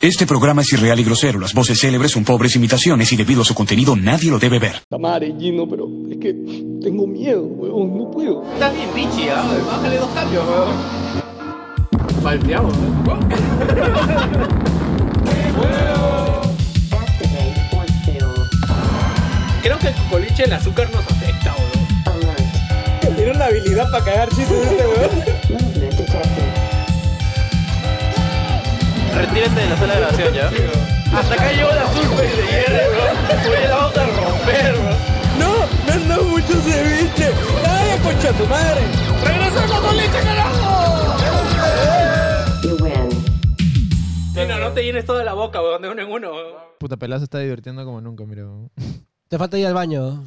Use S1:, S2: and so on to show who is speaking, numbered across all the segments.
S1: Este programa es irreal y grosero. Las voces célebres son pobres imitaciones y debido a su contenido nadie lo debe ver.
S2: Tamare, Gino, pero es que tengo miedo, weón, no puedo.
S3: Estás bien, Richie, ¿ah? bájale dos cambios, weón. Palpeamos,
S4: Activate force field
S3: Creo que el coliche el azúcar nos afecta, weón.
S4: alert.
S5: Tiene una habilidad para cagar chistes este weón.
S4: Movement detected.
S3: Retírate de la sala de grabación, ¿ya? Hasta acá llegó la surface de hierro, weón. Oye, la vamos a romper, weón.
S5: No, no, no, mucho ceviche. Nada, concha tu madre.
S4: You win.
S3: Mira, no te llenes toda la boca, weón, de uno en uno, weón.
S6: Puta pelazo está divirtiendo como nunca, mira. weón.
S7: Te falta ir al baño.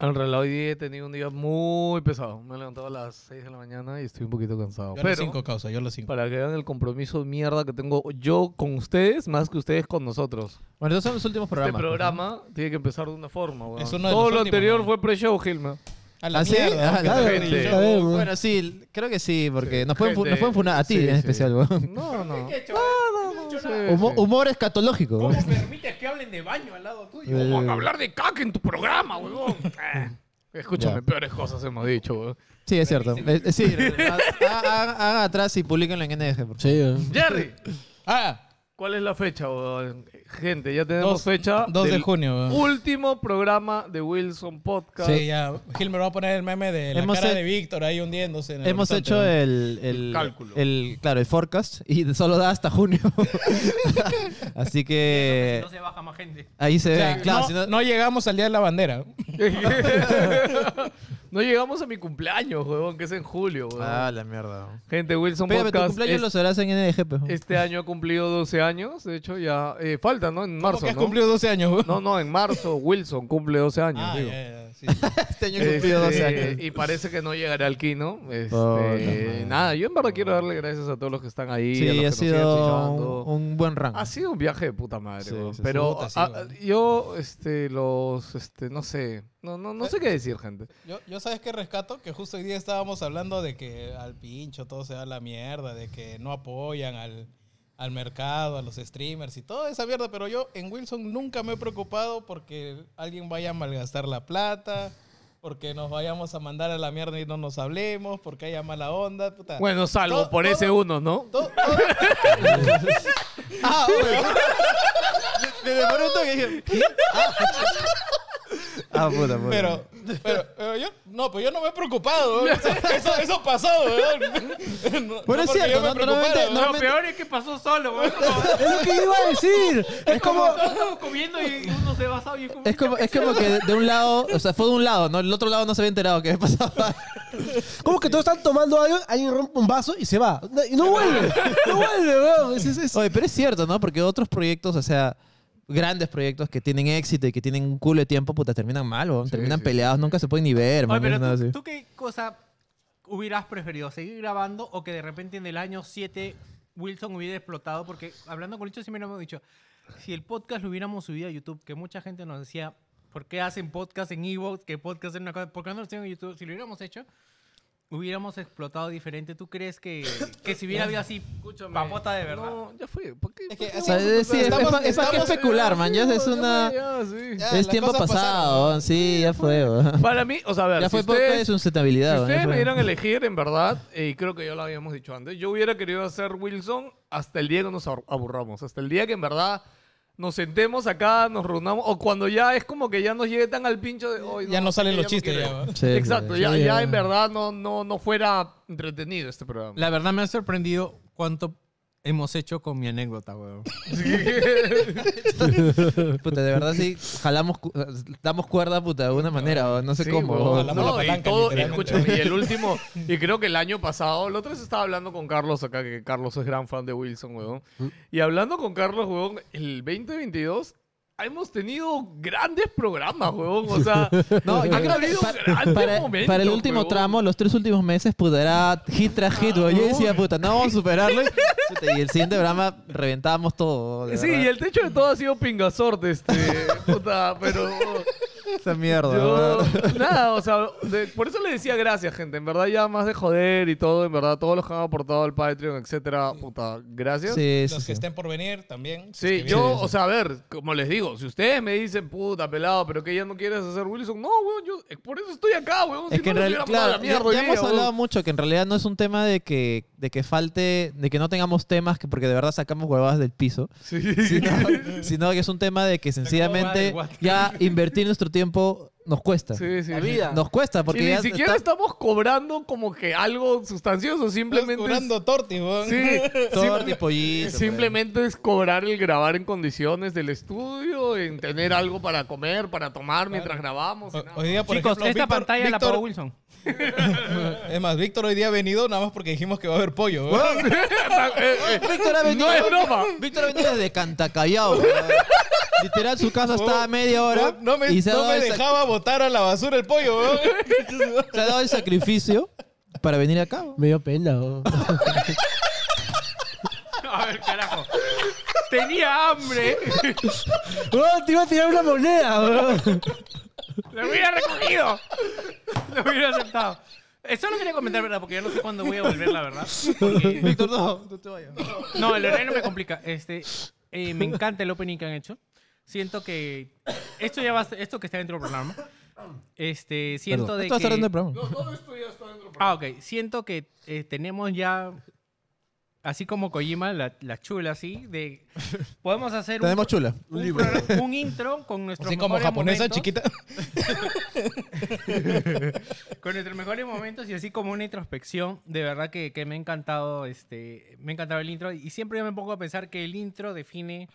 S6: En realidad hoy día he tenido un día muy pesado. Me he levantado a las 6 de la mañana y estoy un poquito cansado.
S8: Yo a
S6: Pero
S8: las 5, causa, yo a las 5.
S6: para que vean el compromiso de mierda que tengo yo con ustedes más que ustedes con nosotros.
S8: Bueno, estos son los últimos programas.
S6: Este programa tiene que empezar de una forma, weón.
S8: pues, Es uno de
S6: Todo
S8: los
S6: lo
S8: últimos,
S6: anterior
S8: weón.
S6: fue pre-show, Gilma.
S8: A la
S6: ¿Ah, sí?
S8: mierda,
S6: Ah,
S8: que
S6: claro,
S8: te ven y
S6: sí.
S8: yo-
S7: bien, ¿no?
S8: Bueno, sí, creo que sí, porque nos pueden, fu-
S6: Gente.
S8: nos pueden funar a ti
S6: Sí,
S8: en
S6: sí.
S8: especial, weón.
S6: No, no.
S8: Humo- humor escatológico.
S5: Ah.
S8: weón.
S3: permites que hablen de baño al lado tuyo?
S5: Mm.
S8: Eh.
S6: Vamos a hablar de caca en tu programa, weón. Eh, Escúchame,
S8: Ya.
S6: peores cosas hemos dicho, weón.
S8: Sí, es cierto. Eh, eh, sí, ha- ha- hagan hagan atrás y publiquenlo en NG. por favor.
S7: Sí. eh.
S6: Jerry,
S8: Ah,
S6: ¿cuál es la fecha, weón? Gente, ya tenemos
S8: Dos-
S6: fecha.
S8: 2 de
S6: del
S8: junio, weón.
S6: Último programa de Wilson Podcast.
S8: Sí, ya. Gilmer va a poner el meme de la
S9: Hemos
S8: cara
S9: he-
S8: de Víctor ahí hundiéndose. en el
S9: Hemos
S8: horizonte,
S9: hecho
S8: weón.
S9: el, el-
S6: cálculo.
S9: el- claro, el forecast y solo da hasta junio. Así que
S3: se baja más gente.
S9: ahí se
S8: O
S9: ve.
S8: sea,
S9: claro,
S8: no,
S9: si no-
S8: no llegamos al día de la bandera.
S6: no llegamos a mi cumpleaños, weón, que es en julio, weón.
S9: Ah, la mierda.
S6: Gente, Wilson
S9: Pégame, tu
S6: Podcast.
S9: cumpleaños
S6: es-
S9: lo sabrás en NDG, pe.
S6: Este año ha cumplido 12 años. De hecho, ya. eh, falta, ¿no? En
S8: Porque
S6: marzo.
S8: has
S6: ¿no?
S8: cumplido 12 años, weón.
S6: No, no, en marzo Wilson cumple 12 años.
S8: Ah,
S6: digo.
S8: ya, ya, sí.
S9: Este año he cumplido 12
S6: Este,
S9: años.
S6: Y parece que no llegará al Kino.
S8: Oh,
S6: Este,
S9: madre.
S6: nada, yo en verdad quiero darle gracias a todos los que están ahí. a los
S9: Sí,
S6: que
S9: ha
S6: nos siguen
S9: sido
S6: escuchando.
S9: un, un buen rango.
S6: Ha sido un viaje de puta madre,
S9: Sí,
S6: weón.
S9: sí, sí.
S6: pero
S8: Puta, sí,
S6: a-
S8: weón.
S6: a- yo, este, los, este, no sé, no, no, no
S9: Eh,
S6: sé qué decir, gente.
S8: Yo, yo sabes que rescato que justo hoy día estábamos hablando de que al pincho todo se da la mierda, de que no apoyan al, al mercado, a los streamers y toda esa mierda, pero yo en Wilson nunca me he preocupado porque alguien vaya a malgastar la plata, porque nos vayamos a mandar a la mierda y no nos hablemos, porque haya mala onda, puta.
S6: Bueno, salvo
S8: To-
S6: por
S8: todo-
S6: ese uno, ¿no?
S8: To- todo-
S9: Ah, bueno. Me demoré un toque y dije, ¿qué? Ah. Ah, puta, puta.
S8: pero, pero, pero yo, no, pues yo no me he preocupado, weón. eso, eso- eso pasó, weón. No-
S9: Bueno, es
S8: porque yo
S9: cierto,
S8: me
S9: ¿no?
S8: preocupara,
S9: Normalmente-
S8: weón.
S9: normalmente-
S3: Peor es que pasó solo, weón.
S7: Es lo que iba a decir. Es como.
S3: Estamos comiendo y uno se va y es como...
S9: Es como, es como que de un lado, o sea, fue de un lado, ¿no? El otro lado no se había enterado que había pasado.
S7: Como que todos están tomando algo, alguien rompe un vaso y se va. Y no vuelve. No vuelve, weón. Es, es- es-
S9: Oye, pero es cierto, ¿no? Porque otros proyectos, o sea, grandes proyectos que tienen éxito y que tienen un culo de tiempo, puta, terminan mal, weón. terminan
S6: sí,
S9: peleados, nunca se pueden ni ver,
S3: Oye,
S9: man,
S3: pero
S9: nada
S3: tú,
S9: así.
S3: ¿tú qué cosa hubieras preferido? ¿Seguir grabando o que de repente en el año 7 Wilson hubiera explotado? Porque hablando con Licho siempre nos hemos dicho, si el podcast lo hubiéramos subido a YouTube, que mucha gente nos decía, ¿por qué hacen podcast en Evox? ¿Qué podcast en una cosa? ¿Por qué no lo hacen en YouTube? Si lo hubiéramos hecho, hubiéramos explotado diferente. ¿Tú crees que, que si hubiera habido así papota de verdad?
S6: No, ya fue. ¿Por qué?
S8: Es que
S6: por qué
S8: así
S9: O sea,
S6: vamos a
S9: es- sí, es- es pa-
S6: empezar?
S8: estamos-
S9: es para qué
S8: estamos-
S9: especular, man. Ya es
S6: Ya fue,
S9: una...
S6: ya, sí.
S8: Ya,
S9: Es
S8: las
S9: tiempo
S8: cosas pasaron.
S9: pasado, weón. sí, ya fue, weón.
S6: Para mí, o sea, a ver,
S9: Ya
S6: si
S9: fue poca
S6: ustedes-
S9: de sustentabilidad,
S6: Si
S9: weón, ya
S6: ustedes me
S9: fue.
S6: dieran a elegir, en verdad, y creo que ya lo habíamos dicho antes, yo hubiera querido hacer Wilson hasta el día que nos abur- aburramos, hasta el día que en verdad nos sentemos acá, nos reunamos, o cuando ya es como que ya nos llegue tan al pincho de hoy.
S8: Ya no salen los chistes, ya, ¿no?
S9: Sí,
S6: Exacto,
S9: sí,
S6: ya,
S9: sí,
S6: ya
S9: sí.
S6: en verdad no, no, no fuera entretenido este programa.
S10: La verdad me ha sorprendido cuánto hemos hecho con mi anécdota, weón.
S9: Puta, de verdad sí, jalamos, cu- damos cuerda, puta, de alguna manera, weón. no sé
S6: Sí,
S9: cómo.
S6: huevón,
S9: weón.
S8: Jalamos
S6: no,
S8: la palanca,
S6: y todo,
S8: literalmente.
S6: escúchame, y el último, y creo que el año pasado, el otro se estaba hablando con Carlos acá, que Carlos es gran fan de Wilson, weón. Y hablando con Carlos, weón, el 2022 hemos tenido grandes programas, weón. O sea,
S9: No, yo
S6: han
S9: creo que
S6: habido
S9: pa-
S6: grandes
S9: para,
S6: momentos,
S9: para el último
S6: huevón.
S9: tramo, los tres últimos meses, puta, era hit tras hit, weón. Yo decía, puta, no vamos a superarlo. Y, puta, y el siguiente programa reventábamos todo. de
S6: Sí,
S9: verdad.
S6: y el techo de todo ha sido pingasorte, este, puta, pero...
S9: Esa mierda.
S6: Yo,
S9: weón.
S6: nada, o sea, de- por eso le decía gracias, gente. En verdad, ya más de joder y todo, en verdad, todos los que han aportado al Patreon, etcétera, puta, gracias.
S9: Sí, sí,
S8: Los
S9: sí.
S8: que estén por venir también. si es
S6: Sí,
S8: que
S6: yo,
S8: vienen.
S6: o sea, a ver, como les digo, si ustedes me dicen, puta, pelado, pero que ya no quieres hacer Wilson, no, weón, yo, eh, por eso estoy acá, weón.
S9: Es
S6: si
S9: que en
S6: no, les
S9: realidad,
S6: hubiera mandado
S9: claro,
S6: a la
S9: ya,
S6: mierda
S9: ya
S6: hoy
S9: hemos
S6: día, weón.
S9: hablado mucho que en realidad no es un tema de que, de que falte, de que no tengamos temas, que porque de verdad sacamos huevadas del piso,
S6: Sí.
S9: sino, sino que es un tema de que sencillamente
S3: huevadas del
S9: ya invertir nuestro tiempo nos cuesta.
S6: Sí, sí,
S7: La
S6: sí.
S7: vida.
S9: Nos cuesta porque
S6: y ni
S9: ya
S6: siquiera
S9: está-
S6: estamos cobrando como que algo sustancioso,
S8: Estás
S6: simplemente. es-
S8: cobrando tortis, weón.
S6: Sí,
S9: todo
S6: simple-
S9: tipo pollito,
S6: Simplemente es cobrar el grabar en condiciones del estudio, en tener algo para comer, para tomar mientras grabamos. y
S8: O-
S6: nada.
S8: Hoy día, por
S3: Chicos,
S8: ejemplo,
S3: esta
S8: Víctor-
S3: pantalla la
S8: Víctor-
S3: pagó Wilson.
S8: Es más, Víctor hoy día ha venido nada más porque dijimos que va a haber pollo, weón.
S6: Eh, eh,
S9: Víctor ha venido,
S6: No es broma.
S9: Víctor ha venido desde Cantacallao. weón. Literal, su casa estaba a media hora.
S8: No me,
S9: y se ha
S8: no
S9: dado
S8: me
S9: el sac-
S8: dejaba botar a la basura el pollo, weón.
S9: se ha dado el sacrificio para venir acá. weón.
S7: Me dio pena. weón.
S3: A ver, carajo. Tenía hambre.
S9: Oh,
S7: Weón, te iba a tirar una moneda, weón.
S3: Lo hubiera recogido. Lo hubiera aceptado. Eso lo quería comentar, ¿verdad? Porque yo no sé cuándo voy a volver, la verdad. Porque-
S9: Víctor, no, no te vayas.
S3: No, el horario no me complica. Este, eh, me encanta el opening que han hecho. Siento que esto ya va a ser- esto que está dentro del programa. Este, siento
S9: Perdón.
S3: de
S9: Esto va a estar
S3: que
S9: dentro del programa.
S3: Ah, ok. Siento que eh, tenemos ya así como Kojima la, la chula así de podemos hacer
S9: Tenemos
S3: un,
S9: chula.
S3: un programa- un intro con nuestros
S8: Así como
S3: mejores
S8: japonesa
S3: momentos,
S8: chiquita.
S3: con nuestros mejores momentos y así como una introspección de verdad que, que me ha encantado este me ha encantado el intro y siempre yo me pongo a pensar que el intro define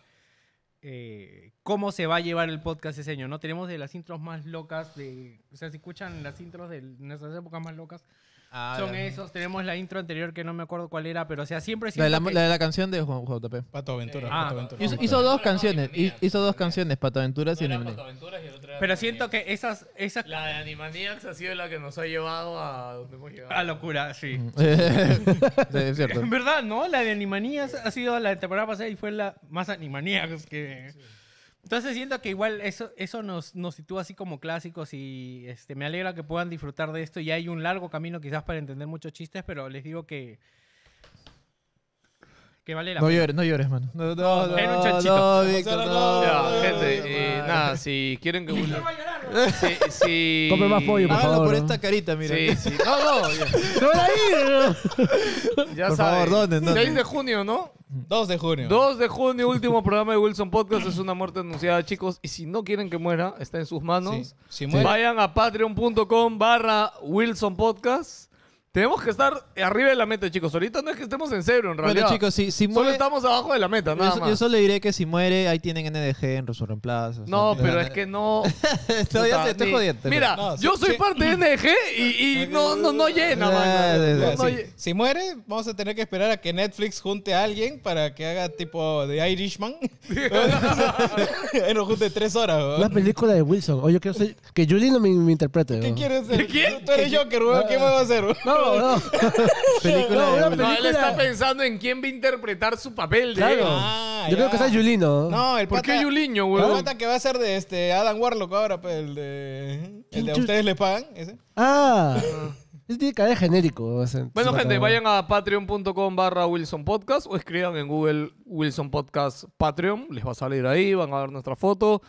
S3: eh, cómo se va a llevar el podcast ese año no tenemos de las intros más locas de o sea si escuchan las intros de nuestras épocas más locas
S9: Ah,
S3: son esos tenemos la intro anterior que no me acuerdo cuál era pero o sea siempre
S9: La de la,
S3: siento que-
S9: la de la canción de Juan Juan JP.
S8: Pato Aventura,
S3: Eh, ah,
S8: Pato Aventura.
S9: Hizo, hizo dos canciones. hi- Hizo dos canciones, Pato Aventuras y Animaniacs.
S3: pero siento que esas esas
S6: La de Animaniacs ha sido la que nos ha llevado a donde hemos llegado.
S3: a locura sí
S9: Sí, es cierto.
S3: En verdad, ¿no? La de Animanías ha sido la temporada pasada y fue la más Animanías que... Entonces siento que igual eso, eso nos, nos sitúa así como clásicos y este, me alegra que puedan disfrutar de esto. Y hay un largo camino quizás para entender muchos chistes, pero les digo que... Que vale la
S9: No
S3: pena.
S9: llores, no llores, mano. No, no, no,
S3: Era un
S9: no,
S3: chanchito.
S9: Víctor,
S8: No,
S9: no.
S6: Ya, gente, eh, nada, si quieren que Ah, Wilson. Sí, sí.
S7: Compre más pollo, por
S9: Hágalo
S7: favor.
S9: por
S7: ¿no?
S9: esta carita, mira.
S6: Sí, sí. No, no, ya,
S7: ¡Se van a ir!
S6: ya
S9: Por
S6: saben.
S9: favor, ¿dónde, dónde?
S6: 6 de junio, ¿no?
S8: 2 de junio.
S6: 2 de junio, último programa de Wilson Podcast. Es una muerte anunciada, chicos. Y si no quieren que muera, está en sus manos.
S8: Sí, si muere.
S6: Vayan a patreon.com barra Wilson Podcast. Tenemos que estar arriba de la meta, chicos. Ahorita no es que estemos en cero, en realidad.
S9: Bueno, chicos, si, si
S6: Solo
S9: muere.
S6: estamos abajo de la meta,
S9: Yo,
S6: nada
S9: so-
S6: más.
S9: yo solo diré que si muere, ahí tienen NDG en su reemplazo.
S6: No, pero es que no.
S9: Todavía
S6: puta,
S9: se estoy
S6: ni-
S9: jodiendo.
S6: Mira,
S8: No,
S6: yo
S8: sí,
S6: soy
S8: sí.
S6: parte de NG y, y no, no, no llena,
S9: Ah, de-
S6: mano.
S9: de-
S6: No,
S8: Ya,
S6: no
S8: sí.
S6: lle-
S8: Si muere, vamos a tener que esperar a que Netflix junte a alguien para que haga tipo de Irishman. Ahí nos junte tres horas,
S7: Una
S8: weón.
S7: película de Wilson. Oye, quiero ser- que Julie no me, me interprete.
S8: ¿Qué
S7: weón.
S8: quieres ser?
S6: ¿Quién?
S8: Tú eres Joker, weón. ¿Qué más va a hacer? weón?
S7: No, no.
S9: Película de
S7: no, una
S9: Wilson.
S6: No, él
S7: película.
S6: está pensando en quién va a interpretar su papel.
S7: Claro.
S6: Diego.
S8: Ah,
S7: Yo creo
S8: ya.
S7: que está Julino.
S8: No, el
S6: ¿Por
S8: pata,
S6: qué Yuliño,
S8: El
S6: weón?
S8: pata que va a ser de este Adam Warlock ahora, pues, el de. El de a
S7: Chu-
S8: ustedes le pagan, ese.
S7: Ah. Es tiene cara de genérico. o sea,
S6: Bueno,
S7: se
S6: gente,
S7: mataba.
S6: vayan a patreon.com barra Wilson Podcast o escriban en Google Wilson Podcast Patreon. Les va a salir ahí, van a ver nuestra foto.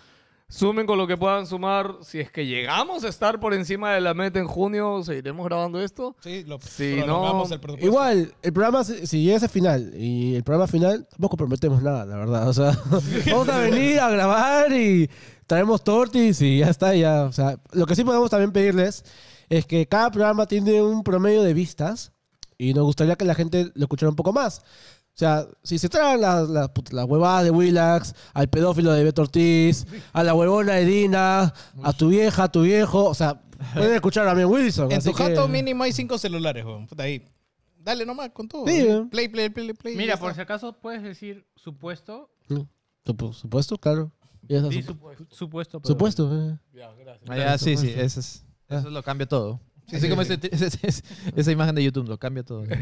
S6: Sumen con lo que puedan sumar. Si es que llegamos a estar por encima de la meta en junio, seguiremos grabando esto.
S8: Sí, lo
S6: Sí,
S8: prolongamos
S6: no.
S8: el presupuesto.
S7: Igual, el programa, si si llega ese final y el programa final, tampoco prometemos nada, la verdad. O sea, vamos a venir a grabar y traemos tortis y ya está, ya. O sea, lo que sí podemos también pedirles es que cada programa tiene un promedio de vistas y nos gustaría que la gente lo escuchara un poco más. O sea, si se traen las, las, put- las huevadas de Willax, al pedófilo de Beto Ortiz, a la huevona de Dina, a tu vieja, a tu viejo, o sea, pueden escuchar también Wilson.
S8: En
S7: así
S8: tu
S7: que-
S8: jato mínimo hay cinco celulares, weón. Puta ahí. Dale nomás con todo.
S7: Sí,
S8: weón.
S7: eh.
S8: Play, play, play, play.
S3: Mira,
S8: ya
S3: por si
S8: está.
S3: acaso puedes decir supuesto.
S7: Supo- Supuesto, claro. Ya está,
S3: Di
S7: sup-
S3: supu- supuesto. pero-
S7: supuesto. eh.
S9: Ah, ya, sí, sí, eso, es-
S7: Ah.
S9: eso lo cambia todo. Así como ese- ese- ese- esa imagen de YouTube lo cambia todo.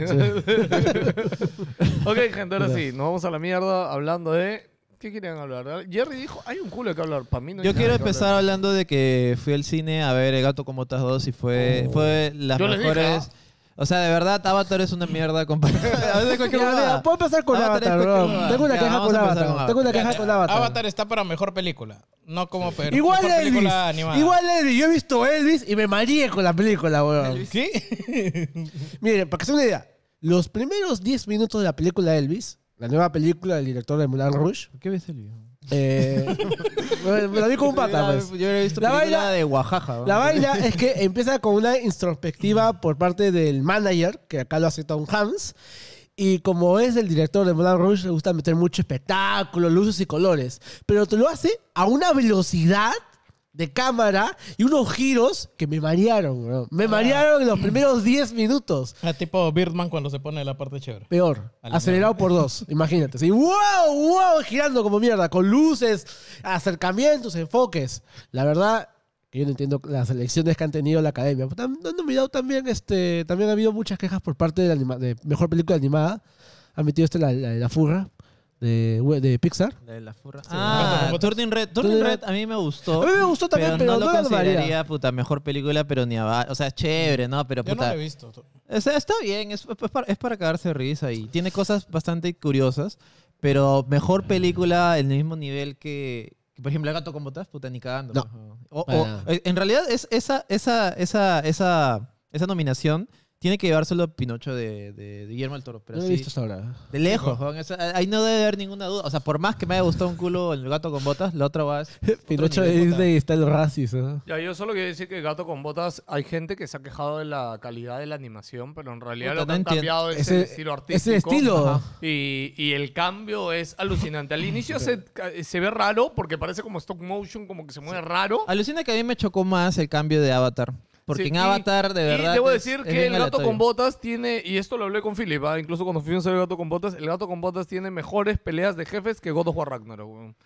S6: Ok, gente, ahora sí, nos vamos a la mierda hablando de ¿Qué querían hablar? Jerry dijo, hay un culo que hablar. Para mí no hay
S9: Yo
S6: nada
S9: quiero
S6: que hablar.
S9: empezar hablando de que fui al cine a ver El Gato con Botas 2 y fue,
S7: Oh.
S9: fue las
S6: Yo les dije,
S9: mejores.
S6: ¿ah?
S9: o sea, de verdad, Avatar es una mierda comparada. A veces cualquier
S7: Ya,
S9: huevada.
S7: mira, Puedo empezar con
S9: Avatar es
S7: Avatar,
S9: Ah, cualquier
S7: bro.
S9: huevada.
S7: Tengo una
S9: Ya,
S7: queja
S9: vamos
S7: con
S9: a empezar
S7: Avatar.
S9: con
S7: Tengo una
S9: Avatar.
S7: queja con Avatar.
S8: Avatar está para mejor película. No como pero
S7: Igual
S8: mejor
S7: Elvis.
S8: película animada.
S7: Igual Elvis. Yo he visto Elvis y me mareé con la película, weón.
S8: ¿Qué?
S7: Miren, para que se den una idea. Los primeros 10 minutos de la película Elvis, la nueva película del director de Moulin Rouge,
S9: ¿Qué ves el video?
S7: eh, bueno, me la vi con un pata, pues.
S9: Yo he visto
S7: La
S9: la
S7: vaina-
S9: película de Oaxaca. ¿no?
S7: La vaina es que empieza con una introspectiva por parte del manager, que acá lo hace Tom Hanks. Y como es el director de Moulin Rouge, le gusta meter mucho espectáculo, luces y colores. Pero te lo hace a una velocidad de cámara y unos giros que me marearon, bro. Me marearon en los primeros 10 minutos.
S8: Ah, tipo Birdman cuando se pone la parte chévere.
S7: Peor,
S8: A la
S7: acelerado por dos, imagínate. Así, wow, wow, girando como mierda, con luces, acercamientos, enfoques. La verdad, que yo no entiendo las elecciones que han tenido la academia. Pero tam- han nominado también, este, también ha habido muchas quejas por parte de, la anima- de mejor película animada. Ha metido este la, la, la furra de, de Pixar.
S9: La de la furra.
S8: Gato
S9: Ah,
S8: con botas.
S9: Turning Red. Turning Red a mí me gustó.
S7: A mí me gustó también, pero
S9: no,
S7: no
S9: lo
S7: la
S9: consideraría,
S7: llamaría.
S9: puta, mejor película, pero ni a... O sea, es chévere, ¿no? Pero
S8: Yo no la
S9: puta...
S8: he visto.
S9: O sea, está bien, es, es para, es para cagarse de risa y tiene cosas bastante curiosas, pero mejor película en el mismo nivel que, que, por ejemplo, El gato con botas, puta, ni cagando.
S7: No.
S9: pues, o- o-
S7: Para nada.
S9: eh, en realidad, es esa, esa, esa, esa, esa nominación tiene que llevárselo a Pinocho de, de, de Guillermo del Toro, pero
S7: No la he
S9: así,
S7: visto hasta ahora.
S9: de lejos, weón, eso- ahí no debe haber ninguna duda. O sea, por más que me haya gustado un culo El gato con botas, la otra va es...
S7: Pinocho de
S9: nivel, puta.
S7: Disney está el racis, ¿no?
S6: Ya, yo solo quiero decir que Gato con Botas, hay gente que se ha quejado de la calidad de la animación, pero en realidad
S9: Puta,
S6: lo que
S9: no
S6: han
S9: entiendo.
S6: cambiado es el estilo artístico.
S7: ese estilo.
S9: Ajá.
S6: Y, y el cambio es alucinante. Al inicio se, se ve raro porque parece como stop motion, como que se mueve raro.
S9: Alucina que a mí me chocó más el cambio de Avatar. Porque
S6: Sí,
S9: en
S6: y-
S9: Avatar, de verdad.
S6: Y debo
S9: es-
S6: decir
S9: es
S6: que
S9: bien
S6: el gato
S9: aleatorio.
S6: con botas tiene, y esto lo hablé con Philip, ¿ah? incluso cuando fuimos a ver el gato con botas, el gato con botas tiene mejores peleas de jefes que God of War Ragnarok, weón.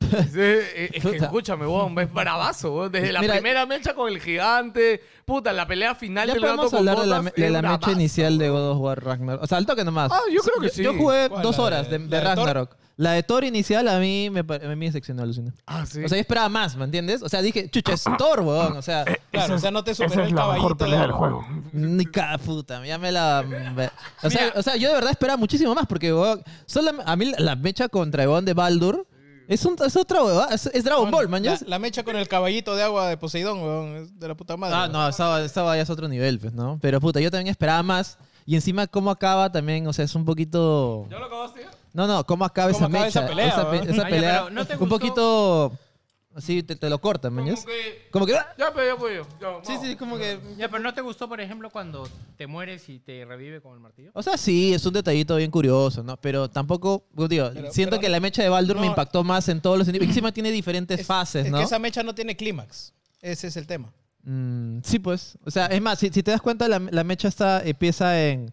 S6: Sí, eh, es es que
S9: Puta.
S6: escúchame, weón, es bravazo, weón. Desde la
S9: Mira-
S6: primera mecha con el gigante, puta, la pelea final
S9: Ya
S6: del gato
S9: podemos
S6: con
S9: hablar de la,
S6: botas.
S9: me- de
S6: es
S9: la
S6: una
S9: mecha
S6: masa,
S9: inicial de
S6: weón.
S9: God of War Ragnarok. O sea, al toque nomás.
S6: Ah, yo creo que sí.
S9: Yo jugué
S8: ¿Cuál?
S9: dos
S8: ¿La de-
S9: horas de, de
S8: la de Thor?
S9: Ragnarok. La de Thor inicial a mí me, pa- a mí me seccionó alucina.
S6: Ah, sí.
S9: O sea, yo esperaba más, ¿me entiendes? O sea, dije, chucha, es Thor, weón. O sea,
S8: Claro, o sea, no te superó el caballito. del juego.
S9: ni cada puta, ya me la... me- o, sea, o sea, yo de verdad esperaba muchísimo más porque, weón, solo a mí la mecha contra Evon de Baldur es, un, es otra, weón. Es, es Dragon Ball, man. ya
S8: La,
S9: es-
S8: la mecha con el caballito de agua de Poseidón, weón. Es de la puta madre.
S9: Ah, no, estaba, estaba ya es otro nivel, pues, ¿no? Pero puta, yo también esperaba más. Y encima, cómo acaba también, o sea, es un poquito.
S6: ¿Ya lo acabaste? ya?
S9: No, no, cómo acaba
S8: ¿Cómo
S9: esa
S8: acaba
S9: mecha.
S8: esa pelea,
S9: esa, pe-
S8: weón?
S9: esa
S3: Oye,
S9: pelea.
S3: pero ¿no te
S9: un
S3: gustó?
S9: poquito. Así te, te lo cortan,
S6: Como
S9: mañas.
S6: que-
S9: Como que. ah,
S6: Ya, pero ya fue yo. ya,
S9: Sí,
S6: vamos.
S9: sí, como que.
S3: Ya, pero ¿no te gustó, por ejemplo, cuando te mueres y te revive con el martillo?
S9: O sea, sí, es un detallito bien curioso, ¿no? Pero tampoco, como digo,
S8: Pero-
S9: siento
S8: pero-
S9: que la mecha de Baldur me
S8: no.
S9: impactó más en todos los sentidos. Encima tiene diferentes
S8: Es-
S9: fases,
S8: es
S9: ¿no?
S8: que esa mecha no tiene clímax. Ese es el tema.
S9: Mm, sí, pues. O sea, es más, si, si te das cuenta, la, la mecha está, empieza en.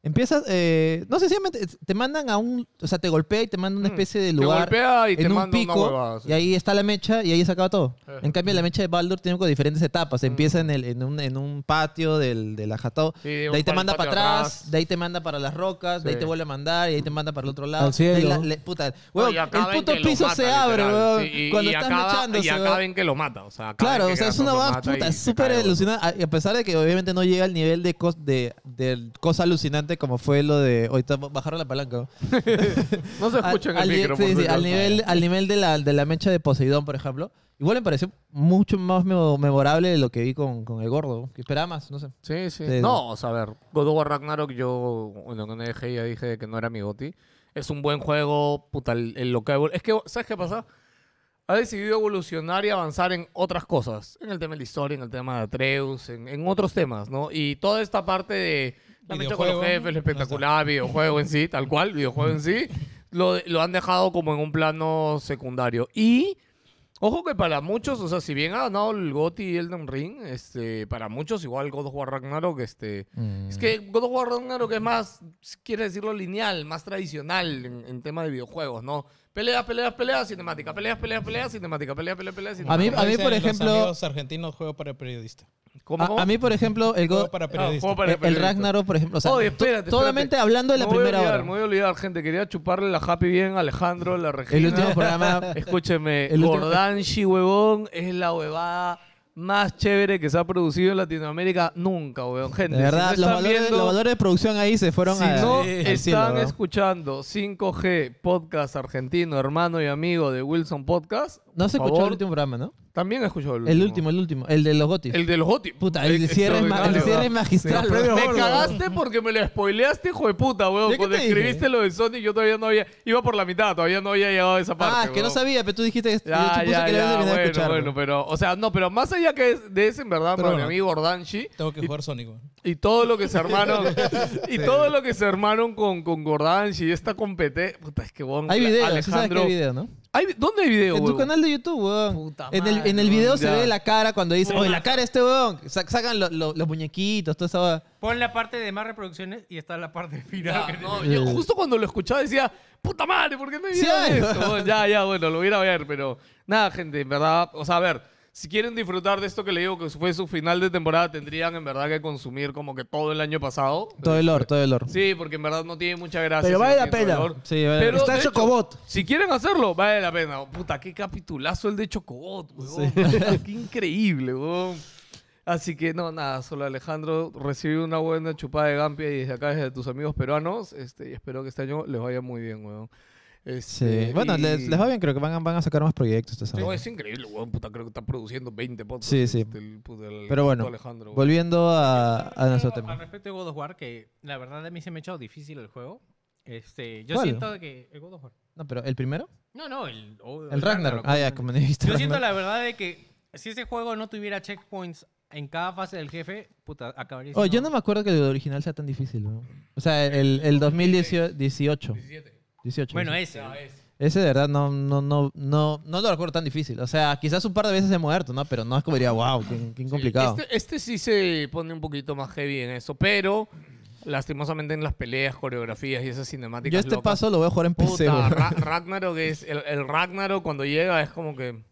S9: Empieza, eh, no sencillamente, es- te mandan a un. O sea, te golpea y te manda a una
S6: Mm,
S9: especie de
S6: te
S9: lugar.
S6: golpea y te
S9: en un
S6: manda una
S9: pico.
S6: huevada, sí.
S9: Y ahí está la mecha y ahí se acaba todo.
S6: Eh.
S9: En cambio, la mecha de Baldur tiene como diferentes etapas. Empieza en, el, en, un, en un patio del, de la Jató.
S6: Mm. Sí,
S9: de
S6: un
S9: ahí te
S6: pa-
S9: manda para
S6: patio
S9: atrás,
S6: atrás.
S9: De ahí te manda para las rocas. De ahí
S6: Sí.
S9: te vuelve a mandar. Y ahí te manda para el otro lado.
S7: Al cielo.
S9: De ahí la- le- puta,
S6: No,
S9: huevón,
S6: y acaba
S9: el
S6: en
S9: puto
S6: que lo
S9: piso
S6: mata,
S9: se abre,
S6: literal.
S9: huevón,
S6: Sí, y-
S9: Cuando
S6: y
S9: están
S6: acaba-
S9: luchándose,
S6: Y
S9: huevón.
S6: acaben que lo mata. O sea, acaba en
S9: Claro,
S6: que
S9: o sea, es
S6: Kratos
S9: una
S6: lo
S9: hueá
S6: mata y
S9: puta
S6: se
S9: súper
S6: cae, huevón.
S9: alucinante. A a pesar de que obviamente no llega al nivel de, cos- de, de cosa alucinante como fue lo de. Ahorita bajaron la palanca. ¿no?
S6: No se escucha en
S9: Al-
S6: el
S9: al-
S6: micro,
S9: sí,
S6: por
S9: sí,
S6: si
S9: al
S6: acaso.
S9: nivel, al nivel de, la, de la mecha de Poseidón, por ejemplo. Igual me pareció mucho más memo- memorable de lo que vi con, con el gordo. Que esperaba más, no sé.
S6: Sí, sí.
S9: Sí.
S6: No, o sea, a ver, God of War Ragnarok, yo cuando me dejé ya dije que no era mi goti. Es un buen juego, puta, el, el lo que ha evol- Es que, ¿sabes qué pasa? Ha decidido evolucionar y avanzar en otras cosas. En el tema de la historia, en el tema de Atreus, en, en otros temas, ¿no? Y toda esta parte de la mecha con los
S8: Videojuego,
S6: jefes, lo espectacular, videojuego en sí, tal cual, videojuego en sí, lo, lo han dejado como en un plano secundario. Y... Ojo que para muchos, o sea, si bien ha ganado el GOTY y Elden Ring, este, para muchos igual God of War Ragnarok, este,
S9: Mm.
S6: es que God of War Ragnarok es más, si quiere decirlo lineal, más tradicional en, en tema de videojuegos, ¿no? Peleas, peleas, peleas, cinemática, peleas, peleas, peleas, cinemática, peleas, peleas, peleas,
S9: A mí,
S6: cinemática.
S8: Como
S9: a mí
S8: dicen
S9: por
S8: los
S9: ejemplo.
S8: amigos argentinos juego para el periodista.
S6: ¿Cómo, cómo?
S9: A, a mí, por ejemplo, el,
S8: Juego
S9: God-
S8: para
S6: Ah,
S8: periodistas.
S6: juego para
S9: el, el
S6: periodistas.
S9: Ragnarok, por ejemplo. O sea,
S6: Oye,
S9: to-
S6: espérate,
S9: solamente
S6: espérate.
S9: hablando de la
S6: Me voy a
S9: primera
S6: olvidar,
S9: hora.
S6: Me voy a olvidar, gente. Quería chuparle la happy bien a Alejandro, la Regina.
S9: El último programa.
S6: Escúcheme,
S9: El último-
S6: Gordanshi, huevón, es la huevada más chévere que se ha producido en Latinoamérica nunca, huevón. Gente,
S9: De verdad, los,
S6: si no están
S9: valores,
S6: viendo,
S9: los valores de producción ahí se fueron
S6: si
S9: a,
S6: no
S9: al
S6: están
S9: cielo, ¿no?
S6: escuchando 5G, podcast argentino, hermano y amigo de Wilson Podcast,
S9: No se
S6: por
S9: escuchó
S6: favor,
S9: el último programa, ¿no?
S6: También escuchó el último.
S9: El último, el último. El de los gotis.
S6: El de los Gotti.
S9: Puta, el cierre es ma- el
S6: Extraordinario.
S9: cierre es magistral,
S6: Sí.
S9: Los premios
S6: Me
S9: Gordo.
S6: cagaste porque me lo spoileaste, hijo de puta, weón.
S9: ¿Yo qué
S6: Cuando
S9: te dije?
S6: escribiste lo de Sonic, yo todavía no había. Iba por la mitad, todavía no había llegado a esa parte.
S9: ah, es que no
S6: weón.
S9: sabía, pero tú dijiste que yo supuse
S6: Ya, ya,
S9: que le habías
S6: ya,
S9: terminado de
S6: bueno,
S9: escuchar.
S6: bueno, pero, o sea, no, pero más allá que es- de ese, en verdad,
S8: Pero
S6: para mi
S8: bueno.
S6: amigo Ordanchi
S8: Tengo que jugar Sonic. weón.
S6: y todo lo que se armaron, y todo lo que se armaron con, con Gordanchi, esta competencia, puta, es que, weón,
S9: Hay
S6: la-
S9: video, sí sabes que
S6: Alejandro,
S9: hay video, ¿no?
S6: ¿Hay vi- ¿dónde hay video,
S9: En tu
S6: weón?
S9: canal de YouTube, weón.
S6: Puta
S9: en, el,
S6: madre,
S9: en el video
S6: weón,
S9: se
S6: ya.
S9: ve la cara cuando dice, oye, la cara de este weón. Sa- sacan lo- lo- los muñequitos, toda esa... va-
S3: Pon la parte de más reproducciones y está la parte final.
S6: Ya,
S3: que-
S6: Ah, no, yo justo cuando lo escuchaba decía, puta madre, ¿por qué me
S9: Sí
S6: vieron
S9: hay.
S6: esto? Bueno, ya, ya, bueno, lo voy a ir a ver, pero nada, gente, en verdad, o sea, a ver, si quieren disfrutar de esto que le digo que fue su final de temporada, tendrían en verdad que consumir como que todo el año pasado.
S9: Todo el or, todo el or.
S6: Sí, porque en verdad no tiene mucha gracia.
S7: Pero
S6: si
S7: vale
S6: no
S7: la
S6: tiene
S7: pena.
S6: valor.
S9: Sí, vale la
S6: Pero,
S7: pena. Está
S6: de hecho,
S7: Chocobot.
S6: Si quieren hacerlo, vale la pena. Puta, qué capitulazo el de Chocobot, weón. Qué increíble, weón. Así que no, nada, solo Alejandro recibí una buena chupada de Gampia y desde acá, desde tus amigos peruanos, este, y espero que este año les vaya muy bien, weón. Este,
S9: Sí. Bueno,
S6: y-
S9: les, les va bien, creo que van, a- van a sacar más proyectos. esta
S6: No,
S9: semana.
S6: es increíble, weón, puta, creo que está produciendo 20 podcasts.
S9: Sí, sí.
S6: este, el puto- el
S9: Pero bueno,
S6: puto Alejandro, weón.
S9: Volviendo a, a nuestro
S3: Al
S9: tema.
S3: respecto de God of War, que la verdad a mí se me ha echado difícil el juego. Este, yo
S9: ¿Cuál?
S3: siento que. ¿El God of War?
S9: No, pero ¿el primero?
S3: No, no, el. o-
S9: El Ragnarok. Ah, ya, como dijiste.
S3: Yo siento
S9: Ragnarok.
S3: la verdad de que si ese juego no tuviera checkpoints en cada fase del jefe, puta, acabaría.
S9: Oh,
S3: siendo-
S9: yo no me acuerdo que el original sea tan difícil, ¿no? O sea, el, el 2018. 18. 18.
S3: Bueno,
S6: eh.
S3: ese.
S9: Ese de verdad no, no, no, no, no lo recuerdo tan difícil. O sea, quizás un par de veces he muerto, ¿no? Pero no es como diría, wow, qué, qué complicado.
S6: Este, este sí se pone un poquito más heavy en eso, pero lastimosamente en las peleas, coreografías y esas cinemáticas.
S9: Yo este
S6: locas,
S9: paso lo voy a jugar en PC,
S6: Puta,
S9: weón.
S6: Ra- Ragnarok es. El, el Ragnarok cuando llega es como que.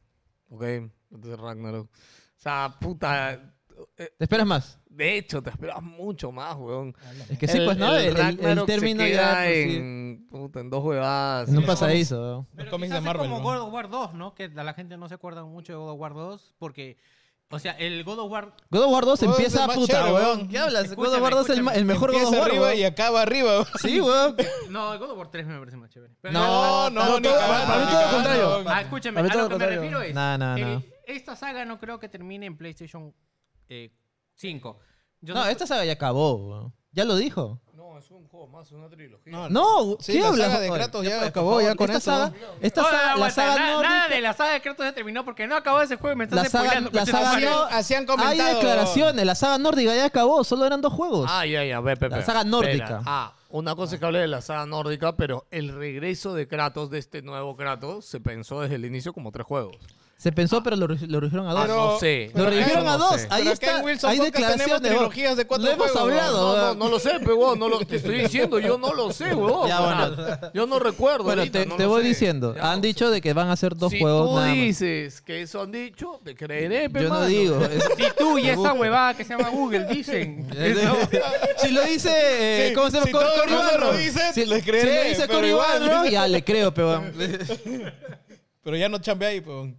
S6: Ok, entonces Ragnarok. O sea, puta. eh,
S9: ¿Te esperas más?
S6: De hecho, te esperas mucho más, weón.
S9: Es que sí,
S6: El-
S9: pues, ¿no? El, el- el
S6: Ragnarok se
S9: término ya...
S6: queda
S9: pues, sí,
S6: en, puta, en dos huevadas.
S9: en un
S6: Sí.
S9: pasadizo, weón.
S8: Los
S3: Pero
S8: cómics
S3: quizás
S8: de
S3: es
S8: Marvel,
S3: como
S8: ¿no?
S3: God of War 2, ¿no? Que la la gente no se acuerda mucho de God of War 2 porque, o sea, el God of War...
S9: God of War 2
S8: Weón,
S9: empieza
S8: es más
S9: puta,
S8: chévere,
S9: weón.
S8: weón.
S9: ¿Qué hablas? God of
S3: Escúchame,
S9: War 2 es el, ma- el mejor God
S8: Empieza
S9: of War,
S8: arriba
S9: weón.
S8: y acaba arriba. weón.
S9: Sí, weón.
S3: No, el God of War 3 me parece más chévere. Pero-
S8: No, no,
S7: no,
S8: ni
S7: todo-
S8: cagando,
S7: para mí
S8: ni
S7: todo lo
S8: cagando,
S7: contrario.
S8: weón.
S3: Ah, escúchame,
S7: A
S3: a
S7: ver, todo
S3: lo
S7: lo
S3: que me
S7: contrario.
S3: refiero es...
S9: No, no,
S3: el-
S9: no.
S3: Esta saga no creo que termine en PlayStation eh, 5. Yo
S9: No, esta saga ya acabó, weón. Ya lo dijo.
S6: No, es un juego más, una trilogía.
S9: No,
S8: Sí,
S9: ¿qué
S8: la
S9: hablas?
S8: saga de
S9: Oye,
S8: Kratos ya
S9: por
S8: acabó,
S9: favor,
S8: ya con
S9: esta
S8: eso,
S9: Saga, esta
S3: Oye,
S9: saga, la
S3: Oh, aguanta,
S9: saga
S3: na-
S9: nórdica-
S3: Nada de la saga de Kratos se terminó porque no acabó ese juego y me estás
S9: la saga,
S3: spoileando,
S9: la
S3: coche,
S9: saga
S3: tu madre.
S9: nórdica-
S8: así han comentado.
S9: Hay declaraciones, la saga nórdica ya acabó, solo eran dos juegos.
S6: Ah, ya, ya, ve, ve,
S9: La
S6: ve.
S9: saga nórdica.
S6: Espera. Ah, una cosa es que hablé de la saga nórdica, pero el regreso de Kratos, de este nuevo Kratos, se pensó desde el inicio como tres juegos.
S9: Se pensó, pero lo, re- lo redujeron a dos.
S6: Ah, no sé.
S9: lo
S8: Pero
S9: redujeron
S6: eso
S9: a
S6: no
S9: dos.
S6: sé.
S9: Ahí
S8: Pero acá
S9: está.
S8: en Wilson
S9: hay
S8: Podcast
S9: declaraciones.
S8: tenemos
S9: weón.
S8: trilogías de cuatro
S9: Lo hemos
S8: juegos, weón.
S9: hablado.
S6: No, no,
S9: weón.
S6: no lo sé, pero no lo, te estoy diciendo, yo no lo sé, weón.
S9: Ya, bueno.
S6: O sea, Yo no recuerdo.
S9: Bueno,
S6: ahorita,
S9: te,
S6: no
S9: te
S6: lo
S9: voy
S6: sé.
S9: diciendo.
S6: Ya,
S9: han
S6: o
S9: dicho de que van a ser dos
S6: si
S9: juegos
S6: tú
S9: nada más.
S6: dices que eso han dicho, te creeré, pero
S9: Yo no digo. es-
S3: Si tú y esa huevada que se llama Google dicen...
S9: si lo dice, eh,
S8: Sí,
S9: ¿cómo se llama?
S8: si
S9: Cory-
S8: todo
S9: Cory
S8: el mundo
S9: Barro.
S8: lo dice,
S9: si
S8: le creeré,
S9: si lo dice
S8: pero
S9: Cory
S8: igual.
S9: Barro, ya le creo, pero Eh, weón.
S8: Pero ya no chambea ahí, weón.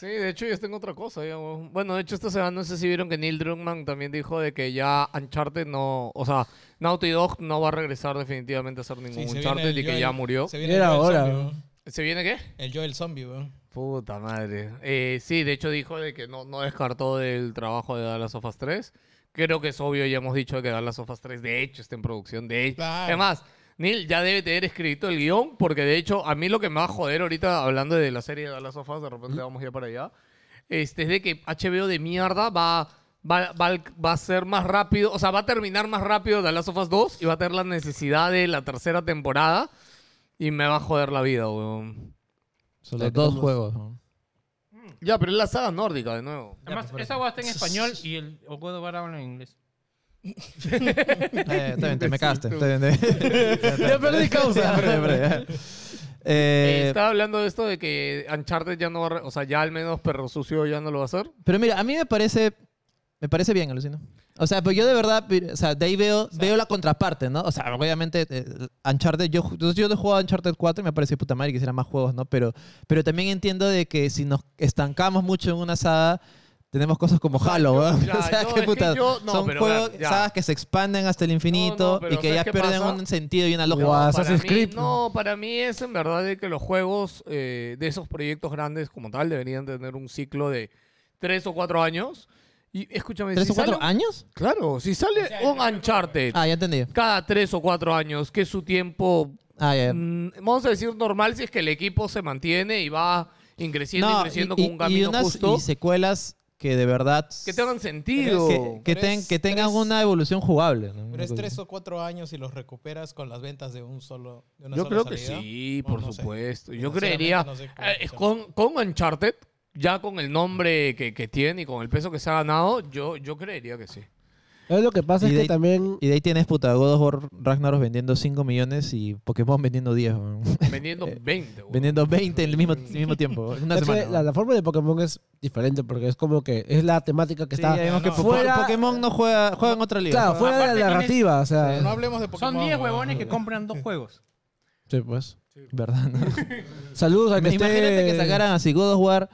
S6: Sí, de hecho, yo tengo otra cosa. ya, weón. Bueno, de hecho, esta semana no sé si vieron que Neil Druckmann también dijo de que ya Uncharted no. O sea, Naughty Dog no va a regresar definitivamente a hacer
S8: Sí,
S6: ningún
S8: se viene
S6: Uncharted
S8: el
S6: y que
S8: Joel-
S6: ya murió.
S8: se viene el
S7: Era
S8: Joel
S7: ahora,
S8: zombie,
S7: weón.
S8: weón.
S6: ¿Se viene qué?
S8: El Joel Zombie, weón.
S6: Puta madre. Eh, sí, de hecho dijo de que no, no descartó del trabajo de Dallas of Us 3. Creo que es obvio, ya hemos dicho que Dallas of Us 3 de hecho está en producción. De hecho.
S8: Claro.
S6: Además, Neil ya debe tener escrito el guión, porque de hecho, a mí lo que me va a joder ahorita, hablando de la serie de Dallas of Us, de repente vamos ya para allá, este, es de que HBO de mierda va, va, va, al- va a ser más rápido, o sea, va a terminar más rápido Dallas of Us 2 y va a tener la necesidad de la tercera temporada. Y me va a joder la vida, weón.
S9: Son los dos juegos. weón.
S6: Ya, pero es la saga nórdica, de nuevo.
S3: Además, esa huevada está en español y el o God of War habla en inglés.
S9: Eh, está bien, te me cagaste. está bien, te- Ya perdí causa. Ya perdí, ya perdí.
S6: Eh,
S9: Eh,
S6: estaba hablando de esto de que Uncharted ya no va a... re- O sea, ya al menos Perro Sucio ya no lo va a hacer.
S9: Pero mira, a mí me parece. Me parece bien, alucino. O sea, pues yo de verdad, o sea, de ahí veo, veo la contraparte, ¿no? O sea, obviamente, eh, Uncharted, yo, yo, yo he jugado Uncharted 4 y me parece puta madre, quisiera más juegos, ¿no? Pero, pero también entiendo de que si nos estancamos mucho en una saga, tenemos cosas como Halo, weón.
S6: ya,
S9: o sea,
S6: no,
S9: qué
S6: es que
S9: puta.
S6: yo- no,
S9: Son
S6: pero,
S9: juegos,
S6: Bran, ya.
S9: sagas que se expanden hasta el
S6: No,
S9: infinito
S6: no, pero
S9: y que
S6: ¿sabes
S9: ya
S6: qué
S9: pierden
S6: pasa?
S9: un sentido y una
S6: No,
S9: lógica.
S6: para
S7: Assassin's
S6: mí-
S7: Creed,
S6: No, para mí es en verdad de que los juegos eh, de esos proyectos grandes como tal deberían tener un ciclo de tres o cuatro años. Y escúchame,
S9: ¿Tres
S6: si
S9: o cuatro
S6: sale un-
S9: años?
S6: Claro, si sale un Uncharted
S9: Ah, ya entendí.
S6: cada tres o cuatro años, que es su tiempo,
S9: Ah, ya. ya.
S6: mm, vamos a decir normal, si es que el equipo se mantiene y va ingreciendo y creciendo con un camino
S9: unas-
S6: justo,
S9: y secuelas que de verdad
S6: que tengan
S9: que,
S6: sentido.
S9: que
S8: Pero es
S9: ten- que tengan
S8: tres-
S9: una evolución jugable. ¿no?
S8: Pero es tres o cuatro años y los recuperas con las ventas de un solo. De una
S6: Yo
S8: sola
S6: creo que
S8: salida.
S6: sí,
S8: O
S6: por
S8: no sé.
S6: supuesto. Yo
S8: Sinceramente,
S6: creería,
S8: no sé cómo
S6: eh, es
S8: funciona.
S6: con, con Uncharted, ya con el nombre que, que tiene y con el peso que se ha ganado, yo, yo creería que sí.
S7: Es lo que pasa
S9: Y
S7: es
S9: de-
S7: que también.
S9: Y de ahí tienes puta God of War Ragnaros vendiendo 5 millones y Pokémon vendiendo 10. weón.
S6: Vendiendo 20. weón.
S9: vendiendo 20 en el mismo, mismo tiempo. en Una
S7: es que
S9: semana.
S7: la,
S9: weón.
S7: la forma de Pokémon es diferente porque es como que es la temática que
S9: Sí,
S7: está.
S9: ya vimos que
S8: No,
S9: Po-
S7: fuera-
S9: Pokémon no juega, juega en otra liga.
S7: Claro,
S9: Juega-
S7: fuera
S3: Aparte
S7: de la
S3: tienes-
S7: narrativa. O sea,
S8: No hablemos de Pokémon.
S3: Son 10
S8: weón.
S3: huevones que compran dos juegos.
S7: sí, pues.
S9: ¿Verdad? no?
S7: Saludos a que esté-
S9: Imagínate que sacaran así God of War,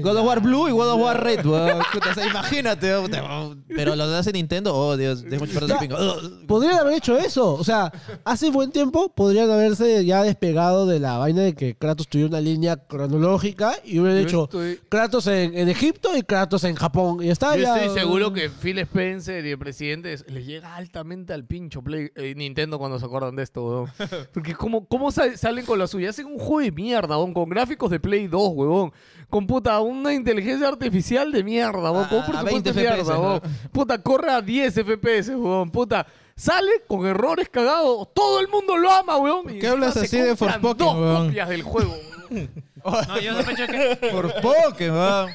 S9: God of War Blue y God of War Red. weón. Puta, o sea, imagínate. weón, puta, weón. Pero los hace Nintendo, oh Dios, tengo mucho perder el pingo. Ugh.
S7: Podrían haber hecho eso. O sea, hace buen tiempo podrían haberse ya despegado de la vaina de que Kratos tuviera una línea cronológica y hubieran
S6: Yo
S7: hecho
S6: estoy-
S7: Kratos en, en Egipto y Kratos en Japón. Y está
S6: Yo
S7: ya.
S6: estoy seguro que Phil Spencer y el presidente es- le llega altamente al pincho Play- eh, Nintendo cuando se acuerdan de esto, weón. Porque cómo, cómo sa- salen con la suya. Hacen un juego de mierda, weón, con gráficos de Play 2, weón. Con puta, una inteligencia artificial de mierda, weón.
S8: Ah,
S9: A-
S6: Con un
S9: a
S6: presupuesto
S9: 20
S6: de mierda,
S9: FPS, ¿no?
S6: weón. Puta, corre a 10 FPS, weón. Puta, sale con errores cagados. Todo el mundo lo ama, weón.
S8: qué
S6: Y encima
S8: hablas
S6: se
S8: así de
S6: compran
S8: Forspoken,
S6: dos
S8: weón?
S6: copias del juego, weón.
S3: No, yo sospecho que.
S9: Por Pokémon.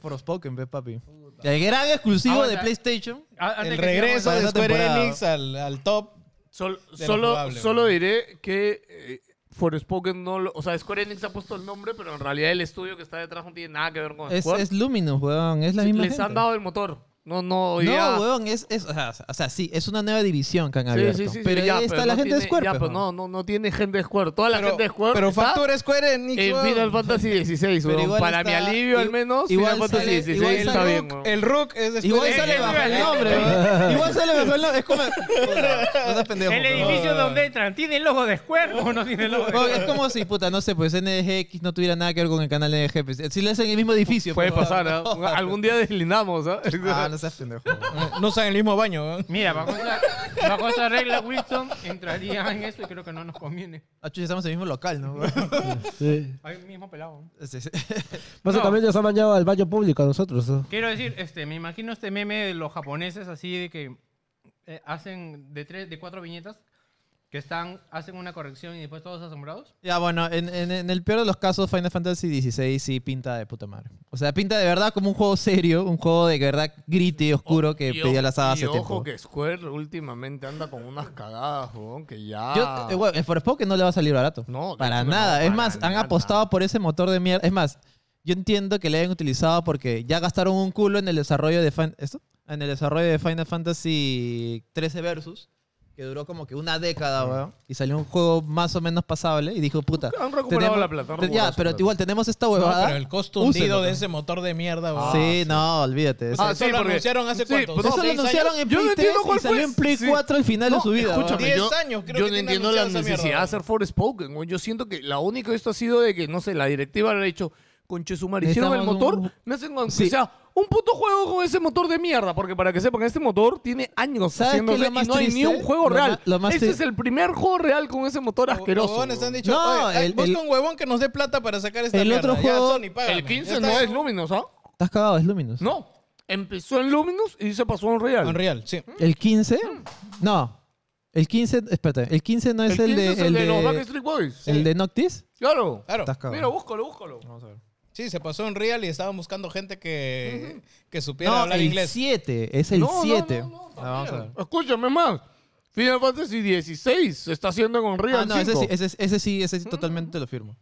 S9: Por Pokémon, papi. El gran exclusivo
S3: Ahora,
S9: de PlayStation.
S3: a- antes
S8: El
S3: que sigamos-
S8: regreso
S9: para
S8: de
S9: esa
S8: Square
S9: temporada.
S8: Enix
S3: Eh,
S8: al, al top.
S6: Sol-
S8: de lo
S6: solo
S8: jugable,
S6: solo
S8: weón.
S6: diré que eh, Forspoken no lo. O sea, Square Enix ha puesto el nombre, pero en realidad el estudio que está detrás no tiene nada que ver con
S9: Es,
S6: Square.
S9: es Luminous, weón. Es la
S6: Les
S9: misma gente.
S6: han dado el motor. No, no,
S9: No,
S6: ya.
S9: weón, es, es- o, sea, o sea, sí, es una nueva división que han
S6: Sí,
S9: abierto.
S6: sí, sí, sí,
S9: pero
S6: ya,
S9: ahí está
S6: pero
S9: la
S6: no
S9: gente de
S6: tiene-
S9: Square.
S6: ya,
S9: pues,
S6: pero
S9: ¿no?
S6: no, no, no tiene gente de Square. Toda la gente de Square.
S8: pero
S6: está Eh,
S8: factura Square Enix.
S6: En
S8: weón.
S6: Final Fantasy XVI,
S9: Pero
S6: weón.
S9: igual
S6: Para mi
S9: está-
S6: alivio, al
S9: i-
S6: menos.
S9: igual
S6: Final
S9: sale-
S6: Fantasy
S9: igual
S6: XVI está
S9: sale
S6: bien,
S9: Rook,
S6: weón.
S8: El Rook es de Square
S9: Igual
S8: Enix.
S9: sale bajo el
S6: eh,
S9: nombre,
S6: eh,
S9: weón. Igual sale bajo el nombre. Es como. Puta, no seas pendejo,
S3: El
S9: weón.
S3: edificio donde entran, ¿tiene el logo de Square o Oh, no tiene el logo de
S9: Weón, Es como si, puta, no sé, pues NGX no tuviera nada que ver con el canal NGX. Pues, Si le hacen el mismo edificio.
S6: Puede
S9: pues,
S6: pasar, Eh, ¿ah? Algún día deslindamos, ¿ah?
S9: Ah, no seas pendejo.
S8: No usan el mismo baño. weón.
S3: Mira, bajo esa, bajo esa regla, Wilson entraría en eso y creo que no nos conviene.
S9: Ah, chucha, estamos en el mismo local, ¿no?
S7: Sí.
S3: Hay el mismo pelado.
S9: Sí, sí.
S7: Básicamente nos han bañado al baño público a nosotros. ¿no?
S3: Quiero decir, este, me imagino este meme de los japoneses así de que eh, hacen de tres, de cuatro viñetas que están, hacen una corrección y después todos asombrados.
S9: Ya, bueno, en, en- en el peor de los casos, Final Fantasy XVI sí pinta de puta madre. O sea, pinta de verdad como un juego serio, un juego de verdad gritty, oscuro que
S6: Y
S9: pedía la saga
S6: ojo- y
S9: hace tiempo.
S6: ojo que Square últimamente anda con unas cagadas, weón, que ya...
S9: Yo, eh, bueno, el Forspoken no le va a salir barato.
S6: No, de
S9: para
S6: hecho que
S9: nada.
S6: no,
S9: es
S6: para
S9: más, han
S6: nada.
S9: apostado por ese motor de mierda. Es más, yo entiendo que le hayan utilizado porque ya gastaron un culo en el desarrollo de Fin- ¿esto? en el desarrollo de Final Fantasy 13 versus que duró como que una década, weón, y salió un juego más o menos pasable y dijo, "Puta,
S6: Han recuperado la plata, han
S9: te-
S6: recuperado
S9: Ya,
S6: su
S9: pero
S6: plata.
S9: igual tenemos esta
S8: No,
S9: huevada.
S8: pero el costo hundido
S9: úsenlo,
S8: de
S9: ¿no?
S8: ese motor de mierda.
S6: ah,
S8: weón.
S9: sí, no, olvídate.
S8: O sea, eso lo anunciaron hace cuánto,
S6: pero
S8: ¿no?
S9: eso lo
S8: ¿seis
S9: anunciaron
S8: años?
S9: en
S6: Ah, Yo no
S9: Play 3
S6: entiendo cuál
S9: y salió
S6: fue.
S9: en Play
S6: Sí.
S9: 4 al final
S6: No,
S9: de su vida.
S6: escúchame,
S9: weón.
S8: Diez
S6: yo- yo
S8: años, creo que
S6: no
S8: tiene
S6: entiendo la
S8: anunciada esa
S6: necesidad
S8: mierda,
S6: de hacer Forspoken, güey. Yo siento que la única de esto ha sido de que, no sé, la directiva le ha dicho, conche su madre, hicieron el
S9: Necesitamos
S6: motor,
S9: un-
S6: me hacen aunque
S9: Sí.
S6: sea un puto juego con ese motor de mierda. Porque para que sepan, este motor tiene años
S9: ¿Sabes qué es lo
S6: haciéndose y
S9: más
S6: no hay ni
S9: triste?
S6: un juego
S9: Lo
S6: real.
S9: ma- lo más
S6: este
S9: tri-
S6: es el primer juego real con ese motor asqueroso.
S8: Huevones han
S6: güey.
S8: dicho,
S9: No,
S8: "Oye, ay,
S9: el-
S8: busca
S9: el-
S8: un huevón que nos dé plata para sacar esta
S9: el
S8: mierda.
S9: otro juego-
S8: Ya, Sony, págame.
S6: El 15
S8: Ya
S6: no
S8: está.
S6: es Luminous, ¿ah?
S9: Estás cagado, es Luminous.
S6: No. Empezó en Luminous y se pasó a Unreal.
S8: Unreal, sí.
S9: ¿El 15? No. El 15, espérate, el 15 no es
S6: El
S9: el,
S6: 15
S9: de,
S6: es el de los Backstreet Boys.
S9: el de Noctis.
S6: Claro.
S8: Claro.
S9: Estás cagado.
S6: Mira, búscalo, búscalo.
S8: Sí, se pasó en Real y estaban buscando gente que, que supiera
S9: No,
S8: hablar
S9: el
S8: inglés.
S9: 7, es el
S6: No, no,
S9: 7.
S6: no, no,
S9: vamos a ver.
S6: Escúchame más. Final Fantasy XVI se está haciendo en Unreal
S9: Ah, no, ese
S6: 5. Mm.
S9: sí, ese, ese sí, ese sí totalmente te lo firmo.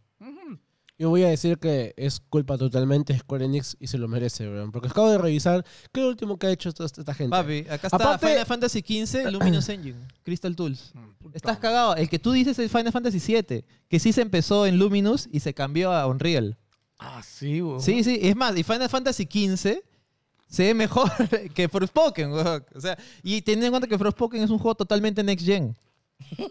S7: Yo voy a decir que es culpa totalmente de Square Enix y se lo merece, weón. Porque acabo de revisar qué es lo último que ha hecho esta, esta gente.
S9: Papi, acá está
S7: Aparte-
S9: Final Fantasy XV, Luminous Engine, Crystal Tools.
S6: Mm,
S9: Estás cagado. El que tú dices es Final Fantasy VII, que sí se empezó en Luminous y se cambió a Unreal.
S6: Ah, sí, weón.
S9: Sí, sí. Es más, y Final Fantasy XV se ve mejor que Forspoken, weón. O sea, y teniendo en cuenta que Forspoken es un juego totalmente next gen.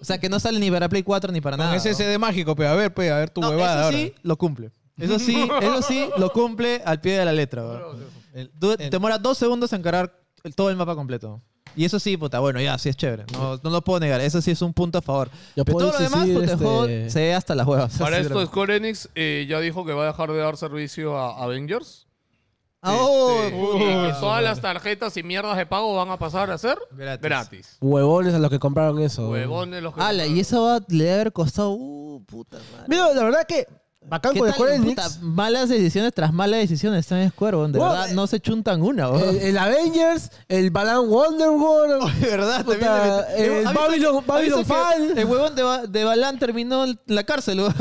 S9: O sea, que no sale ni para Play 4 ni para
S8: Con
S9: nada.
S8: ese
S9: weón.
S8: CD mágico, pero a ver, pe, a ver tu
S9: No,
S8: huevada
S9: eso sí,
S8: ahora.
S9: lo cumple. Eso sí, eso sí, lo cumple al pie de la letra. weón.
S8: El-
S9: Du-
S8: el-
S9: Demora dos segundos en cargar el- todo el mapa completo. Y eso sí, puta, bueno, ya, sí es chévere. No, no lo puedo negar. Eso sí es un punto a favor.
S7: Yo
S9: Pero
S7: puedo
S9: todo lo demás,
S7: decir,
S9: puta, el juego
S7: este-
S9: se ve hasta las huevas.
S6: Para
S9: Así
S6: esto,
S9: de-
S6: Square Enix eh, ya dijo que va a dejar de dar servicio a Avengers.
S9: Ah, oh,
S6: Este, y que todas las tarjetas y mierdas de pago van a pasar a ser gratis.
S9: Gratis.
S7: Huevones a los que compraron eso. weón.
S6: Huevones los que.
S9: ala, y este? eso va, le debe haber costado. Uh, puta madre.
S7: Mira, la verdad que bacán
S9: ¿Qué
S7: con
S9: tal,
S7: Square
S9: puta,
S7: Enix.
S9: malas decisiones tras malas decisiones están en Square, weón. De
S7: Weón,
S9: verdad,
S7: eh,
S9: no se chuntan una, weón.
S7: El, el Avengers, el Balan Wonder World.
S9: De verdad,
S7: Puta,
S9: también le metió-
S7: el
S9: Eh, ¿ha visto-
S7: Babylon-
S9: ha visto
S7: Babylon
S9: que
S7: Fall.
S9: El huevón de, Ba- de Balán terminó en la cárcel, weón.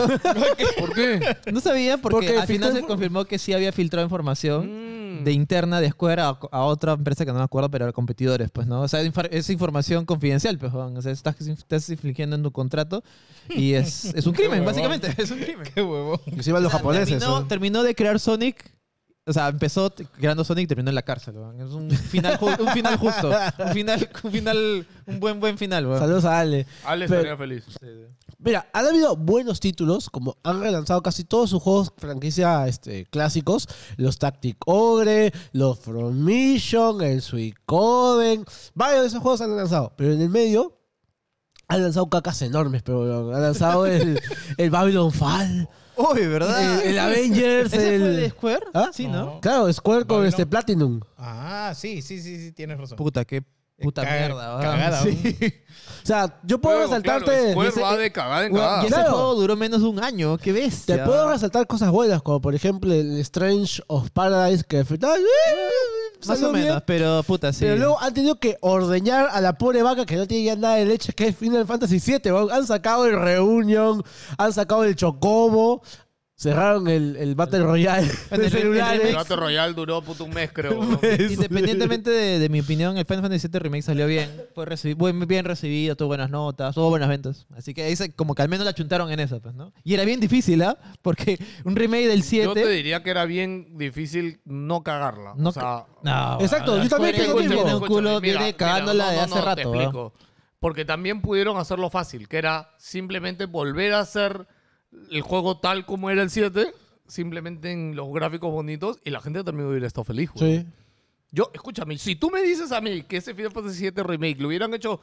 S6: ¿Por qué?
S9: No sabía porque, Mm.
S7: Porque
S9: al final
S7: filtró
S9: se
S7: infor-
S9: confirmó que sí había filtrado información de interna de Square a, a otra empresa que no me acuerdo, pero a competidores, pues, ¿no? O sea, infor- es información confidencial, pues, weón. O sea, estás, estás infligiendo en tu contrato y es, es un crimen,
S8: huevón.
S9: básicamente. Es un crimen.
S8: Qué huevón.
S7: Inclusive a los
S9: O sea,
S7: japoneses.
S9: Terminó,
S7: weón.
S9: terminó de crear Sonic. O sea, empezó t- creando Sonic y terminó en la cárcel, weón. Es un final, ju- un final justo. Un final, un final, un buen, buen final, weón.
S7: Saludos a Ale.
S6: Ale
S7: Pero-
S6: estaría feliz.
S7: Mira, han habido buenos títulos, como han relanzado casi todos sus juegos franquicia este, clásicos, los Tactic Ogre, los From Mission, el Suicoden, varios de esos juegos han lanzado, pero en el medio han lanzado cacas enormes, pero weón. han lanzado el, el Babylon Fall,
S9: Uy,
S7: el, el Avengers,
S9: ¿Ese fue
S7: el-
S9: de Square?
S7: ¿Ah?
S9: Sí, ¿no?
S7: Claro, Square con
S8: Babylon.
S7: este Platinum.
S8: Ah, sí, sí, sí, sí, tienes razón.
S9: Puta, qué puta
S8: Caga-
S9: mierda, weón.
S8: Cagada.
S9: Sí.
S7: O sea, yo puedo
S6: Luego,
S7: resaltarte...
S6: claro, Square
S9: dice-
S6: va de cagada en
S9: Weón, eh,
S6: cagada.
S9: y ese
S7: Claro.
S9: juego duró menos de un año, qué
S7: Te
S9: bestia.
S7: puedo resaltar cosas buenas, como por ejemplo el Strange of Paradise, que al final, eh,
S9: Más
S7: salió
S9: o
S7: bien,
S9: menos, pero puta, sí.
S7: Pero luego han tenido que ordeñar a la pobre vaca que no tiene ya nada de leche, que es Final Fantasy VII. weón. Han sacado el Reunion, han sacado el Chocobo, cerraron el, el Battle Royale
S9: el-
S7: de
S9: el
S7: celulares.
S6: El Battle Royale duró puto un mes, creo. weón.
S9: Independientemente de, de mi opinión, el Final Fantasy VII Remake salió bien. Fue recibi- buen- bien recibido, tuvo buenas notas, tuvo buenas ventas. Así que ese, como que al menos la chuntaron en esa, pues, ¿no? Y era bien difícil, ¿ah? Porque un remake del
S6: Yo te
S9: 7...
S6: diría que era bien difícil no cagarla.
S9: No
S6: o sea, pues,
S9: No,
S7: Exacto,
S9: weón,
S7: yo también
S9: Square
S7: pienso lo
S9: Enix
S7: mismo.
S9: tiene un
S6: Escúchame,
S9: culo,
S6: mira,
S9: viene
S6: mira,
S9: cagándola
S6: no,
S9: de
S6: no,
S9: hace
S6: no, te
S9: rato, ¿eh? weón.
S6: explico. Porque también pudieron hacerlo fácil, que era simplemente volver a hacer el juego tal como era el 7, simplemente en los gráficos bonitos, y la gente también hubiera estado feliz. güey.
S7: Sí.
S6: Yo, escúchame, si tú me dices a mí que ese Final Fantasy 7 Remake lo hubieran hecho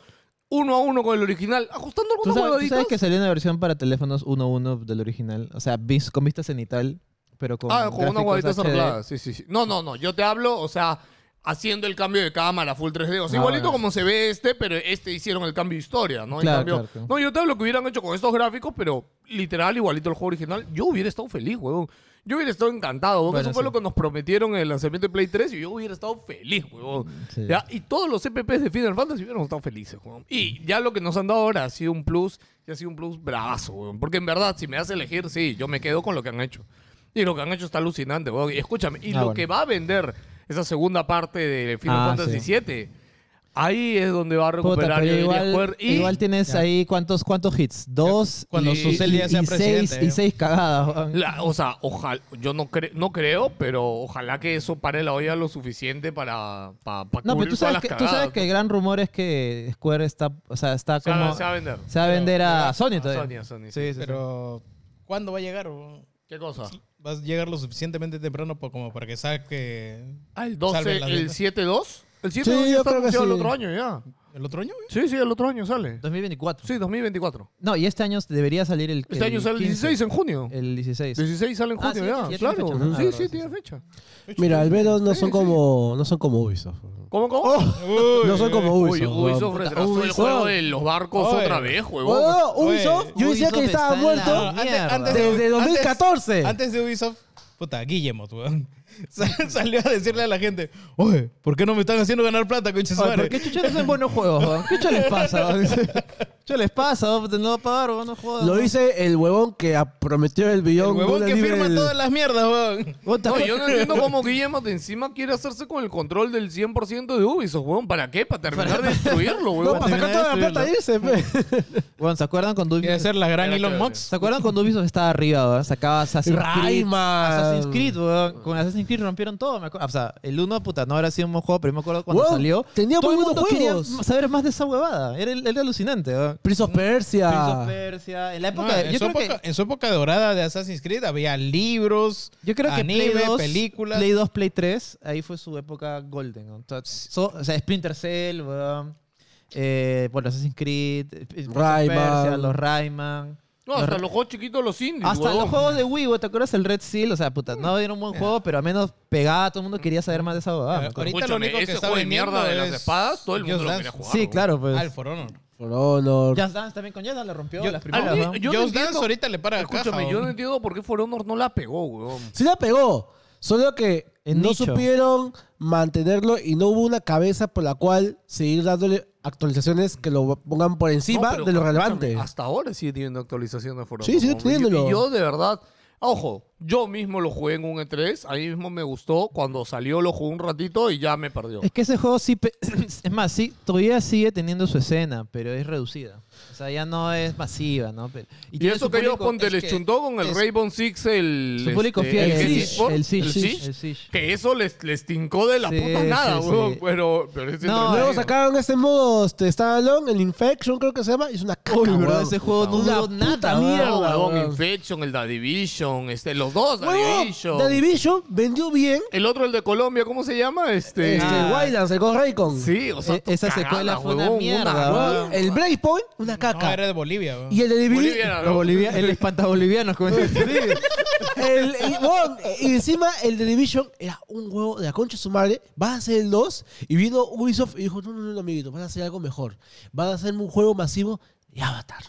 S6: uno a uno con el original, ajustando
S9: ¿Tú
S6: algunos
S9: sabes, tú
S6: huevaditos.
S9: sabes que salió una versión para teléfonos 1.1 del original? O sea, vis- con vista cenital, pero con
S6: Ah, con unas
S9: gráficos
S6: huevitas
S9: HD.
S6: arregladas. Sí, sí, sí. No, no, no. Yo te hablo, o sea, haciendo el cambio de cámara, full 3D. O sea,
S9: Ah,
S6: igualito
S9: bueno.
S6: como se ve este, pero este hicieron el cambio de historia, ¿no? En
S9: Claro,
S6: cambio-
S9: claro, claro.
S6: No, yo te hablo que hubieran hecho con estos gráficos, pero literal, igualito al juego original. Yo hubiera estado feliz, huevón. Yo hubiera estado encantado, huevón.
S9: Bueno,
S6: Eso fue
S9: sí.
S6: lo que nos prometieron en el lanzamiento de Play 3 y yo hubiera estado feliz, huevón.
S9: Sí.
S6: Ya, Y todos los CPPs de Final Fantasy hubieran estado felices, huevón. Y ya lo que nos han dado ahora ha sido un plus, y ha sido un plus bravazo, huevón. Porque en verdad, si me hace elegir, sí, yo me quedo con lo que han hecho. Y lo que han hecho está alucinante, huevón. Y escúchame, y
S9: Ah,
S6: lo
S9: bueno.
S6: que va a vender esa segunda parte de Final
S9: Ah, sí.
S6: Fantasy 7, ahí es donde va a
S9: Puta,
S6: recuperar
S9: pero
S6: yo diría,
S9: igual,
S6: Square. Y
S9: igual tienes ahí cuántos, cuántos hits. Dos
S8: Cuando
S9: y,
S8: Susel ya
S9: y-
S8: sea
S9: y
S8: presidente,
S9: seis,
S8: ¿eh?
S9: y seis cagadas. weón.
S6: La- o sea, ojalá, yo no, cre- no creo, pero ojalá que eso pare la olla lo suficiente para, pa- pa
S9: No,
S6: cubrir
S9: pero tú
S6: todas
S9: sabes,
S6: las
S9: que, tú
S6: cagadas.
S9: sabes que el gran rumor es que Square está, o sea, está
S6: se, va,
S9: como...
S6: se va a vender.
S9: se va a vender a
S8: A
S9: Sony
S6: A Sony,
S9: todavía.
S6: a Sony.
S9: Sí, sí, sí.
S8: Pero, ¿cuándo va a llegar? huevón?
S6: ¿Qué cosa?
S8: ¿Va a llegar lo suficientemente temprano po- como para que saque
S6: Ah, el 12,
S8: Salven la
S6: el
S8: vida.
S6: 7-2. El 7-2 ya
S7: Sí, yo
S6: está
S7: creo que
S6: anunciado el
S7: sí.
S6: otro año ya.
S8: el otro año? güey?
S6: Sí, sí, el otro año sale.
S9: 2024.
S6: Sí, 2024.
S9: No, y este año debería salir el
S6: Este año sale el
S9: 15,
S6: 16 en junio.
S9: El 16.
S6: 16 sale en
S9: Ah,
S6: junio
S9: sí, ya
S6: ya,
S9: tiene
S6: claro.
S9: fecha, ¿no? Ah,
S6: Sí,
S9: verdad,
S6: sí,
S9: sí,
S6: tiene fecha.
S7: Mira, al menos no
S6: Sí,
S7: son
S6: sí.
S7: como, no son como Ubisoft.
S6: ¿Cómo, cómo?
S9: Oh,
S7: No son como
S6: Uy,
S7: Ubisoft. weón.
S6: Ubisoft retrasó el
S7: Ubisoft.
S6: juego de los barcos
S8: Oye.
S6: otra vez,
S7: Oh,
S6: huevón.
S7: no, Ubisoft, yo decía
S9: Ubisoft
S7: que estaba
S9: está en la
S7: muerto
S9: mierda.
S7: desde
S8: antes-
S7: 2014.
S8: Antes de Ubisoft, puta, Guillemot, weón. Sal- Salió a decirle a la gente, oye, ¿por qué no me están haciendo ganar plata, concha de su
S9: Oye,
S8: madre?"
S9: ¿Por qué chucha no hacen buenos juegos? weón? ¿Qué chucha les pasa? weón? ¿Qué les pasa? weón? No va a pagar, weón, no jodas.
S7: Lo dice el huevón que a- prometió el
S8: El
S7: billón.
S8: huevón
S7: Golden
S8: que firma
S7: Eagle.
S8: todas las mierdas, huevón.
S9: What the
S6: No,
S9: fuck?
S6: yo no entiendo cómo Guillermo de encima quiere hacerse con el control del 100% de Ubisoft, weón. ¿Para qué? Para terminar de destruirlo,
S7: No,
S6: weón.
S7: para sacar toda la plata pues. y irse, pe.
S9: Weón, ¿se acuerdan cuando
S8: Quiere
S9: Ubisoft,
S8: ser la gran
S6: Era
S8: Elon
S6: chévere.
S8: Musk.
S9: ¿se acuerdan cuando Ubisoft estaba arriba? weón? Sacaba Assassin's Creed.
S7: Rayman.
S9: Assassin's Creed, weón. Con Assassin's Creed rompieron todo. me acuerdo. O sea, el 1, puta, no habrá sido un buen juego, pero yo me acuerdo cuando
S7: Weón,
S9: salió.
S7: tenía
S9: todo
S7: muy
S9: el
S7: buenos
S9: mundo quería
S7: juegos.
S9: saber más de esa huevada. Era, era alucinante, weón. Ah.
S7: Prince of Persia.
S9: Prince of Persia. En la
S8: No,
S9: época.
S8: en,
S9: yo
S8: su
S9: creo que.
S8: época, en su época dorada de Assassin's Creed había libros,
S9: Yo creo que
S8: anime,
S9: Play 2,
S8: películas.
S9: Play 2, Play 3, ahí fue su época golden. ¿no? Entonces, so- o sea, Splinter Cell, weón. Eh, bueno, Assassin's Creed, eh, Prince of
S7: Rayman.
S9: Persia, los Rayman.
S6: No, hasta los juegos chiquitos, los indies,
S9: Hasta
S6: huevón.
S9: los juegos de Wii, weón, ¿te acuerdas el Red Seal? O sea, puta, no era un buen juego, pero al menos pegaba, todo el mundo quería saber más de esa
S8: Ah,
S9: huevada. me
S6: Eh,
S9: acuerdo.
S8: Ahorita lo
S6: Escúchame,
S8: único que
S6: ese
S8: está
S6: juego de
S8: vendiendo
S6: mierda de las
S8: es
S6: espadas, todo el mundo
S8: Just
S6: lo
S8: Dance.
S6: quiere jugar.
S9: Sí,
S6: huevón.
S9: claro, pues.
S8: Al For Honor.
S7: For Honor.
S9: Just Dance también con Just Dance la rompió las
S6: A
S9: primeras,
S6: mí-
S9: weón.
S6: yo no
S8: Just Dance
S6: entiendo-
S8: ahorita le para la caja.
S6: Escúchame, yo no
S8: weón.
S6: entiendo por qué For Honor no la pegó, weón.
S7: Sí la pegó, solo que
S9: En
S7: no
S9: nicho.
S7: supieron mantenerlo y no hubo una cabeza por la cual seguir dándole actualizaciones que lo pongan por
S6: No,
S7: encima
S6: pero
S7: de lo
S6: escúchame,
S7: relevante.
S6: Hasta ahora sigue teniendo actualización de For Honor.
S7: Sí, sigue
S6: huevón. Y-
S7: teniéndolo.
S6: Y yo de verdad, ojo, yo mismo lo jugué en un E3, ahí mismo me gustó, cuando salió lo jugué un ratito y ya me perdió.
S9: Es que ese juego sí. pe- Es más, sí, todavía sigue teniendo su escena, pero es reducida. O sea, ya no es masiva, ¿no? Pero-
S6: Y,
S9: tiene
S6: eso
S9: su
S6: que ellos
S9: público-
S6: ponte
S9: es
S6: les
S9: que
S6: chuntó con el
S9: es-
S6: Rainbow Six, el.
S9: Su público
S6: este,
S9: fiel,
S6: el,
S9: el
S6: que es
S9: Siege,
S6: eSport,
S9: el Siege,
S6: el
S9: sí,
S6: Siege,
S9: el Siege.
S6: Que eso les, les tincó de la
S9: Sí,
S6: puta nada,
S9: sí,
S6: weón.
S9: sí.
S6: Pero, pero es
S9: No,
S7: Luego
S6: entretenido.
S7: sacaron este modo este, standalone, el Infection creo que se llama, y es una caca,
S9: Uy, verdad,
S7: weón.
S9: ese juego no
S7: Una
S9: duró
S7: puta
S9: nada.
S7: mierda,
S9: weón.
S6: No,
S7: weón.
S6: weón, Infection, el Da Division, este, los dos, Da
S7: Huevón,
S6: Division.
S7: The Division vendió bien
S6: el otro, el de Colombia, ¿cómo se llama? Este.
S7: este,
S9: Ah.
S7: Wildlands, el Ghost Recon.
S6: Sí, o sea,
S9: E- esa
S6: cagada,
S9: secuela fue una
S6: huevón,
S9: mierda,
S6: huevón.
S7: Weón, el Breakpoint, una
S8: No,
S7: caca.
S8: era de Bolivia. weón.
S7: Y el de Division,
S6: Boliviana,
S9: Los
S6: ¿no?
S9: bolivia- el espantabolivianos, como dice.
S7: El- y, bueno, y encima el de Division era un huevo de la concha de su madre. Vas a hacer el 2 y vino Ubisoft y dijo: No, no, no, amiguito, vas a hacer algo mejor. Vas a hacer un juego masivo de Avatar.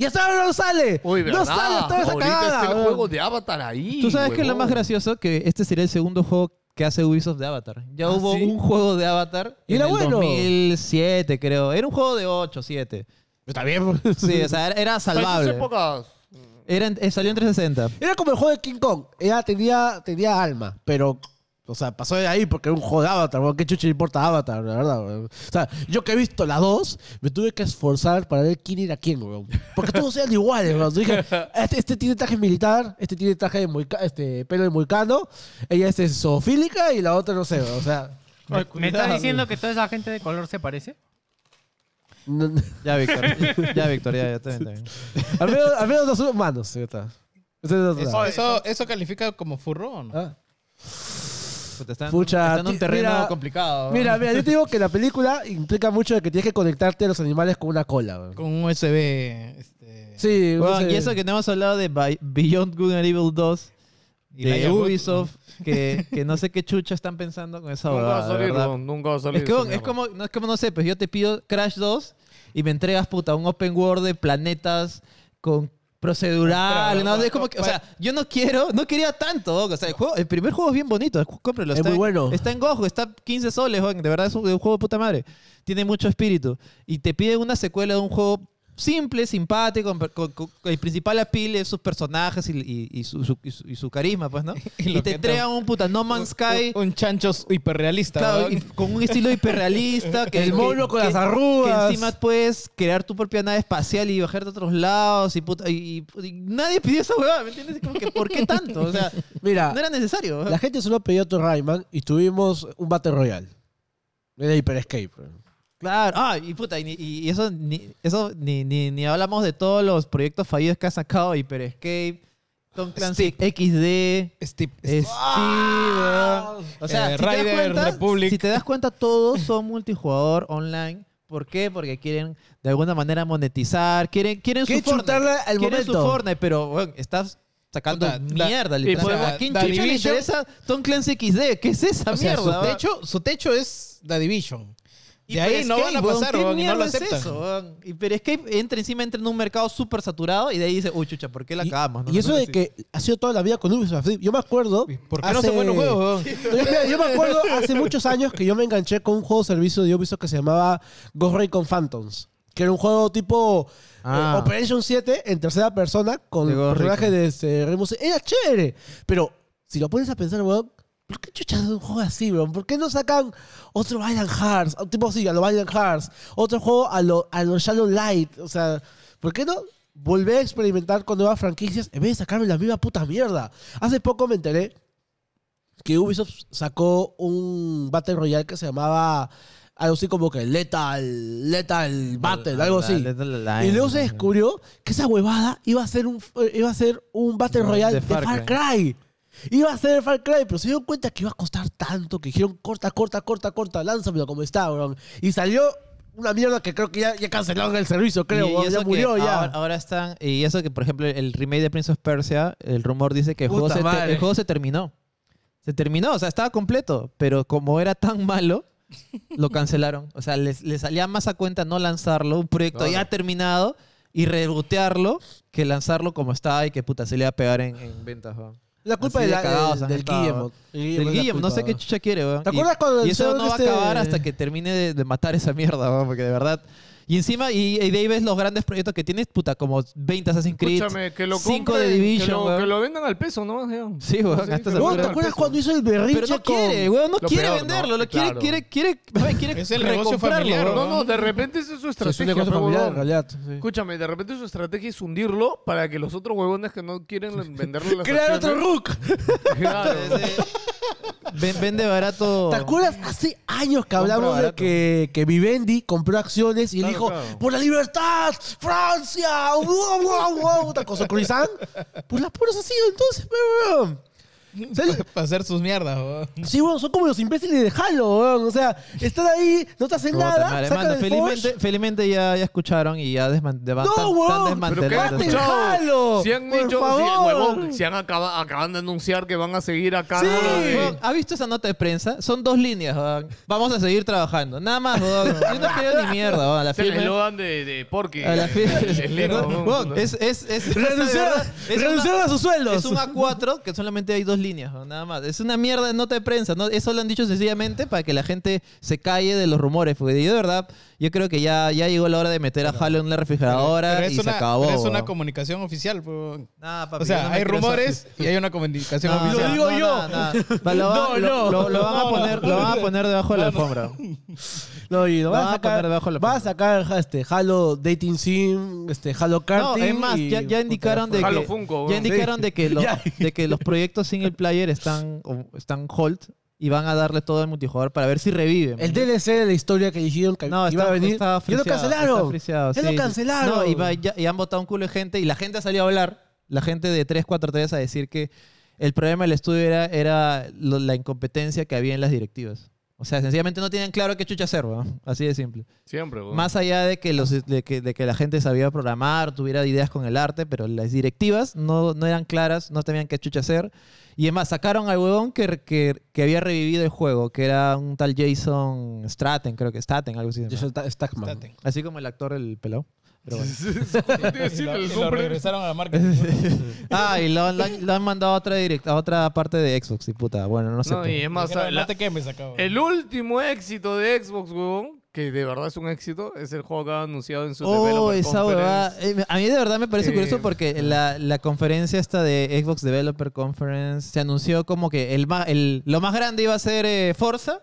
S7: Y hasta ahora no sale.
S6: Uy,
S7: no
S6: ¿verdad?
S7: sale toda esa
S6: Ahorita
S7: cagada.
S6: está el
S7: weón.
S6: juego de Avatar ahí.
S9: Tú sabes que es lo
S6: huevón.
S9: más gracioso que este sería el segundo juego que hace Ubisoft de Avatar. Ya hubo
S6: ¿sí?
S9: un juego de Avatar
S7: Y
S9: en
S7: era
S9: el
S7: bueno.
S9: 2007, creo. Era un juego de 8, 7.
S7: Está bien. pues.
S9: Sí, o sea, era- era
S6: Para esas
S9: salvable.
S6: épocas,
S9: Era en- eh, salió en 360.
S7: Era como el juego de King Kong. Era, tenía, tenía alma, pero. O sea, pasó de ahí porque era un juego de Avatar, weón. ¿Qué chucha le importa Avatar, la verdad, weón? O sea, yo que he visto las dos, me tuve que esforzar para ver quién era quién, weón. Porque todos eran iguales, weón. Yo Dije, este, este tiene traje militar, este tiene traje de moica- este, pelo de moicano, ella es zoofílica y la otra no sé, weón. O sea.
S3: ¿Me, estás diciendo que toda esa gente de color se parece?
S7: no- no-
S9: Ya, Víctor. ya, Víctor, ya, ya, también, también.
S7: al, menos, al menos no son humanos, sí, está. Ese es otro
S8: Eso,
S7: lado.
S8: eso, eso califica como furro o no?
S7: Ah.
S9: Puta, está en-
S7: Pucha,
S9: está en un
S7: ti-
S9: terreno
S7: mira,
S9: complicado.
S7: Mira, mira, yo te digo que la película implica mucho de que tienes que conectarte a los animales con una cola, weón.
S8: Con un USB. Este,
S7: Sí, no
S9: Weón,
S7: sé.
S9: y eso que no hemos hablado de Bi- Beyond Good and Evil 2
S8: y
S9: de
S8: Elijah Wood.
S9: Ubisoft, que, que no sé qué chucha están pensando con esa
S6: nunca va a
S9: huevada, de
S6: salir,
S9: verdad.
S6: huevón, nunca va a salir.
S9: Es, que,
S6: esa
S9: weón, es
S6: mierda.
S9: como, no es como, no sé, pues yo te pido Crash 2 y me entregas, puta, un open world de planetas con procedural,
S8: Pero,
S9: ¿no?
S8: pero,
S9: Es como que, o
S8: pero-
S9: sea, yo no quiero, no quería tanto, weón. o sea, el, juego, el primer juego es bien bonito, ju- cómpralo.
S7: Es
S9: está
S7: muy
S9: en-
S7: bueno.
S9: Está en Gojo, está 15 soles, weón, de verdad es un, un juego de puta madre. Tiene mucho espíritu. Y te pide una secuela de un juego simple, simpático, con, con- con- el principal appeal es sus personajes y, y- y su, su- y su- y su carisma, pues, ¿no?
S8: Y
S9: Y,
S8: lo
S9: te
S8: que
S9: entregan un puta No Man's Sky...
S8: Un, un chancho hiperrealista.
S9: Claro,
S8: weón.
S9: y con un estilo hiperrealista. Que,
S7: El mono con las
S9: Que
S7: arrugas.
S9: encima puedes crear tu propia nave espacial y bajarte a otros lados. Y, puta- y- y- y nadie pidió esa huevada, ¿me entiendes? Como que, ¿por qué tanto? O sea,
S7: Mira,
S9: no era necesario.
S7: la gente solo pidió tu Rayman y tuvimos un Battle Royale. Era Hyper Escape. weón.
S9: Claro. Ah, y puta, y, y- y eso, ni, eso ni, ni, ni hablamos de todos los proyectos fallidos que ha sacado Hyper Escape, Tom Clancy XD.
S8: Steve-
S9: Steve, weón. O sea,
S8: Eh,
S9: si, te das
S8: Rider
S9: cuenta,
S8: Republic.
S9: si te das cuenta, todos son multijugador online. ¿Por qué? Porque quieren de alguna manera monetizar, quieren, quieren su
S7: Quieren
S9: Fortnite.
S7: chutarle al
S9: quieren su
S7: momento.
S9: Fortnite, pero weón, estás sacando
S8: Puta, da-
S9: mierda,
S8: podemos-
S9: literalmente. ¿A quién
S8: da
S9: chucha le
S8: Division-
S9: interesa Tom Clancy XD? ¿Qué es esa
S8: O sea,
S9: mierda?
S8: su
S9: weón?
S8: techo, su techo es The Division. De ahí no van a
S9: weón,
S8: pasar,
S9: ¿qué
S8: weón, y no lo
S9: mierda es
S8: aceptan.
S9: eso, weón? Hyperscape entra encima, entra en un mercado súper saturado y de ahí dice, uy, chucha, ¿por qué la
S7: Y-
S9: cagamos? no?
S7: y eso
S9: Una
S7: de
S9: cosa
S7: que ha sido toda la vida con Ubisoft. Yo me acuerdo.
S8: ¿Por qué no se mueven los juegos? weón?
S7: No, yo, mira, yo me acuerdo hace muchos años que yo me enganché con un juego servicio de Ubisoft que se llamaba Ghost Recon Phantoms. Que era un juego tipo eh,
S9: Ah.
S7: Operation 7 en tercera persona con
S9: De
S7: el
S9: Ghost
S7: personaje
S9: Recon.
S7: de este Rainbow Six. Era chévere. Pero si lo pones a pensar, weón, ¿por qué chuchas un juego así, weón? ¿Por qué no sacan otro Island Hearts? O Tipo así, a los Island Hearts. Otro juego a los a lo Shadow Light. O sea, ¿por qué no volver a experimentar con nuevas franquicias en vez de sacarme la misma puta mierda? Hace poco me enteré que Ubisoft sacó un Battle Royale que se llamaba algo así como que Lethal, Lethal Battle, algo así.
S9: Ah, La- la- la- la-
S7: y luego se descubrió que esa huevada iba a ser un, eh, iba a ser un Battle
S9: No,
S7: Royale
S9: de
S7: de
S9: Far
S7: Far, Cry. Iba a ser Far Cry, pero se dieron cuenta que iba a costar tanto que dijeron corta, corta, corta, corta, lánzamelo como está, weón. Y salió una mierda que creo que ya, ya cancelaron el servicio, creo,
S9: Y- y
S7: weón,
S9: eso
S7: ya
S9: que
S7: murió ya.
S9: Ahora, ahora están. Y eso que, por ejemplo, el remake de Prince of Persia, el rumor dice que el, juego
S10: Puta
S9: se, te-
S10: madre.
S9: el juego se terminó. Se terminó, o sea, estaba completo. Pero como era tan malo, lo cancelaron. O sea, les, les salía más a cuenta no lanzarlo, un proyecto ya terminado, y rebotearlo que lanzarlo como estaba y que puta se le iba a pegar en, en ventas. weón.
S7: la culpa
S9: así de
S7: de la-
S9: cagados
S7: del-
S9: han
S7: del
S9: estado.
S7: Guillermo.
S9: El
S7: es la
S9: Guillem, no
S7: culpa,
S9: sé qué
S7: weón.
S9: chucha quiere, weón.
S7: ¿Te
S9: Y-
S7: acuerdas cuando
S9: Y eso
S7: hicieron
S9: no va a
S7: este-
S9: acabar hasta que termine de, de matar esa mierda, weón, porque de verdad... Y encima, y, y de ahí ves los grandes proyectos que tienes, puta, como 20 Assassin's Creed,
S6: Escúchame, que lo
S9: 5 de
S6: compren, que
S9: Division,
S6: lo,
S9: weón.
S6: que lo vendan al peso, ¿no? Digamos.
S9: Sí, weón,
S6: Sí,
S9: hasta
S6: que
S9: se
S6: lo
S7: Weón, ¿Te
S6: vendan al
S7: acuerdas
S6: peso.
S7: cuando hizo el berrinche
S9: Pero no
S7: con-
S9: quiere, weón, no
S6: Lo
S9: quiere
S6: peor, ¿no?
S9: venderlo, lo
S6: Claro.
S9: quiere, quiere, quiere, quiere
S8: Es el negocio
S9: recomprarlo,
S8: familiar,
S9: weón.
S8: ¿no?
S6: No, no, de repente esa es su
S7: Sí, es un
S6: estrategia.
S7: negocio
S6: pe,
S7: familiar, en
S6: huevón.
S7: realidad. sí.
S6: Escúchame, de repente su estrategia es hundirlo para que los otros huevones que no quieren venderle las
S7: Crear otro
S6: acciones-
S7: Rook.
S6: Claro.
S9: Ven- Vende barato.
S7: ¿Te acuerdas? Hace años que hablamos de
S9: barato.
S7: que, que Vivendi compró acciones y él
S6: Claro,
S7: dijo,
S6: claro.
S7: por la libertad, Francia, wow, wow, wow, puta, con su croissant. Pues las puras ha sido entonces, pe, weón. ¿Sabes?
S8: Para hacer sus mierdas, weón.
S7: Sí, weón, son como los imbéciles de Halo, weón. O sea, están ahí, no te hacen
S9: Puta
S7: nada,
S9: madre,
S7: sacan
S9: mano,
S7: el
S9: felizmente,
S7: Forge.
S9: felizmente ya, ya escucharon y ya desman- de-
S7: No,
S9: tan-
S7: weón,
S9: tan
S6: Pero
S7: pero
S6: que
S9: desmantelados.
S6: han
S7: Cállate,
S6: escuchado,
S7: jalo.
S6: si han
S7: Por
S6: dicho,
S7: favor.
S6: si, huevón, si han acaba- acaban de anunciar que van a seguir acá.
S7: Sí.
S9: Weón, ¿Ha visto esa nota de prensa? Son dos líneas, weón. Vamos a seguir trabajando. Nada más, weón. Yo no quiero ni mierda, weón. A la
S6: Se le
S9: firme.
S6: eslogan de, de Porky.
S9: A la firme.
S6: El- el lema,
S9: Weón,
S6: huevón.
S9: es, es, es, es- de
S7: Renunciar,
S9: verdad, es
S7: renunciar
S9: una-
S7: a sus sueldos.
S9: Es un A4 que solamente hay dos líneas, weón, nada más. Es una mierda de nota de prensa. ¿no? Eso lo han dicho sencillamente para que la gente se calle de los rumores. Porque yo de verdad, yo creo que ya, ya llegó la hora de meter a Halo en la refrigeradora
S8: Pero es
S9: y
S8: una,
S9: se acabó.
S8: pero es una
S9: weón.
S8: comunicación oficial, weón.
S9: Nah, papi,
S8: O
S9: yo no
S8: sea,
S9: me
S8: hay
S9: quiero esa-
S8: rumores y hay una comunicación
S9: No,
S8: oficial.
S9: no,
S7: digo
S9: no, no,
S7: yo.
S9: no. Va, Lo va-
S8: No,
S9: lo-
S8: no.
S9: lo- lo van a
S8: No,
S9: poner-
S8: no.
S9: lo van a poner debajo de la alfombra.
S7: No, y no
S9: Lo
S7: vas
S9: van
S7: a
S9: a poner
S7: sacar,
S9: debajo de la
S7: vas a sacar este, Halo Dating Sim, este, Halo
S9: No,
S7: Karting.
S9: es más,
S7: y-
S9: ya, ya indicaron de
S6: Halo
S9: que,
S6: Funko,
S9: ya
S6: weón.
S9: indicaron de que, los,
S7: Ya.
S9: de que los proyectos single player están, o- están hold y van a darle todo al multijugador para ver si revive. man.
S7: El DLC de la historia que dijeron que
S9: no,
S7: iba
S9: está,
S7: a venir.
S9: está
S7: ya lo
S9: friseado, está
S7: cancelaron.
S9: friseado,
S7: ya
S9: sí,
S7: lo
S9: sí.
S7: cancelaron.
S9: No, y, va- ya- y han votado un culo de gente y la gente ha salido a hablar, la gente de 343 a decir que el problema del estudio era, era lo- la incompetencia que había en las directivas. O sea, sencillamente no tenían claro qué chucha hacer, weón. Así de simple.
S6: Siempre, huevón.
S9: Más allá de que, los, de, que, de que la gente sabía programar, tuviera ideas con el arte, pero las directivas no, no eran claras, no sabían qué chucha hacer. Y además sacaron al huevón que, que, que había revivido el juego, que era un tal Jason Straten, creo que Staten, algo así. se llama.
S7: Jason Ta- Statham.
S8: Estate.
S9: Así como el actor, el pelado. Pero bueno.
S8: Y lo,
S6: el
S8: y lo
S6: nombre.
S8: regresaron a la marca.
S9: ah, y lo, lo han- lo han mandado a otra, direct- a otra parte de Xbox, y puta. Bueno, no sé.
S6: No,
S9: qué.
S6: y es más,
S8: Dijeron,
S6: la-
S8: no te quemes acá, weón.
S6: el último éxito de Xbox, huevón, que de verdad es un éxito, es el juego que ha anunciado en su
S9: Oh,
S6: developer
S9: esa
S6: conference.
S9: huevada. Eh, me- A mí de verdad me parece
S6: Eh,
S9: curioso porque la, la conferencia esta de Xbox Developer Conference se anunció como que el, ma- el lo más grande iba a ser eh, Forza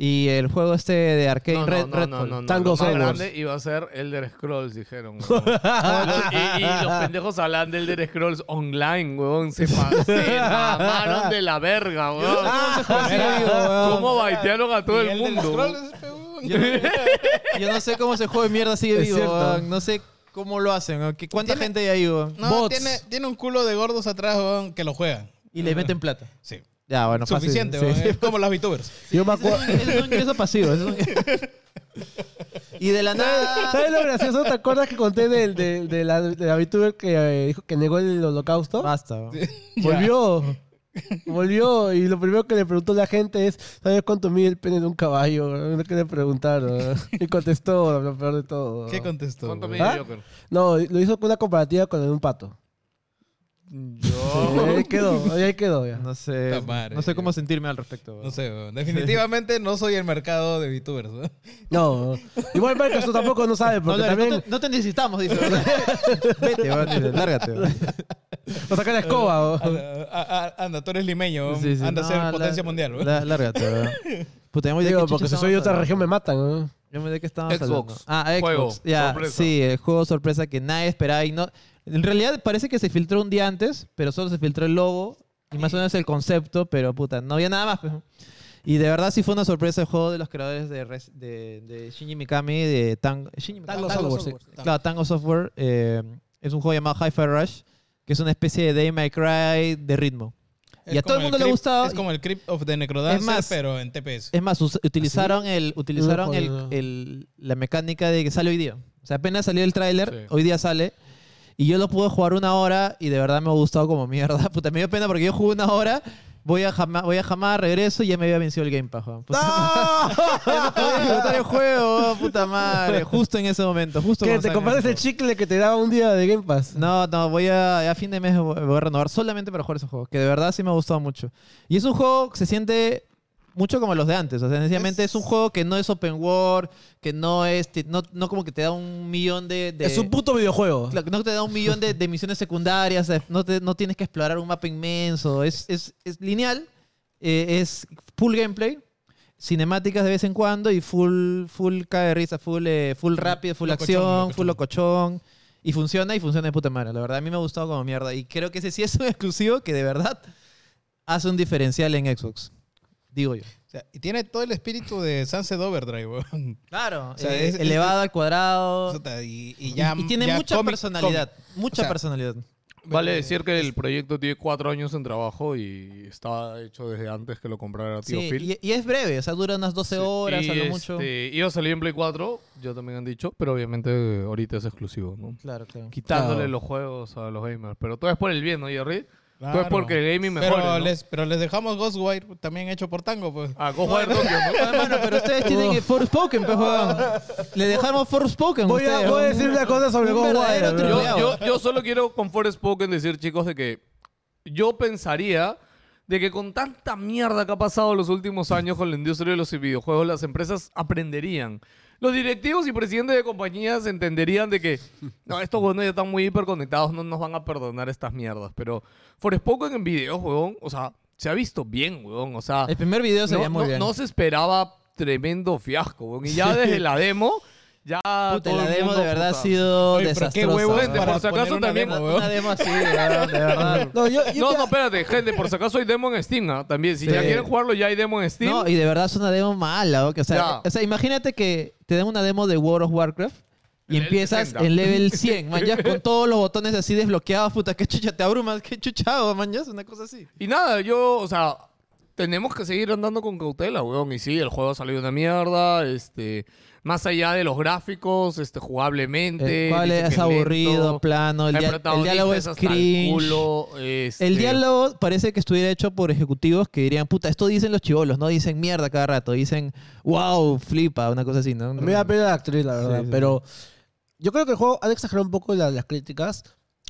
S9: y el juego este de Arcade
S6: No, no,
S9: Red,
S6: no,
S9: Redfall.
S6: no, no, no,
S7: Tango
S6: lo más
S7: Sanders.
S6: grande iba a ser Elder Scrolls, dijeron. huevón. Los- y, y los pendejos hablan de Elder Scrolls online, huevón. Se, pa- se mamaron de la verga, huevón. ¿Cómo baitearon a todo el
S8: Y del
S6: mundo?
S8: scroll
S6: huevón?
S8: es, weón.
S9: Yo no sé cómo ese juego de mierda sigue
S7: Es
S9: vivo.
S7: cierto.
S9: weón. No sé cómo lo hacen. weón. ¿Qué- ¿Cuánta
S8: Tiene-
S9: gente hay ahí? weón?
S8: No,
S9: Bots.
S8: tiene, tiene un culo de gordos atrás, weón, que lo juegan.
S9: Y le meten plata.
S8: Sí.
S9: Ya, bueno, fácil.
S8: Suficiente,
S9: Sí,
S8: weón.
S9: sí.
S8: Es como las VTubers.
S7: Yo me acuerdo.
S9: Eso es un ingreso pasivo. eso es un- y de la nada...
S7: ¿Sabes lo gracioso? ¿Te acuerdas que conté del-
S8: Ah,
S7: del- de, la, de la VTuber que eh, dijo que negó el holocausto?
S9: Basta. weón.
S7: Volvió. Volvió y lo primero que le preguntó la gente es, ¿sabes cuánto mide el pene de un caballo? Lo que le preguntaron. Y contestó, lo peor de todo.
S9: Ah.
S8: ¿Qué contestó?
S6: ¿Cuánto
S8: güey?
S6: mide
S7: ¿Ah?
S6: Joker?
S7: No, lo hizo con una comparativa con el de un pato. Y
S6: Yo.
S7: ahí quedó, y ahí quedó ya.
S9: No sé.
S8: Puta madre,
S9: no sé cómo
S8: yo.
S9: sentirme al respecto. weón.
S8: No sé, weón. definitivamente no soy el mercado de VTubers. weón.
S7: No, igual Marcos tú tampoco no sabe,
S9: No,
S7: porque
S9: Lore,
S7: también
S9: no te, no te necesitamos, dice. Vete, weón, dice, lárgate. weón.
S7: lo saca la escoba. o-
S8: Anda, a- a- anda, tú eres limeño. weón.
S9: Sí, sí,
S8: anda
S9: no,
S8: a ser
S9: la-
S8: potencia mundial. weón.
S9: la- lárgate, weón. Puta, ya me olvidé
S7: Digo,
S9: qué
S7: porque
S9: chucha
S7: si soy de
S9: estábamos
S7: otra
S9: hablando.
S7: región me matan. ¿no?
S9: Yo me de que estábamos
S6: Xbox.
S9: hablando. Ah, Xbox.
S6: Juego,
S9: ya,
S6: sorpresa.
S9: sí, el juego sorpresa que nadie esperaba y no... En realidad parece que se filtró un día antes, pero solo se filtró el logo y más o menos el concepto, pero puta, no había nada más. pues. Y de verdad sí fue una sorpresa el juego de los creadores de, Res- de, de Shinji Mikami, de Tango, Shinji Mikami.
S7: Tango Software, sí.
S9: Claro, Tango Software eh, es un juego llamado Hi-Fi Rush, que es una especie de Day My Cry de ritmo.
S8: Es
S9: y a todo el
S8: como
S9: mundo le ha
S8: Crypt-
S9: gustado.
S8: Es como el Crypt of the Necrodancer,
S9: Es más, eh,
S8: pero en TPS.
S9: Es más, us- utilizaron el utilizaron
S7: joder,
S9: el-
S7: no.
S9: el- la mecánica de que sale hoy día. O sea, apenas salió el tráiler,
S6: Sí.
S9: hoy día sale. Y yo lo pude jugar una hora y de verdad me ha gustado como mierda. Puta, me dio pena porque yo jugué una hora, voy a jamás, voy a jamás, regreso y ya me había vencido el Game Pass. weón. Puta madre. Ya no podía disfrutar el juego, weón, puta madre. Justo en ese momento, justo
S7: Que
S9: cuando
S7: te
S9: sale
S7: comparas
S9: el
S7: el chicle que te daba un día de Game Pass.
S9: no, no, voy a. A fin de mes voy voy a renovar solamente para jugar esos juegos, que de verdad sí me ha gustado mucho. Y es un juego que se siente mucho como los de antes. O sea, sencillamente es, un juego que no es open world, que no es. ti- No, no como que te da un millón de. de-
S7: Es un puto videojuego.
S9: Claro, no te da un millón de, de misiones secundarias, eh, no, te- no tienes que explorar un mapa inmenso, es, es- es lineal, eh, es full gameplay, cinemáticas de vez en cuando y full, full cae de risa, full, eh, full rápido, full
S8: Locochón,
S9: acción, full locochón. Y funciona y funciona de puta madre. La verdad, a mí me ha gustado como mierda. Y creo que ese sí es un exclusivo que de verdad hace un diferencial en Xbox. Digo yo.
S8: O sea, y tiene todo el espíritu de Sunset Overdrive. weón.
S9: Claro.
S8: eh,
S9: elevado al cuadrado.
S8: Puta, Y, y
S9: y,
S8: ya,
S9: y tiene
S8: ya
S9: mucha
S8: cómic-
S9: personalidad. Mucha
S8: O sea,
S9: personalidad.
S6: Vale decir que el proyecto tiene cuatro años en trabajo y estaba hecho desde antes que lo comprara tío
S9: Sí,
S6: Phil.
S9: y, y es breve, o sea, dura unas 12 horas
S6: Y,
S9: a lo mucho.
S6: este, Iba a salir en Play 4, yo también han dicho, pero obviamente eh, ahorita es exclusivo, ¿no?
S9: Claro, claro.
S6: Quitándole
S7: Claro.
S6: los juegos a los gamers. Pero todo es por el bien, ¿no, Jerry?
S8: Claro.
S6: Todo es porque el gaming mejora.
S8: Pero,
S6: ¿no?
S8: les, pero les dejamos Ghostwire, también hecho por Tango. Pues.
S6: Ah, Ghostwire Tokyo, ¿no?
S9: Hermano, pero ustedes tienen que Forspoken, pues, weón. Le dejamos Forspoken
S7: Voy a,
S9: ustedes.
S7: voy a
S9: weón.
S7: decir una cosa sobre
S9: Un verdadero
S7: GoWire.
S9: tri-
S7: bro.
S6: yo, yo- yo solo quiero con Spoken decir, chicos, de que yo pensaría de que con tanta mierda que ha pasado los últimos años con la industria de los videojuegos, las empresas aprenderían. Los directivos y presidentes de compañías entenderían de que, no, estos huevones ya están muy hiperconectados, no nos van a perdonar estas mierdas. Pero Spoken en videos, huevón, o sea, se ha visto bien, huevón, o sea...
S9: El primer video se
S6: no,
S9: veía muy
S6: no-
S9: bien.
S6: no se esperaba tremendo fiasco, huevón. Y ya desde la demo, ya...
S9: Puta,
S6: todo
S9: la
S6: el
S9: demo
S6: mundo,
S9: de verdad
S6: puta.
S9: ha sido
S8: Oye, pero
S9: desastrosa.
S8: qué huevo
S9: weón.
S8: es
S6: Gente,
S8: para
S6: por si
S8: poner
S6: acaso
S8: una
S6: este también-
S8: demo,
S9: Una-
S8: weón.
S9: Una demo así, weón, de verdad.
S7: No, yo- yo
S6: No,
S7: te-
S6: no, espérate, gente, por si acaso hay demo en Steam ah, también. Si
S9: Sí.
S6: ya quieren jugarlo, ya hay demo en Steam.
S9: No, y de verdad es una demo mala. ¿ok? O, sea,
S6: Ya.
S9: o sea, imagínate que te den una demo de World of Warcraft y
S6: Level
S9: empiezas
S6: 60.
S9: en level 100, man, ya con todos los botones así desbloqueados, puta, qué chucha te abrumas, qué chuchado, man, ya es una cosa así.
S6: Y nada, yo, o sea, tenemos que seguir andando con cautela, weón. Y sí, el juego ha salido una mierda, este... Más allá de los gráficos, este, jugablemente...
S9: El cual
S6: dicen que
S9: Eh, es aburrido,
S6: lento,
S9: plano, el, dia- el
S6: protagonista
S9: diálogo es
S6: hasta el
S9: cringe.
S6: culo, este,
S9: El diálogo parece que estuviera hecho por ejecutivos que dirían, puta, esto dicen los chivolos, no dicen mierda cada rato, dicen, wow, flipa, una cosa así, ¿no?
S7: Me da pena la actriz, la verdad.
S9: Sí, sí.
S7: Pero yo creo que el juego han exagerado un poco la- las críticas.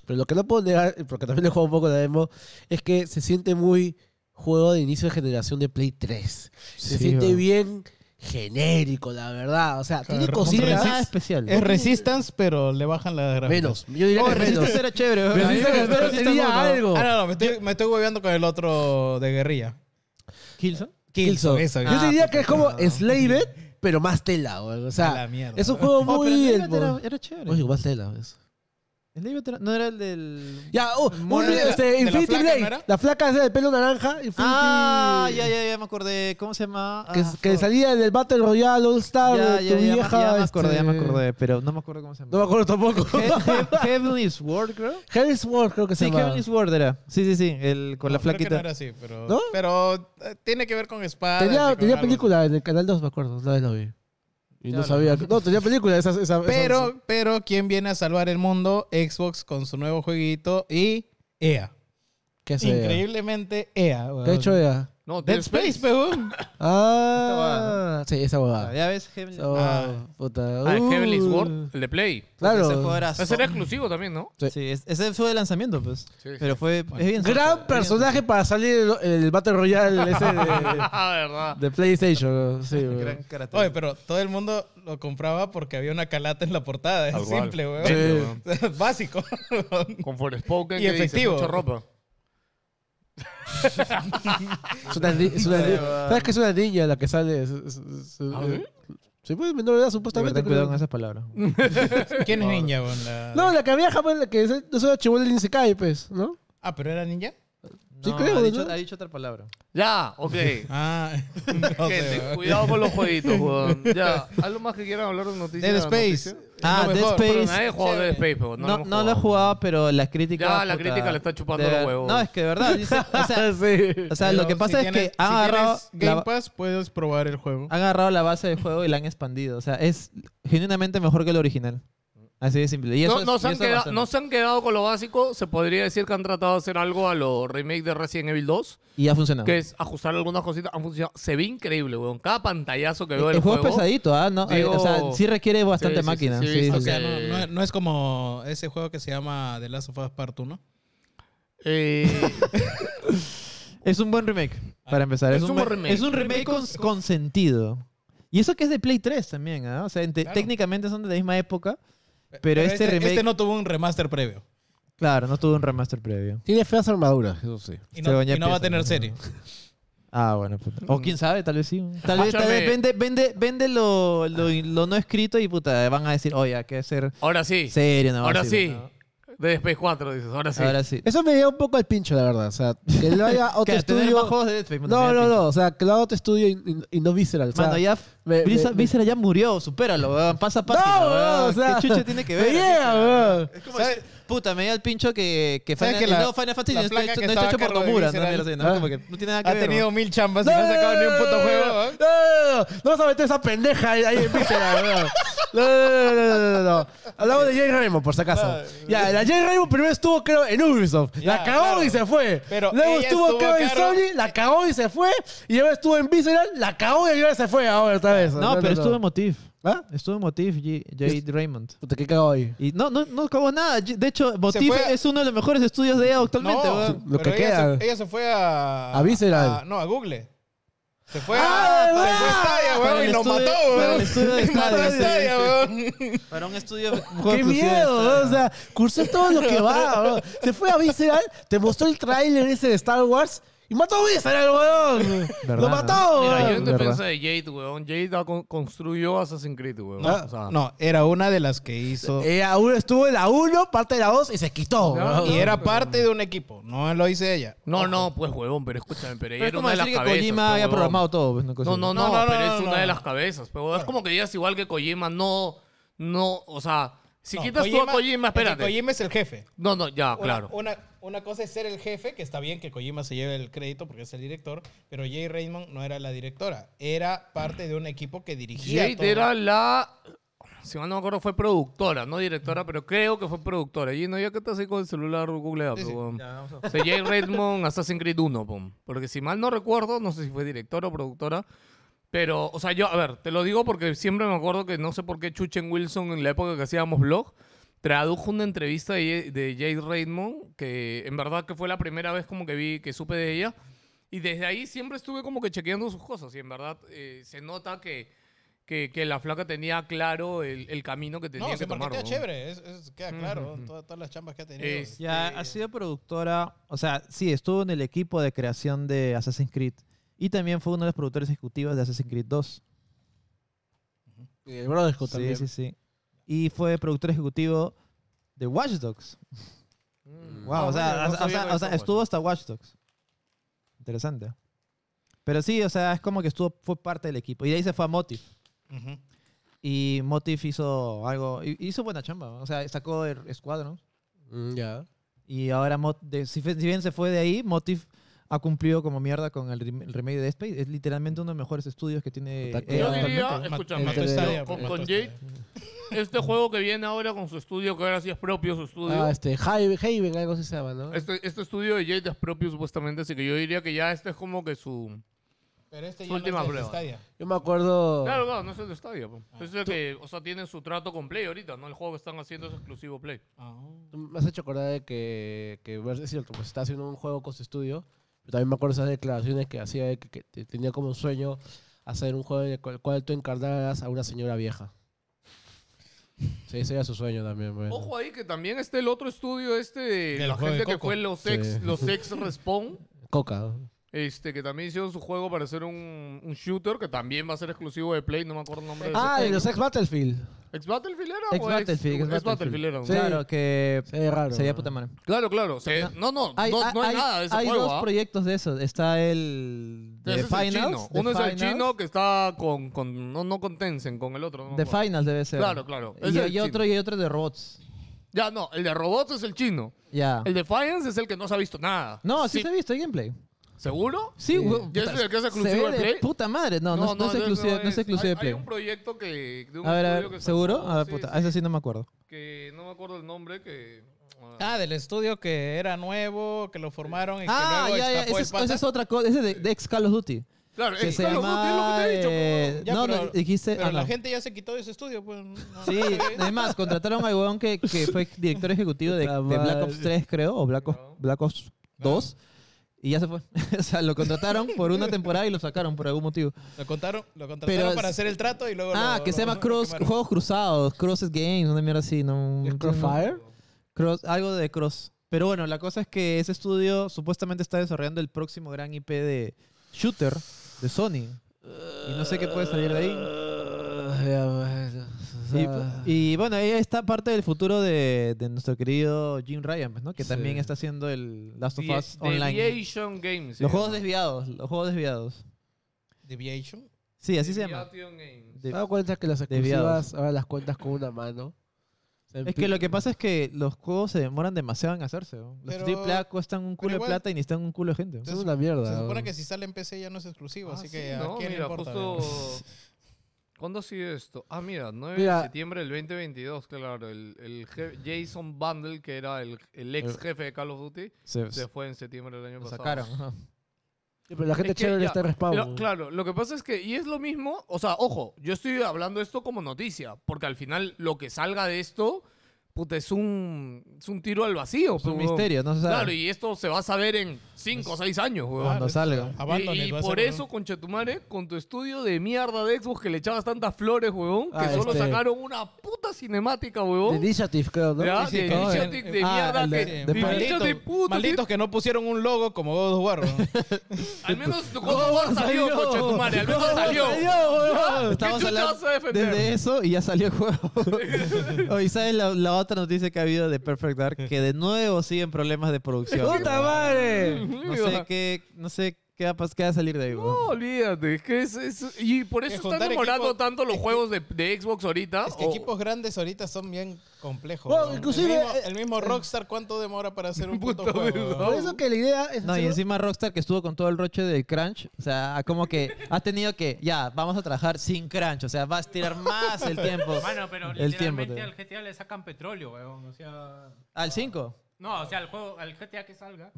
S7: Pero lo que no puedo negar, porque también le juego un poco la demo, es que se siente muy juego de inicio de generación de Play 3.
S9: Sí,
S7: Se siente
S9: bro.
S7: bien genérico, la verdad. O sea, tiene
S8: Claro,
S9: No tiene
S7: cositas
S9: nada especial.
S8: Es Resistance, pero le bajan la gráfica.
S7: menos. Yo diría
S9: Oh,
S7: que menos.
S9: Resistance era chévere. ¿eh?
S7: Pero
S9: A mí
S7: dice que
S9: me
S7: espero
S9: gustó
S7: tenía
S9: Resistance uno.
S7: algo.
S8: Ah, no, no, me estoy, me estoy hueveando con el otro de guerrilla.
S9: ¿Killzone?
S7: Killzone.
S8: Eso, ah,
S7: Yo diría que es como
S9: puta.
S7: Slaved, pero más tela. güey. O
S8: A
S7: sea,
S8: la mierda.
S7: es un juego
S9: Oh, pero
S7: muy...
S9: el
S7: el-
S9: Liberty era, era chévere.
S7: Oye, más tela. ¿ves?
S9: El Liberty era- no era el del...
S7: Ya, oh, un,
S8: de la-
S7: este,
S8: de la
S7: Infinity
S8: flaca,
S7: Blade.
S8: ¿no era?
S7: la flaca esa de pelo naranja. Infinity...
S9: Ah, ya, ya, ya me acordé. ¿Cómo se llama?
S7: Que,
S9: Ah,
S7: que
S9: fuck.
S7: salía del Battle Royale All Star
S9: Ya,
S7: de
S9: ya,
S7: tu
S9: ya,
S7: vieja.
S9: ya me acordé, ya me
S7: este,
S9: acordé, pero no me acuerdo cómo se llama.
S7: No me acuerdo tampoco.
S9: He- He- Heavenly Sword, creo.
S7: Hell's World creo que se
S9: Sí,
S7: llama.
S9: Heavenly Sword era. Sí, sí, sí, el, con la
S8: No, creo que
S9: flaquita.
S8: no era así, pero,
S7: ¿No?
S8: pero eh, tiene que ver con espadas. y
S7: Tenía,
S8: con
S7: tenía
S8: algo.
S7: película en el Canal 2, me acuerdo. Una vez la vi. Y no
S9: Claro.
S7: sabía. No, tenía película. Esa, esa, esa-
S8: Pero, pero, ¿quién viene E a salvar el mundo? Xbox con su nuevo jueguito y EA.
S7: ¿Qué hace ella?
S8: Increíblemente EA.
S7: E ¿Qué ha hecho E ella?
S6: No,
S8: Dead Space, weón.
S7: Ah, sí, esa
S9: Ah,
S7: huevada.
S9: Ya ves, Heavenly
S7: Esa huevada, puta.
S6: Ah,
S7: Uh.
S6: Heavenly Sword, el de Play.
S9: Ese juego
S7: Claro.
S9: era
S6: Ese
S9: so-
S6: era exclusivo también, ¿no?
S9: Sí, es- ese fue el lanzamiento, pues.
S6: Sí, sí.
S9: Pero fue. es bien
S7: Gran
S9: soso.
S7: personaje para salir el, el Battle Royale ese de,
S6: Ah, verdad.
S7: de PlayStation. ¿no? Sí, güey.
S9: Gran carácter.
S8: Oye, pero todo el mundo lo compraba porque había una calata en la portada. Es
S6: Tal cual.
S8: simple,
S7: Sí.
S8: weón. Básico.
S6: Con Forspoken
S8: Y
S6: que dice,
S8: efectivo.
S6: mucha ropa.
S7: Es una ni- es una ni- ¿Sabes que es una niña la que sale? Es- es- es-
S8: ¿Ah,
S7: Sí, pues menor de edad,
S9: Ten
S7: supuestamente.
S9: cuidado
S7: creo.
S9: con esas palabras.
S8: ¿Quién es ninja, weón? La-
S7: No, la que había jamás, la que es- no se chivó el Insekai, pues, ¿no?
S8: Ah, pero era ninja.
S7: Sí,
S9: No,
S7: creo,
S9: ha
S7: ¿no?
S9: dicho, ha dicho otra palabra.
S6: Ya, ok.
S8: Ah, no sé,
S6: Gente,
S8: weón.
S6: cuidado con los jueguitos, weón. Ya, algo más que quieran hablar de noticias.
S8: Dead Space.
S6: noticias?
S9: Ah,
S8: Lo
S9: Dead
S8: mejor.
S9: Space.
S6: Pero nadie ha jugado Dead Space, weón.
S9: No, no lo he
S6: hemos
S9: jugado, pero la crítica.
S6: Ya, la
S9: puta,
S6: crítica le está chupando
S9: de-
S6: los huevos.
S9: No, es que de verdad. dice- o sea, o sea, lo
S8: Pero
S9: que pasa
S8: si
S9: es
S8: tienes-
S9: que han
S8: si
S9: agarrado,
S8: tienes
S9: la,
S8: Game Pass, puedes probar el juego.
S9: han agarrado la base del juego y la han expandido. O sea, es genuinamente mejor que el original. Así de simple. Y eso
S6: No,
S9: es-
S6: no
S9: y
S6: se han
S9: eso es
S6: quedado,
S9: bastante.
S6: no se han quedado con lo básico. Se podría decir que han tratado de hacer algo a los remake de Resident Evil 2,
S9: Y ha funcionado.
S6: que es ajustar algunas cositas. Han funcionado. Se ve increíble, weón. Cada pantallazo que
S9: el,
S6: veo del
S9: el juego
S6: juego.
S9: es pesadito, ¿ah? No,
S6: Digo-
S9: o sea, sí requiere bastante
S6: Sí, sí, sí,
S9: máquina.
S6: sí,
S9: sí,
S6: he visto
S9: sí,
S8: Ah, O sea,
S9: sí.
S8: no,
S6: Eh.
S8: no- no es como ese juego que se llama The Last of Us Part 1.
S6: eh,
S9: Es un buen remake, para empezar. Es, un, buen remake. Es un remake con, con sentido. Y eso que es de Play 3 también, ¿ah? O sea, ente-
S8: Claro.
S9: técnicamente son de la misma época, pero, este, remake...
S8: no tuvo un remaster previo.
S9: Claro, no tuvo un remaster previo.
S7: Tiene feas armaduras, eso sí. pues,
S8: Y
S9: Este
S8: no,
S9: doña
S8: y no va a
S9: pieza,
S8: tener
S9: ¿no?
S8: serie.
S9: Ah, bueno, puta.
S7: Mm.
S9: O quién sabe, tal vez sí. Tal vez, tal
S6: Escúchame.
S9: vez vende, vende, vende lo, lo, lo no escrito y puta, van a decir, oye, hay que ser
S6: ahora sí.
S9: serio. No,
S6: ahora sí.
S9: ¿no?
S6: Dead Space 4, dices. Ahora sí.
S9: Ahora sí.
S7: Eso me dio un poco al pincho, la verdad. O sea, que lo haga otro
S9: Que tener más
S7: estudio.
S9: juegos de Dead Space, me
S7: No,
S9: da
S7: no,
S9: pinta.
S7: no. O sea, que lo haga otro estudio y, y- y no Visceral. O sea,
S9: Mano, ya...
S7: me-
S9: Brisa-
S7: me-
S9: Viscera ya murió, supéralo, weón. Pasa página,
S7: No,
S9: weón.
S7: weón, o sea,
S9: ¿Qué chucha tiene que
S7: me
S9: ver?
S7: llega, weón.
S9: Es como decir, puta, me da el pincho que, que
S8: ¿Sabes
S9: Final,
S8: que
S9: el
S8: la-
S9: nuevo Final Fantasy
S8: la
S9: no está
S8: placa
S9: hecho,
S8: que
S9: no está hecho
S8: estaba
S9: por
S8: cargo de
S9: Nomura, ¿no?
S8: Visceral?
S9: Mierda, no,
S7: Ah.
S9: Como que no tiene nada que
S8: Ha
S9: ver.
S8: tenido
S9: weón.
S8: mil chambas y no ha sacado ni un puto juego. ¿eh?
S7: No, no, no, no, no. No vas a meter esa pendeja ahí, ahí en Visceral, weón. No, no, no, no, no, no, no. Hablamos de Jay Raymond, por si
S9: Ah,
S7: acaso. Ya, la Jay Raymond primero estuvo, creo, en Ubisoft. la
S8: Ya,
S7: cagó
S8: claro.
S7: y se fue.
S8: Pero
S7: Luego
S8: ella
S7: estuvo,
S8: estuvo,
S7: creo, en
S8: claro.
S7: Sony, la cagó y se fue. Y luego estuvo en Visceral, la cagó y ahora se fue ahora otra vez.
S9: No, pero estuvo en Motif.
S7: ¿Ah?
S9: Estuvo en Motif, G- Jade Raymond.
S7: Puta, qué cagó ahí.
S9: Y no, no, no acabó nada. G- De hecho, Motif
S8: fue a-
S9: es uno de los mejores estudios de EA actualmente, weón.
S7: lo
S8: pero
S7: que
S8: ella
S7: queda.
S8: Se, ella se fue a.
S7: A Visceral.
S8: a- no, a Google. Se fue
S7: Ah,
S8: a. Se
S7: ¿verdad?
S8: fue a Stadia,
S9: Para
S8: weón,
S9: el
S8: y nos
S9: estudio-
S8: mató,
S9: para el
S8: weón.
S9: estudio de
S8: Y mató a
S9: Stadia,
S8: Stadia, weón.
S9: Para un estudio.
S7: ¡Qué miedo! ¿no? O sea, cursó todo lo que va, bro. Se fue a Visceral, te mostró el tráiler ese de Star Wars y mató a Visceral, weón. Lo
S9: ¿no?
S7: mató,
S6: Mira, yo en
S7: weón.
S9: Ah, verdad.
S6: defensa de Jade, weón. Jade ha con- construyó Assassin's Creed, weón.
S7: Ah,
S6: O sea,
S8: No, era una de las que hizo.
S7: Eh, aún estuvo en la 1, parte de la 2 y se quitó.
S6: Ya,
S7: weón.
S8: Y era parte de un equipo. No lo hice ella.
S6: No, no, pues huevón, pero escúchame, pero ella
S9: Pero es
S6: era
S9: como
S6: una de las
S9: decir que
S6: cabezas.
S9: Kojima
S6: pues,
S9: había
S6: huevón.
S9: programado todo. pues, una cosa
S6: No,
S9: así.
S6: no, no,
S8: No, no, no,
S6: pero es
S8: no,
S6: una de
S8: no.
S6: las cabezas. Pero es como que digas igual que Kojima, no, no, o sea, si
S8: No,
S6: quitas tú a Kojima,
S8: es que
S6: espérate.
S8: Kojima es el jefe.
S6: No, no, ya,
S8: Una-
S6: claro.
S8: Una, una cosa es ser el jefe, que está bien que Kojima se lleve el crédito porque es el director, pero Jay Raymond no era la directora, era parte de un equipo que dirigía. todo.
S6: Jade era la, si mal no me acuerdo, fue productora, no directora, pero creo que fue productora. Y no, ya que estás ahí con el celular, googlea,
S8: Sí,
S6: pues,
S8: sí.
S6: huevón. O sea, Jay Redmond, Assassin's Creed 1, pum. Porque si mal no recuerdo, no sé si fue directora o productora. Pero, o sea, yo, a ver, te lo digo porque siempre me acuerdo que no sé por qué Chuchen Wilson, en la época que hacíamos blog, tradujo una entrevista de, de Jade Redmond, que en verdad que fue la primera vez como que vi, que supe de ella. Y desde ahí siempre estuve como que chequeando sus cosas. Y en verdad eh, se nota que, que, que la flaca tenía claro el, el camino que tenía
S8: No,
S6: que
S8: se
S6: tomar.
S8: marketea
S6: ¿no?
S8: chévere, es- es- queda claro, todas, todas las chambas que ha tenido. este,
S6: Es-
S9: Ya ha sido productora, o sea, sí, estuvo en el equipo de creación de Assassin's Creed y también fue uno de los productores ejecutivos de Assassin's Creed 2.
S7: Y el brother
S9: Sí, sí, sí. Y fue productor ejecutivo de Watch Dogs. Wow,
S6: Ah,
S9: o sea,
S6: mira, no
S9: o sea, o
S6: sabía
S9: sea,
S6: que
S9: o sea,
S6: estaba.
S9: estuvo hasta Watch Dogs. Interesante. Pero sí, o sea, es como que estuvo, fue parte del equipo. Y de ahí se fue a Motif.
S8: Ujú.
S9: Y Motif hizo algo, hi- hizo buena chamba. O sea, sacó el Squadron.
S7: Mm, ya.
S9: Y ahora, Mot- de- si, fe- si bien se fue de ahí, Motif ha cumplido como mierda con el, rem- el remake de Dead Space. Es literalmente uno de los mejores estudios que tiene.
S7: Puta,
S9: EA
S6: Yo
S7: Eh,
S6: diría,
S9: actualmente.
S6: escúchame,
S7: Mató
S6: yo
S8: Stadia,
S6: con,
S8: pues,
S6: con
S8: mató
S6: Jade, este juego que viene ahora con su estudio, que ahora sí es propio su estudio.
S7: Ah, este, Haven, Haven, algo así se llama, ¿no?
S6: este, este estudio de Jade es propio supuestamente, así que yo diría que ya este es como que su...
S8: Pero este
S6: Su
S8: ya
S6: última
S8: no es de
S6: prueba.
S8: Stadia.
S7: Yo me acuerdo...
S6: Claro, claro, no es el de Stadia. po. Es el que, o sea, tienen su trato con Play ahorita, ¿no? El juego que están haciendo es exclusivo Play.
S8: Ah.
S7: Me has hecho acordar de que, que bueno, es cierto, pues está haciendo un juego con su estudio. Pero también me acuerdo esas declaraciones que hacía de que, que te- tenía como un sueño hacer un juego en el cual, cual tú encarnaras a una señora vieja. Sí, ese era su sueño también. bueno.
S6: Ojo ahí que también está el otro estudio este de
S8: Del
S6: la
S8: juego de
S6: gente que
S8: Coco.
S6: fue los ex,
S7: Sí.
S6: los ex Respawn.
S7: Coca. ¿no?
S6: Este, que también hicieron su juego para hacer un, un shooter que también va a ser exclusivo de Play, no me acuerdo el nombre.
S7: Ah, de
S6: de
S7: los ex Battlefield.
S6: ¿Ex Battlefield era? o
S9: Ex Battlefield.
S6: Ex Battlefield era. ¿no?
S7: Sí.
S9: Claro, que
S7: Se ve raro.
S9: sería
S7: ¿no?
S9: puta madre.
S6: Claro, claro. se- no, no, no, no hay, nada de ese
S9: hay
S6: juego.
S9: dos
S6: ¿ah?
S9: proyectos de eso. Está el
S6: Ese
S9: de
S6: es el
S9: Finals.
S6: chino.
S9: The
S6: Uno es el
S9: Finals.
S6: chino que está con, con no, no con Tencent, con el otro. no me
S9: De
S6: acuerdo.
S9: Finals debe ser.
S6: Claro, claro. Ese es
S9: Y
S6: el
S9: hay
S6: chino.
S9: otro y hay otro de robots.
S6: Ya, no, el de robots es el chino.
S9: Ya.
S6: El Defiance es el que no se ha visto nada.
S9: Ah. No, sí, se ha visto el gameplay.
S6: ¿Seguro?
S9: Sí, güey.
S6: ¿Y ese es el que es exclusivo
S9: se ve
S6: de Play?
S9: Puta madre, no, no, no, es exclusivo, no, es exclusivo
S6: hay,
S9: de Play.
S6: Hay un proyecto que. de un
S9: A ver, a
S6: estudio
S9: ver,
S6: que
S9: ¿seguro?
S6: sacó,
S9: A ver,
S6: sí,
S9: puta, ah.
S6: sí,
S9: a ese sí no me acuerdo.
S6: Que no me acuerdo el nombre, que.
S8: Ah, del estudio que era nuevo, que lo formaron y
S9: Ah,
S8: que luego
S9: ya, ya,
S8: escapó
S9: esa
S8: el
S9: es,
S8: pata.
S9: esa es otra cosa, ese de, de ex Call of Duty.
S6: Claro,
S9: Que
S6: es
S9: se
S6: Call of Duty, es lo que
S9: llama...
S6: te he dicho.
S9: eh,
S8: Ya,
S9: no,
S8: pero-
S9: no, dijiste...
S8: Pero
S9: ah,
S8: la
S9: no.
S8: gente ya se quitó de ese estudio, pues. no.
S9: Sí, eh. además, contrataron al huevón que, que fue director ejecutivo de,
S7: Puta
S9: de Black Ops
S7: madre.
S9: 3, creo, o Black Ops, Black Ops 2, y ya se fue. o sea, lo contrataron por una temporada y lo sacaron por algún motivo.
S8: Lo contaron, lo contrataron
S9: Pero
S8: para
S9: es-
S8: hacer el trato y luego.
S9: ah,
S8: lo-
S9: que se
S8: lo-
S9: llama
S8: lo
S9: Cross,
S8: quemaron.
S9: Juegos Cruzados, Crosses Games, una mierda así, no...
S7: ¿Es
S9: no-
S7: Crossfire?
S9: Cross, algo de Cross. Pero bueno, la cosa es que ese estudio supuestamente está desarrollando el próximo gran IP de shooter de Sony. Y no sé qué puede salir de ahí.
S7: Ah, ya, bueno, o
S9: Y,
S7: sea,
S9: y bueno, ahí está parte del futuro de, de nuestro querido Jim Ryan, pues, ¿no? Que también está haciendo el Last of
S6: Die-
S9: Us Online.
S6: Deviation Games. se
S9: Los juegos
S6: llama.
S9: desviados, los juegos desviados.
S8: Deviation.
S9: Sí, así se llama.
S6: Deviation Games.
S7: ¿Te has
S9: De-
S7: dado cuenta que las
S9: Desviados.
S7: exclusivas ahora las cuentas con una mano? Se
S9: es que lo que pasa es que los juegos se demoran demasiado en hacerse. ¿no? Los
S8: Pero-
S9: triple A cuestan un culo
S8: pero igual-
S9: de plata y necesitan un culo de gente.
S7: Es una mierda.
S8: Se supone
S7: ¿no?
S8: que si sale en PC ya no es exclusivo,
S6: Ah,
S8: así
S6: sí,
S8: que
S6: no,
S8: a quién
S6: mira,
S8: le importa.
S6: justo- ¿Cuándo ha sido esto? Ah, mira, 9 de
S7: Mira.
S6: septiembre del 2022, claro. El, el je- Jason Bundle, que era el, el ex jefe de Call of Duty,
S7: Pues
S9: Se,
S6: se fue en septiembre del año
S9: lo
S6: pasado.
S9: sacaron. ajá.
S7: Sí, pero la gente
S6: Es que
S7: chévere
S6: ya,
S7: está en respawn.
S6: lo- claro, lo que pasa es que, y es lo mismo, o sea, ojo, yo estoy hablando esto como noticia, porque al final lo que salga de esto, puta, es un, es un tiro al vacío.
S9: Es un
S6: pues, weón.
S9: misterio, no se sabe.
S6: Claro, y esto se va a saber en 5 o 6 años, weón.
S9: Cuando salga.
S8: Abandones,
S6: Y- y
S8: va a
S6: por
S8: ser,
S6: eso,
S8: ¿no?
S6: conchetumare, con tu estudio de mierda de Xbox que le echabas tantas flores, huevón, que
S7: Ah,
S6: solo
S7: este.
S6: sacaron una puta cinemática,
S7: The
S6: huevón.
S7: Initiative, creo, ¿no?
S6: ¿Ya?
S8: Sí,
S6: De
S8: todo
S6: Initiative
S8: bien.
S6: de
S9: Ah,
S6: mierda
S9: el de-
S6: que-
S9: de
S6: de
S9: Play.
S6: Initiative,
S8: Malditos,
S6: puta,
S8: malditos que no pusieron un logo como God of War. ¿no?
S6: Al menos tu God of War salió, conchetumare, al menos salió.
S9: Estamos
S6: chucha
S9: hablando
S6: vas a defender?
S9: desde eso y ya salió el juego. Oh, y sabes la, la otra noticia que ha habido de Perfect Dark, que de nuevo siguen problemas de producción.
S7: ¡Puta madre!
S9: No sé qué, no sé qué va, a pas- qué va a salir de ahí.
S6: No,
S9: weón.
S6: olvídate. es que es, es- y por eso
S8: Que
S6: están
S8: juntar
S6: demorando
S8: equipos-
S6: tanto los
S8: es que-
S6: juegos de, de Xbox ahorita.
S8: Es que
S6: o-
S8: equipos grandes ahorita son bien complejos.
S7: Oh. Bueno,
S8: ¿no?
S7: inclusive,
S8: el, mismo,
S7: eh,
S8: el mismo Rockstar, ¿cuánto demora para hacer un puto
S6: Oh, Puta
S8: juego?
S6: verdad.
S8: ¿no?
S7: Por eso que la idea es.
S9: No, y
S7: hacer-
S9: encima Rockstar que estuvo con todo el roche del crunch, o sea, como que has tenido que, ya, vamos a trabajar sin crunch, o sea, vas a tirar más el tiempo.
S3: Bueno, pero
S9: el tiempo.
S3: literalmente
S9: te-
S3: al GTA le sacan petróleo, weón. O sea.
S9: Al 5.
S3: No, o sea, al juego, al GTA que salga.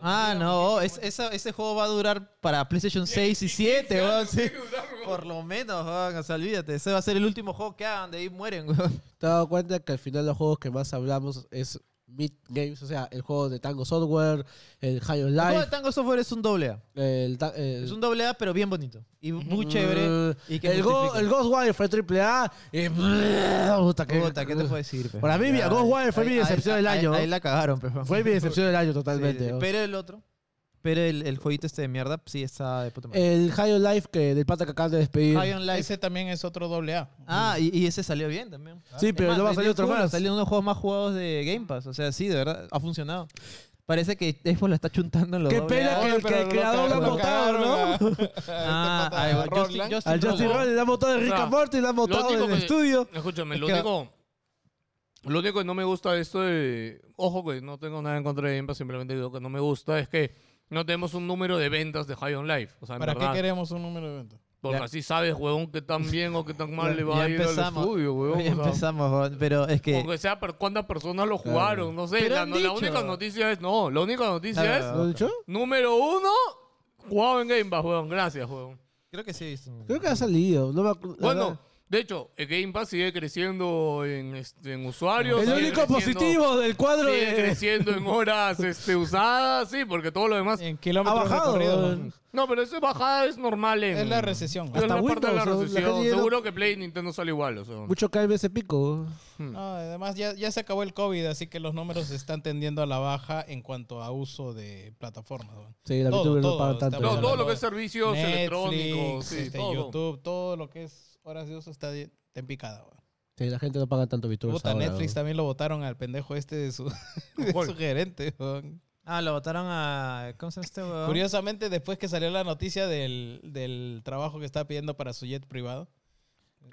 S9: Ah, no, es- esa- ese juego va a durar para PlayStation 6 y 7, weón. sí. Por lo menos, weón, o sea, olvídate. Ese va a ser el último juego que hagan, de ahí mueren, weón.
S7: Te has dado cuenta que al final los juegos que más hablamos es Mid Games, o sea, el juego de Tango Software, el High on
S9: El juego de
S7: Life.
S9: Tango Software es un doble A.
S7: El, ta- el-
S9: Es un doble A, pero bien bonito. Y muy chévere.
S7: Mm,
S9: Y que
S7: el, Go-
S9: justifica.
S7: el Ghostwire fue triple A. Y, puta, que-
S9: Puta, ¿qué te puedo decir? pe?
S7: Para mí,
S9: Ya,
S7: mira, Ghostwire fue
S9: ahí-
S7: mi
S9: ahí-
S7: decepción del
S9: ahí-
S7: año,
S9: Ahí,
S7: ¿no?
S9: la cagaron, pe,
S7: Fue mi decepción del año totalmente.
S9: Sí, sí,
S7: ¿no?
S9: Pero el otro. Pero el, el jueguito este de mierda sí está de puta madre.
S7: El High on Life que del pata que acaban de despedir.
S9: High on Life.
S8: Ese también es otro doble A.
S9: Ah, y, y ese salió bien también.
S7: Sí,
S9: Es
S7: pero
S9: más,
S7: no va a
S9: vendió
S7: salir otro
S9: culo,
S7: más.
S9: Salieron unos juegos más jugados de Game Pass. O sea, sí, de verdad, ha funcionado. Parece que Xbox la está chuntando en los
S7: Qué
S9: doble
S7: pena
S9: A.
S7: que- el
S8: Ah, pero
S7: el creador
S8: ca-
S7: lo han
S8: cagaron
S7: botado,
S8: a- a
S7: ¿no?
S8: este
S9: Ah,
S8: pata,
S9: ay,
S8: a
S9: Justin-
S8: Roland.
S9: Justin
S7: Al Justin
S9: Roland.
S7: Rollins le han votado de Rick
S6: sea,
S7: and Morty, le han votado
S6: único
S7: del
S6: que-
S7: estudio.
S6: Escúchame,
S9: Es
S6: lo
S9: que-
S6: único. Lo único que no me gusta de esto de. Ojo, que no tengo nada en contra de Game Pass, simplemente digo que no me gusta es que No tenemos un número de ventas de High on Life. O sea, en
S8: ¿Para
S6: verdad,
S8: qué queremos un número de eventos?
S6: Porque
S9: Ya.
S6: así sabes, huevón, qué tan bien o qué tan mal le va
S9: Ya
S6: a ir al
S9: empezamos.
S6: estudio, huevón.
S9: Ya
S6: o sea,
S9: empezamos, weón, pero es que...
S6: Aunque sea, pero cuántas personas lo jugaron, no sé.
S9: Pero
S6: La,
S9: han
S6: no- la
S9: dicho.
S6: única noticia es, no, la única noticia
S9: Claro.
S6: es,
S7: ¿Lo has dicho?
S6: número uno, jugado en Game Pass, huevón. Gracias, huevón.
S10: Creo que sí he visto.
S7: Creo que ha salido. No me acu- la
S6: Bueno,
S7: verdad.
S6: de hecho, el Game Pass sigue creciendo en, este, en usuarios.
S7: el
S6: sigue
S7: único
S6: creciendo-
S7: positivo eh. del cuadro
S6: Sigue
S7: de...
S6: creciendo en horas este, usadas, sí, porque todo lo demás...
S8: En
S7: ha
S8: kilómetros
S7: bajado. Mm.
S8: recorridos.
S7: weón.
S8: ¿no?
S6: No, pero esa bajada es normal en...
S8: Es la recesión.
S6: es la
S7: Hasta
S6: parte de la
S7: Windows, o sea, la
S6: recesión.
S7: gente ya no-
S6: Seguro que Play y Nintendo sale igual, o sea.
S7: Mucho cae en ese pico.
S8: No, además ya, ya se acabó el COVID, así que los números están tendiendo a la baja en cuanto a uso de plataformas. ¿no?
S7: Sí, la
S8: Todo,
S7: VTuber no
S8: todo,
S7: pagan
S8: está
S7: tanto.
S6: No,
S8: Pero-
S6: todo lo que es servicios
S8: Netflix,
S6: electrónicos, sí,
S8: este,
S6: todo.
S8: YouTube, todo lo que es horas de uso está, de- está en picada. weón.
S7: Sí, la gente no paga tanto VTubers
S8: Puta,
S7: ahora,
S8: Netflix
S7: weón.
S8: también lo votaron al pendejo este de su, de
S6: ¿Cuál?
S8: su gerente. weón.
S9: Ah, lo votaron a... ¿Cómo se llama este
S6: Ah.
S9: weón?
S8: Curiosamente, después que salió la noticia del, del trabajo que está pidiendo para su jet privado,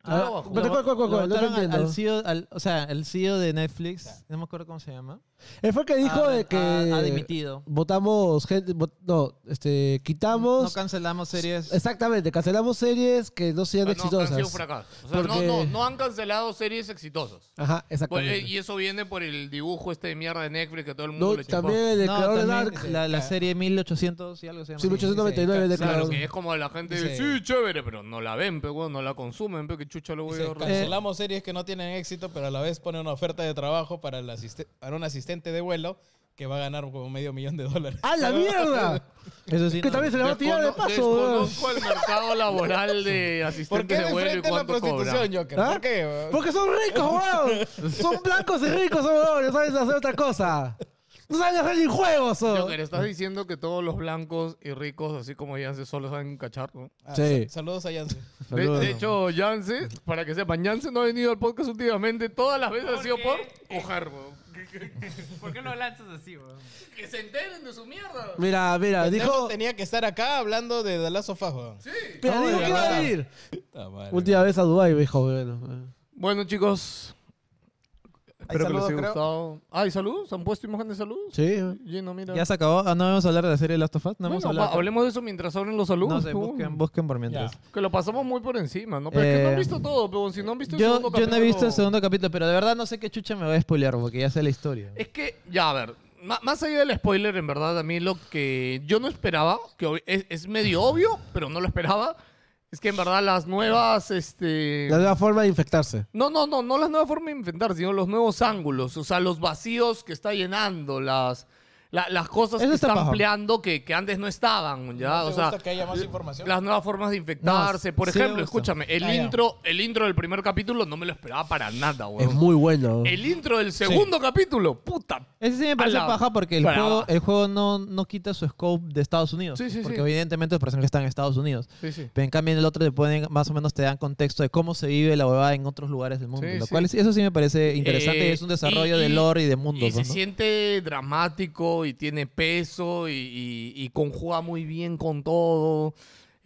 S9: Ah,
S6: No,
S9: lo-
S7: pero ¿cuál, cuál, cuál,
S9: lo
S7: cuál? No te
S9: votaron al-
S7: entiendo.
S9: al CEO al- o sea, el CEO de Netflix, no me acuerdo cómo se llama.
S7: Él Eh, fue el que dijo
S9: ha-
S7: de que...
S9: ha, ha dimitido.
S7: Votamos gente... vot- no, este... Quitamos...
S9: No cancelamos series.
S7: Exactamente, cancelamos series que no sean
S6: O sea, Ah, no, han
S7: exitosas.
S6: sido un fracaso. O sea,
S7: Porque-
S6: no, no, no han cancelado series exitosas.
S7: Ajá,
S6: Pues,
S7: exactamente.
S6: eh, y eso viene por el dibujo este de mierda de Netflix que todo el mundo
S7: No,
S6: le chupó.
S7: también el de
S9: No,
S7: creador de
S9: también
S7: Dark.
S9: la, la serie 1800 y algo se llama.
S7: Sí, 1899 de
S6: Claro,
S7: creador.
S6: que es como la gente dice,
S8: Dice-
S6: sí, chévere, pero no la ven, pero no la consumen, pero que chucha lo voy
S8: Dice,
S6: a ver.
S8: cancelamos series que no tienen éxito, pero a la vez pone una oferta de trabajo para, el asiste- para un asistente de vuelo que va a ganar como medio millón de dólares.
S6: Ah,
S7: ¡A la mierda!
S9: Eso sí.
S7: que
S9: no.
S7: también se le va a tirar de
S6: Descono-
S7: paso. weón.
S6: Desconozco el mercado laboral de
S8: ¿Por qué
S6: asistentes de
S8: de
S6: vuelo y
S8: frente a la
S6: cuánto
S8: prostitución,
S6: cobran.
S8: Joker?
S7: ¿Ah?
S8: ¿Por qué? weón?
S7: Porque son ricos, weón. Son blancos y ricos, son weón. No saben hacer otra cosa. No saben hacer ni juegos,
S6: Joker,
S7: weón.
S6: estás diciendo que todos los blancos y ricos, así como Yance, solo saben cachar, ¿no?
S8: Ah,
S7: Sí.
S8: sa- saludos a Yance.
S6: De, de hecho, Yance, para que sepan, Yance no ha venido al podcast últimamente. Todas las veces ha sido por coger, weón.
S3: ¿Por qué lo lanzas así, weón?
S6: Que se enteren de su mierda.
S7: Mira, mira,
S8: Ah, Dijo,
S7: dijo.
S8: tenía que estar acá hablando de The Last of Us, weón.
S7: Mira,
S8: No,
S7: dijo
S8: de
S7: que iba a
S8: verdad.
S7: venir.
S8: Ah, madre,
S7: Última vez a Dubai, dijo, bueno. weón.
S6: Bueno, chicos. Espero que les
S8: saludos,
S6: haya
S8: creo.
S6: gustado. Ah, ¿y saludos? ¿Han puesto imagen de saludos?
S7: Sí.
S6: Gino, mira.
S9: Ya se acabó. Ah, no vamos a hablar de la serie Last of Us. No vamos a
S6: Bueno,
S9: hablar.
S6: va- hablemos de eso mientras abren los saludos.
S9: no sé,
S6: pe, weón.
S9: busquen, busquen por mientras.
S6: Que lo pasamos muy por encima, ¿no? Pero es que no han
S9: Eh,
S6: visto todo, pero si no han visto el
S9: Yo,
S6: segundo
S9: yo no he visto el
S6: capítulo-
S9: segundo capítulo, pero de verdad no sé qué chucha me voy a spoilear porque ya sé la historia.
S6: Es que, ya, a ver, ma- más allá del spoiler, en verdad, a mí lo que yo no esperaba, que obvi- es, es medio obvio, pero no lo esperaba, es que en verdad las nuevas, este...
S7: La nueva forma de infectarse.
S6: No, no, no, no las nuevas formas de inventar, sino los nuevos ángulos, o sea, los vacíos que está llenando, las, la- las cosas
S9: Eso
S6: que
S9: está
S6: está
S9: paja.
S6: ampliando que, que antes no estaban, ya,
S8: ¿No te
S6: o sea...
S8: gusta que haya más información?
S6: Las nuevas formas de infectarse.
S9: No,
S6: Por
S9: sí me
S6: ejemplo,
S9: gusta.
S6: escúchame, el
S8: Ah, ya.
S6: intro, el intro del primer capítulo no me lo esperaba para nada,
S7: Es
S6: weón.
S7: muy bueno.
S6: El intro del segundo capítulo, puta
S9: Ese sí me parece
S6: Ala,
S9: paja porque el
S6: brava.
S9: juego, el juego no, no quita su scope de Estados Unidos.
S6: Sí, sí,
S9: porque
S6: sí.
S9: evidentemente los personajes están en Estados Unidos.
S6: Sí, sí.
S9: Pero en cambio en el otro te ponen, más o menos te dan contexto de cómo se vive la huevada en otros lugares del mundo.
S6: Sí,
S9: lo
S6: sí.
S9: cual es- eso sí me parece interesante.
S6: Eh,
S9: es un desarrollo
S6: y-
S9: de
S6: y-
S9: lore y de mundo.
S6: Y se
S9: pues, ¿no?
S6: siente dramático y tiene peso y, y- y conjuga muy bien con todo.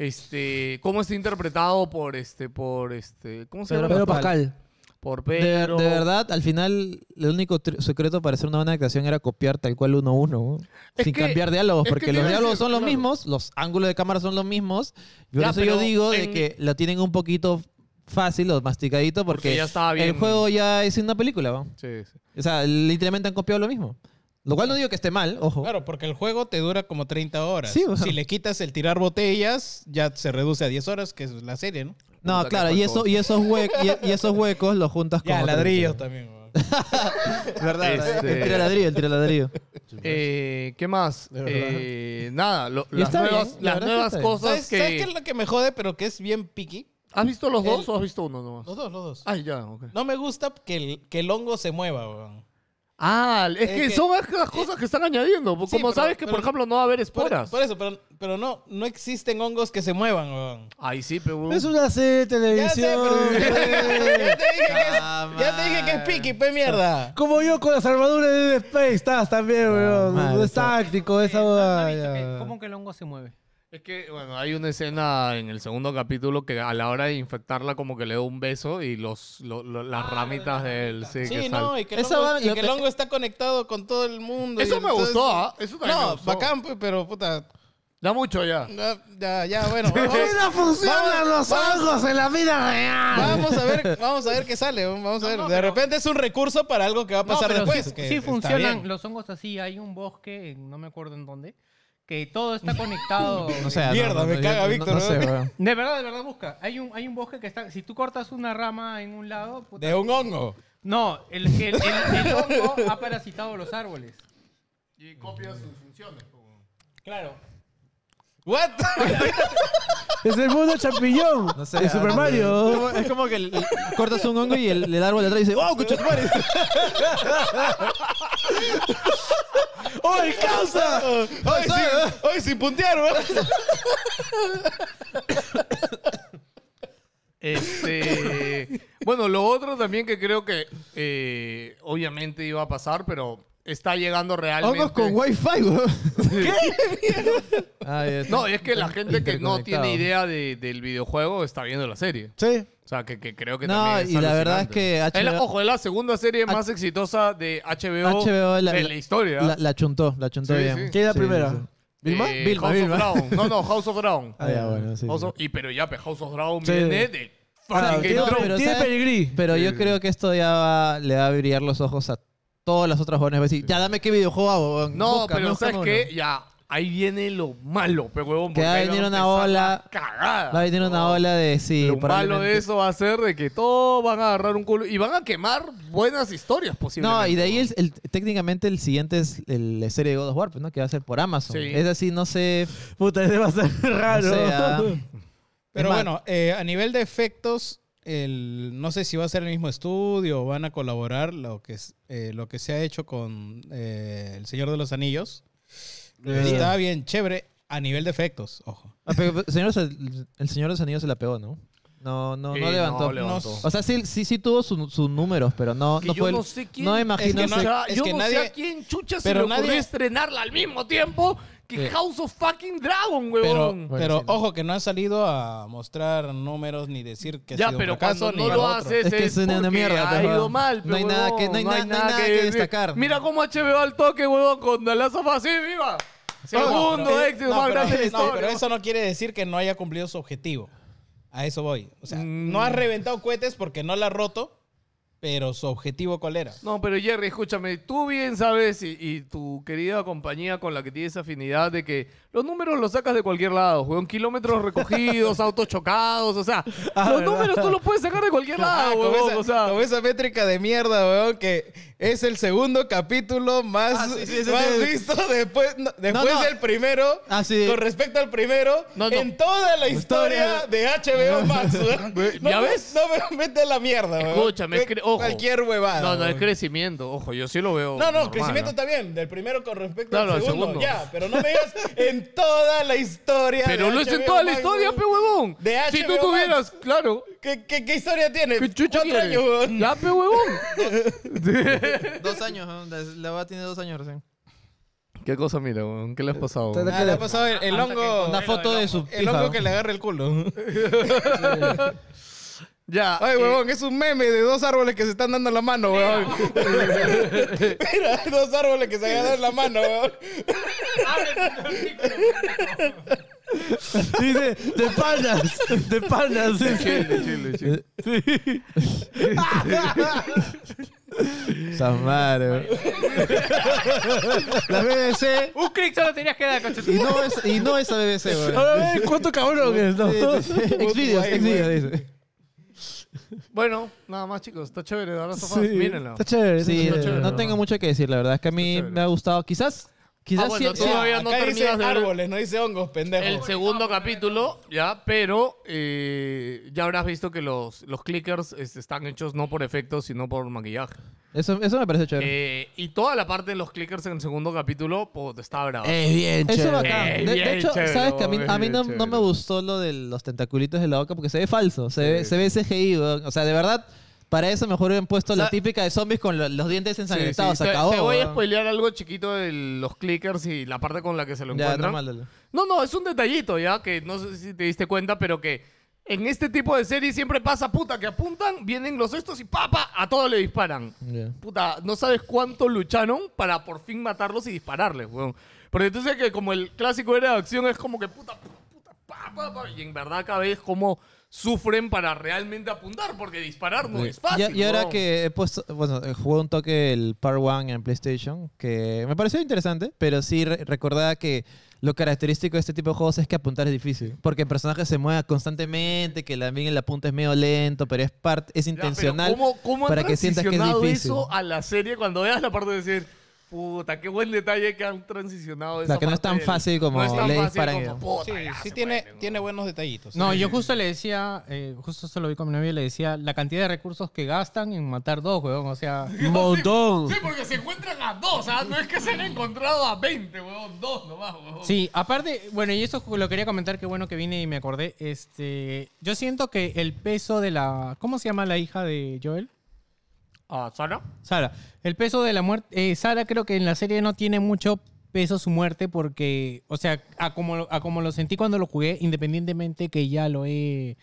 S6: Este, cómo está interpretado por este, por este, ¿cómo se llama?
S7: Pedro Pascal.
S6: Por
S9: De-
S6: Pedro.
S9: De, verdad, al final, el único tri- secreto para hacer una buena creación era copiar tal cual uno a uno.
S6: Es
S9: sin
S6: que-
S9: cambiar diálogos,
S6: es que
S9: porque
S6: te
S9: los
S6: iba a
S9: diálogos
S6: decir,
S9: son los
S6: claro.
S9: mismos, los ángulos de cámara son los mismos. Y Por
S6: Ya,
S9: eso yo
S6: pero
S9: digo de
S6: en-
S9: que la tienen un poquito fácil o masticadito, porque,
S6: Porque ya estaba bien.
S9: el juego ya es una película. ¿no?
S6: Sí, sí.
S9: O sea, literalmente han copiado lo mismo. Lo cual no digo que esté mal, ojo.
S8: Claro, porque el juego te dura como 30 horas.
S9: Sí, weón.
S8: si le quitas el tirar botellas, ya se reduce a 10 horas, que es la serie, ¿no?
S9: No,
S6: Puta, qué
S9: claro, y,
S6: faltó.
S9: eso, y, esos hue- y, y esos huecos los juntas con.
S8: Ya,
S9: otra
S8: ladrillos también. weón.
S9: película. ¿Verdad? verdad.
S6: Este-
S9: El tiraladrillo, el tiraladrillo.
S6: Eh, ¿Qué más?
S7: verdad.
S6: Eh, nada, lo-
S9: Y
S6: las
S9: está bien,
S6: nuevas,
S9: la
S6: las
S9: verdad
S6: nuevas
S9: está bien.
S6: cosas
S8: ¿Sabes,
S6: que.
S8: ¿Sabes qué es lo que me jode, pero que es bien picky?
S6: ¿Has visto los dos
S8: El-
S6: o has visto uno nomás?
S8: Los dos, los dos.
S6: Ay, ya, ok.
S8: No me gusta que el, que el hongo se mueva, weón.
S6: Ah, es,
S8: Es
S6: que,
S8: Eh, que-
S6: son las cosas que están añadiendo. Como
S8: Sí, pero-
S6: sabes que, por
S8: pero-
S6: ejemplo, no va a haber
S8: Por, e,
S6: esporas.
S8: por eso, pero, pero no, no existen hongos que se muevan, weón.
S6: Ay, sí, pero.
S7: Es una serie de
S8: Ya sé, pero-
S7: televisión.
S8: ya te dije que es,
S9: Ah,
S8: ya te dije que es picky, pe mierda.
S7: Como yo con las armaduras de Dead Space, estás también, weón.
S9: Ah, madre,
S7: No es
S9: está-
S7: táctico esa
S3: Eh, ¿no- no has
S7: boda.
S3: visto que-
S7: ya.
S3: ¿Cómo que el hongo se mueve?
S6: Es que, bueno, hay una escena en el segundo capítulo que a la hora de infectarla como que le da un beso y los, lo- lo- las ramitas de él, sí, que
S8: Ah, Sí,
S6: sal-
S8: no, y que, el
S9: Esa
S8: hongo,
S9: va-
S8: y
S9: lo
S8: que
S9: pe-
S8: el hongo está conectado con todo el mundo.
S6: Eso
S8: y
S6: me
S8: entonces-
S6: gustó, ¿ah? Eso también me
S8: No,
S6: gustó.
S8: bacán, pues, pero puta.
S6: Da mucho ya.
S8: Ya, ya, ya, bueno. vamos-
S7: funcionan los ojos en la vida real!
S8: Vamos a ver, vamos a ver qué sale. Vamos a ver.
S6: no,
S8: de
S6: pero-
S8: repente es un recurso para algo que va a
S3: No,
S8: pasar
S3: pero
S8: después.
S3: sí-
S8: que
S3: sí
S8: está
S3: funcionan
S8: bien.
S3: los hongos así. Hay un bosque, en- no me acuerdo en dónde, que todo está conectado.
S9: O sea, no,
S8: Mierda,
S9: no,
S8: me
S9: no,
S8: caga
S9: yo no-
S8: Víctor,
S9: No,
S8: ¿no?
S9: sé, weón.
S3: De verdad, de verdad, busca. Hay un, hay un bosque que está. Si tú cortas una rama en un lado. puta-
S8: De un hongo.
S3: No, el, el, el- el hongo ha parasitado los árboles.
S6: Y copia sus funciones.
S3: Claro.
S8: What?
S7: Es el mundo champiñón.
S9: No sé,
S7: de Super
S9: ah,
S7: Mario.
S9: Es como que el- el- cortas un hongo y el, el árbol de atrás dice, ¡Oh, coche,
S7: ¡Oye, causa!
S8: hoy, sin, hoy sin puntear, ¿verdad?
S6: Este, bueno, lo otro también que creo que eh, obviamente iba a pasar, pero está llegando realmente.
S9: Hongos con wifi, weón. ¿Qué?
S6: No, es que la gente que no
S9: Interconectado.
S6: tiene idea de- del videojuego está viendo la serie.
S9: Ah,
S7: Sí.
S6: O sea, que, que creo que
S9: No,
S6: también es
S9: y la verdad es que
S6: alucinante. Es la-
S9: HBO
S6: ojo, es la segunda serie más exitosa de HBO,
S9: HBO la,
S6: de la, historia.
S9: La, la chuntó, la chuntó
S6: Sí,
S9: bien.
S6: sí.
S7: ¿Quién es la
S9: Sí,
S7: primera?
S9: sí, sí.
S7: ¿Vilma?
S6: Eh,
S9: Vilma,
S6: House
S9: Vilma.
S6: of Dragon. No, no, House of Dragon.
S9: Ah, ya, bueno, sí.
S6: House
S9: sí. Ah,
S6: of- y pero ya, pues, House of Dragon
S7: Sí.
S6: viene de
S7: Claro,
S6: fucking Game
S7: tiene
S6: of Thrones.
S9: pero
S7: tiene
S9: ¿sabes?
S7: pedigrí.
S9: Pero
S6: Sí,
S9: yo
S6: sí.
S9: creo que esto ya va- le va a brillar los ojos a todas las otras jóvenes. Va a decir, ya dame qué videojuego hago. weón.
S6: No,
S9: Búscame,
S6: pero
S9: búscame
S6: ¿sabes
S9: uno".
S6: qué? Ya, ahí viene lo malo, pero huevón.
S9: Que
S6: porque
S9: va a
S6: ahí
S9: venir una
S6: empezar la
S9: ola.
S6: Cagada.
S9: Va a venir una ola de sí.
S6: lo malo
S9: probablemente.
S6: de eso va a ser de que todos van a agarrar un culo y van a quemar buenas historias posiblemente.
S9: No, y de ahí el- el- técnicamente el siguiente es el, la serie de God of War, pues, ¿no? Que va a ser por Amazon.
S6: Sí.
S9: Es así, no sé.
S7: Puta, ese va a ser
S9: No
S7: raro.
S9: sé, ah.
S8: Pero
S9: Es más-
S8: bueno, eh, a nivel de efectos, el, no sé si va a ser el mismo estudio o van a colaborar lo que, es- eh, lo que se ha hecho con eh, El Señor de los Anillos. Está bien chévere a nivel de efectos, ojo.
S9: Ah, pero el, señor, el, Señor de los Anillos se la pegó, ¿no? No, no,
S6: Sí,
S9: no levantó.
S6: levantó.
S9: O sea, sí, sí, sí tuvo su- sus números, pero no,
S6: Que
S9: no
S6: yo
S9: fue. el-
S6: no sé quién.
S9: no imagino.
S8: Es que no-
S9: ser-
S6: chucha,
S8: es
S6: yo
S8: que
S6: no sé
S8: nadie-
S6: a quién chucha se
S8: pero
S6: le ocurrió
S8: nadie-
S6: estrenarla al mismo tiempo que
S9: Sí. pues,
S6: House of fucking Dragon,
S8: Pero,
S6: huevón.
S9: Bueno,
S8: pero
S9: sí, ¿no?
S8: ojo que no han salido a mostrar números ni decir que ha
S6: ya,
S8: sido un
S6: pero
S8: fracaso,
S6: cuando
S8: ni
S6: no lo
S8: otro.
S6: haces
S9: Es que es una
S6: porque
S9: mierda,
S6: ha
S9: pues,
S6: ido
S9: huevón.
S6: mal, pues,
S9: No hay nada que-
S6: huevón,
S9: no hay na- no hay nada que
S6: decir.
S9: destacar.
S6: Mira cómo HBO al toque, huevón, con The Last of Us, sí, viva. Segundo
S8: pero-
S6: éxito
S8: no,
S6: más
S8: pero-
S6: grande de la
S8: no, pero
S6: historia.
S8: eso no quiere decir que no haya cumplido su objetivo. A eso voy. O sea,
S6: Mm.
S8: no ha reventado cohetes porque no la ha roto, pero su objetivo cuál era.
S6: No, pero Jerry, escúchame, tú bien sabes y, y tu querida compañía con la que tienes afinidad de que los números los sacas de cualquier lado, weón. Kilómetros recogidos, autos chocados, o sea, los números tú los puedes sacar de cualquier
S8: Ah,
S6: lado,
S8: con,
S6: weón.
S8: Ah, esa,
S6: o sea,
S8: con esa métrica de mierda, weón, que es el segundo capítulo más,
S6: Ah,
S8: más visto después, no, después
S9: no.
S8: del primero.
S9: Ah, sí.
S8: Con respecto al primero,
S6: No, no.
S8: en toda la historia de HBO Max. weón. No
S6: ¿ya
S8: me-
S6: ves?
S8: No me mete a la mierda, weón.
S6: Escúchame,
S8: Cu-
S6: cre- ojo.
S8: Cualquier huevada.
S6: no, no, es
S8: weón.
S6: crecimiento, ojo, yo sí lo veo.
S8: No, no,
S6: normal,
S8: crecimiento
S6: ¿no?
S8: está bien. Del primero con respecto
S6: Claro,
S8: al
S6: al
S8: segundo.
S6: segundo.
S8: Ya, pero no me digas en toda la historia.
S6: Pero
S8: de
S6: lo es en
S8: HBO
S6: toda la
S8: Max,
S6: historia,
S8: weón.
S6: pe huevón.
S8: De
S6: si tú
S8: HBO
S6: tuvieras, claro.
S8: ¿Qué, qué, qué historia tiene?
S6: ¿Qué chucha
S8: Cuatro
S6: quieres?
S8: años, weón.
S6: Ya, pe huevón.
S9: Dos años, ¿no? la, la va a tener dos años recién.
S6: ¿Qué cosa, mira, weón? ¿Qué les ha pasado?
S7: Te-
S8: Ah, le ha pasado el, el hongo.
S9: Una foto de su
S8: El
S9: pija,
S8: hongo
S9: ¿no?
S8: que le agarra el culo.
S6: Ya.
S8: Ay,
S6: eh,
S8: huevón, es un meme de dos árboles que se están dando la mano, huevón. Mira, dos árboles que se agarran la mano, huevón.
S6: Ah,
S7: Dice, de panas, de panas.
S6: Chile, chile,
S9: Eh,
S6: chile.
S9: Esa madre, weón. La BBC.
S3: Un clic solo tenías que dar, coche.
S9: Y no es, y no es la BBC, weón.
S7: Ahora ven cuánto cabrón es, ¿no?
S9: Sí, sí, sí. Exvideos,
S8: Ay,
S9: exvideos,
S8: weón.
S9: dice.
S6: Bueno, nada más, chicos. Está chévere. Ahora sofás,
S7: Sí.
S6: mírenlo.
S7: Está chévere. está
S9: Sí,
S7: chévere.
S6: chévere,
S9: no
S6: ¿no?
S9: tengo mucho que decir, la verdad. Es que a mí me ha gustado. Quizás, quizás
S6: Ah, bueno,
S9: sí-
S6: tú
S9: sí-
S6: todavía no
S8: Acá dice
S6: terminas de ver
S8: árboles, no dice hongos, pendejo.
S6: el segundo capítulo, ya, pero eh, ya habrás visto que los, los clickers es- están hechos no por efectos, sino por maquillaje.
S9: Eso, eso me parece chévere.
S6: Eh, y toda la parte de los clickers en el segundo capítulo, pues, está brava.
S7: Es bien
S9: Eso
S7: chévere.
S9: bacán. Eh,
S6: Eh,
S9: De, de
S6: bien
S9: hecho,
S6: chévere,
S9: sabes que a mí,
S6: weón,
S9: a mí
S6: bien
S9: no,
S6: chévere.
S9: no me gustó lo de los tentaculitos de la boca porque se ve falso. Se, ve, se ve CGI, weón. O sea, de verdad, Para eso mejor hubieran puesto
S6: O sea-
S9: la típica de zombies con lo- los dientes
S6: Sí, sí.
S9: ensangrentados.
S6: Te,
S9: Se acabó.
S6: te voy a
S9: weón.
S6: spoilear algo chiquito de los clickers y la parte con la que se lo
S9: Ya,
S6: encuentran.
S9: normal, dale.
S6: No, no, es un detallito ya que no sé si te diste cuenta, pero que en este tipo de series siempre pasa, puta, que apuntan, vienen los estos y papa, a todos le disparan.
S9: Ya.
S6: Puta, no sabes cuánto lucharon para por fin matarlos y dispararles, weón. Porque tú sabes que como el clásico era de acción es como que puta, puta, puta, pa, pa, pa, y en verdad cada vez como sufren para realmente apuntar, porque disparar no es fácil.
S9: Y, y ahora
S6: weón.
S9: que he puesto, bueno, eh, jugué un toque el Part 1 en PlayStation, que me pareció interesante, pero sí re- recordaba que lo característico de este tipo de juegos es que apuntar es difícil. Porque el personaje se mueve constantemente, que también el apunte es medio lento, pero es, parte es
S6: Ya, pero
S9: intencional
S6: ¿cómo, cómo han
S9: para que sientas que es
S6: transicionado
S9: difícil.
S6: eso a la serie cuando veas la parte de decir, puta, qué buen detalle que han transicionado esa
S9: que no es
S6: parte
S9: tan
S6: del-
S9: fácil como
S6: No es tan
S9: le
S6: fácil
S9: disparan
S6: como,
S9: y-
S6: puta,
S8: Sí,
S6: ya
S8: sí
S6: se
S8: tiene,
S6: puede, ¿no?
S8: tiene buenos detallitos.
S10: No, yo justo le decía, eh, justo se lo vi con mi novia y le decía la cantidad de recursos que gastan en matar dos, weón. O sea,
S7: Un montón.
S6: Sí, porque se encuentran a dos, ¿ah? no es que se han encontrado a 20, weón, dos nomás, weón.
S10: Sí, aparte, bueno, y eso lo quería comentar, que bueno que vine y me acordé. Este, yo siento que el peso de la. ¿Cómo se llama la hija de Joel?
S6: Ah, ¿Sana?
S10: Sara. El peso de la muerte. eh, Sara creo que en la serie no tiene mucho peso su muerte porque, o sea, a como, lo- a como lo sentí cuando lo jugué, independientemente que ya lo he,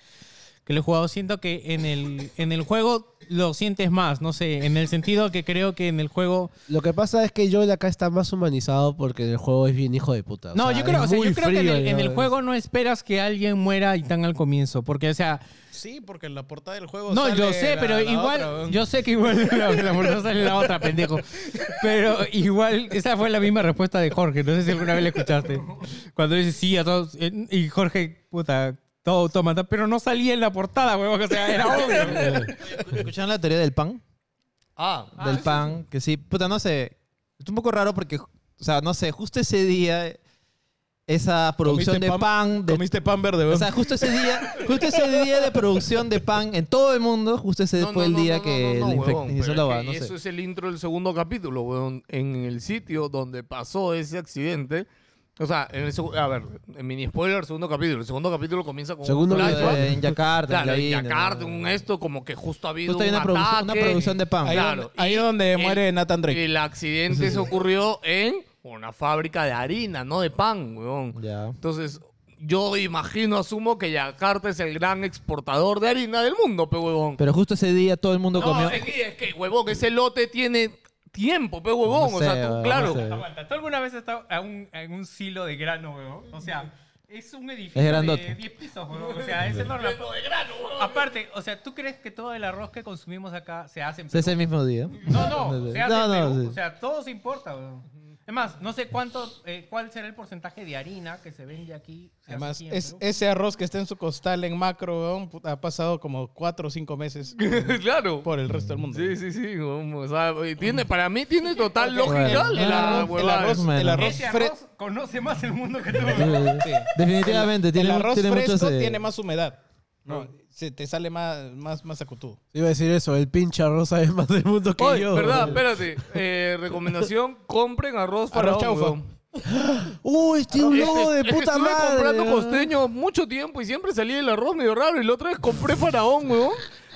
S10: que lo he jugado, siento que en el, en el juego lo sientes más, no sé, en el sentido que creo que en el juego...
S7: Lo que pasa es que Joel acá está más humanizado porque el juego es bien hijo de puta. O
S10: No,
S7: sea,
S10: yo creo,
S7: es
S10: o sea, yo
S7: muy
S10: creo que en
S7: frío,
S10: el, en el
S7: ya.
S10: juego no esperas que alguien muera y tan al comienzo, porque, o sea,
S8: Sí, porque en la portada del juego.
S10: No,
S8: sale
S10: yo sé,
S8: la-
S10: pero
S8: la
S10: igual.
S8: otra, weón.
S10: yo sé que igual la, la hamburguesa sale la otra, pendejo. Pero igual, esa fue la misma respuesta de Jorge. No sé si alguna vez la escuchaste. Cuando dice sí a todos. eh, Y Jorge, puta, todo automata. Pero no salía en la portada, huevón. O sea, era obvio.
S9: ¿Escucharon la teoría del pan?
S6: Ah,
S9: del pan, que sí, puta, no sé. Es un poco raro porque, o sea, no sé, justo ese día, eh, esa producción de
S8: ¿Comiste
S9: pan, de-
S8: Comiste pan verde,
S9: o
S8: weón.
S9: sea, justo ese día, justo ese día de producción de pan en todo el mundo, justo ese
S6: No,
S9: fue
S6: no,
S9: el
S6: no,
S9: día
S6: no,
S9: que
S6: no, no,
S9: la infec-
S6: huevón,
S9: inició
S6: pero
S9: la
S6: es
S9: va,
S6: que
S9: no sé.
S6: Eso es el intro del segundo capítulo, weón. En el sitio donde pasó ese accidente. O sea, en el segu- a ver, en mini spoiler, segundo capítulo. El segundo capítulo comienza con
S7: Segundo
S6: un
S9: Lo de-
S6: flashback.
S9: eh, en Yakarta,
S6: Claro,
S9: en la
S6: en
S9: India,
S6: Yakarta,
S9: ¿no?
S6: un esto, como que justo ha habido
S9: Justo hay
S6: un
S9: una producción- una
S6: ataque.
S9: producción de pan.
S8: ahí,
S6: Claro.
S8: donde, ahí
S6: y
S8: donde
S6: el-
S8: muere Nathan Drake.
S6: El accidente se ocurrió en una fábrica de harina, no de pan, weón.
S9: Ya.
S6: Entonces, yo imagino, asumo que Yakarta es el gran exportador de harina del mundo, pe huevón.
S9: Pero justo ese día todo el mundo
S6: No,
S9: comió.
S6: es que, es que, huevón, ese lote tiene tiempo, pe huevón.
S9: No
S6: o sea,
S9: sé,
S6: tú,
S9: no
S6: claro.
S9: sé.
S3: Aguanta, ¿tú alguna vez has estado a un- en un silo de grano, huevón? O sea, es un edificio
S9: Es
S3: de
S9: grandote.
S3: 10 pisos, huevón. O sea, es enorme.
S6: Lleno de grano, huevón.
S3: Aparte, o sea, ¿tú crees que todo el arroz que consumimos acá se hace en
S9: Es
S3: Perú?
S9: ese mismo día.
S3: No, no, se hace
S9: No,
S3: en
S9: no,
S3: Perú.
S9: sí.
S3: O sea, todo se importa, weón. Es más, no sé cuánto, eh, cuál será el porcentaje de harina que se vende aquí. se hace
S8: Además,
S3: aquí en
S8: es,
S3: Perú.
S8: ese arroz que está en su costal en macro, weón, puta, ha pasado como cuatro o cinco meses
S6: claro.
S8: por el resto del mundo.
S6: Sí, sí, sí. huevón, o sea, y tiene, para mí tiene total lógica
S9: Bueno. Ah,
S6: la
S8: El
S6: huevada.
S8: arroz,
S9: Bueno.
S8: el arroz,
S3: Ese
S8: fre-
S3: arroz conoce más el mundo que tú.
S8: Sí.
S9: Definitivamente, tiene,
S8: el
S9: mu-
S8: arroz
S9: tiene
S8: fresco
S9: muchos, eh,
S8: tiene más humedad. No, se te sale más, más, más sacutudo.
S7: Iba a decir eso, el pinche arroz sabe más del mundo que
S6: Oye,
S7: yo.
S6: ¿verdad? Espérate. Eh, recomendación, compren arroz para
S8: Arroz chaufa.
S7: Uy, tío, un
S6: Este-
S7: lobo de
S6: es que
S7: puta
S6: estuve
S7: madre.
S6: comprando
S7: ¿no?
S6: costeño mucho tiempo y siempre salía el arroz medio raro. Y la otra vez compré faraón, weón.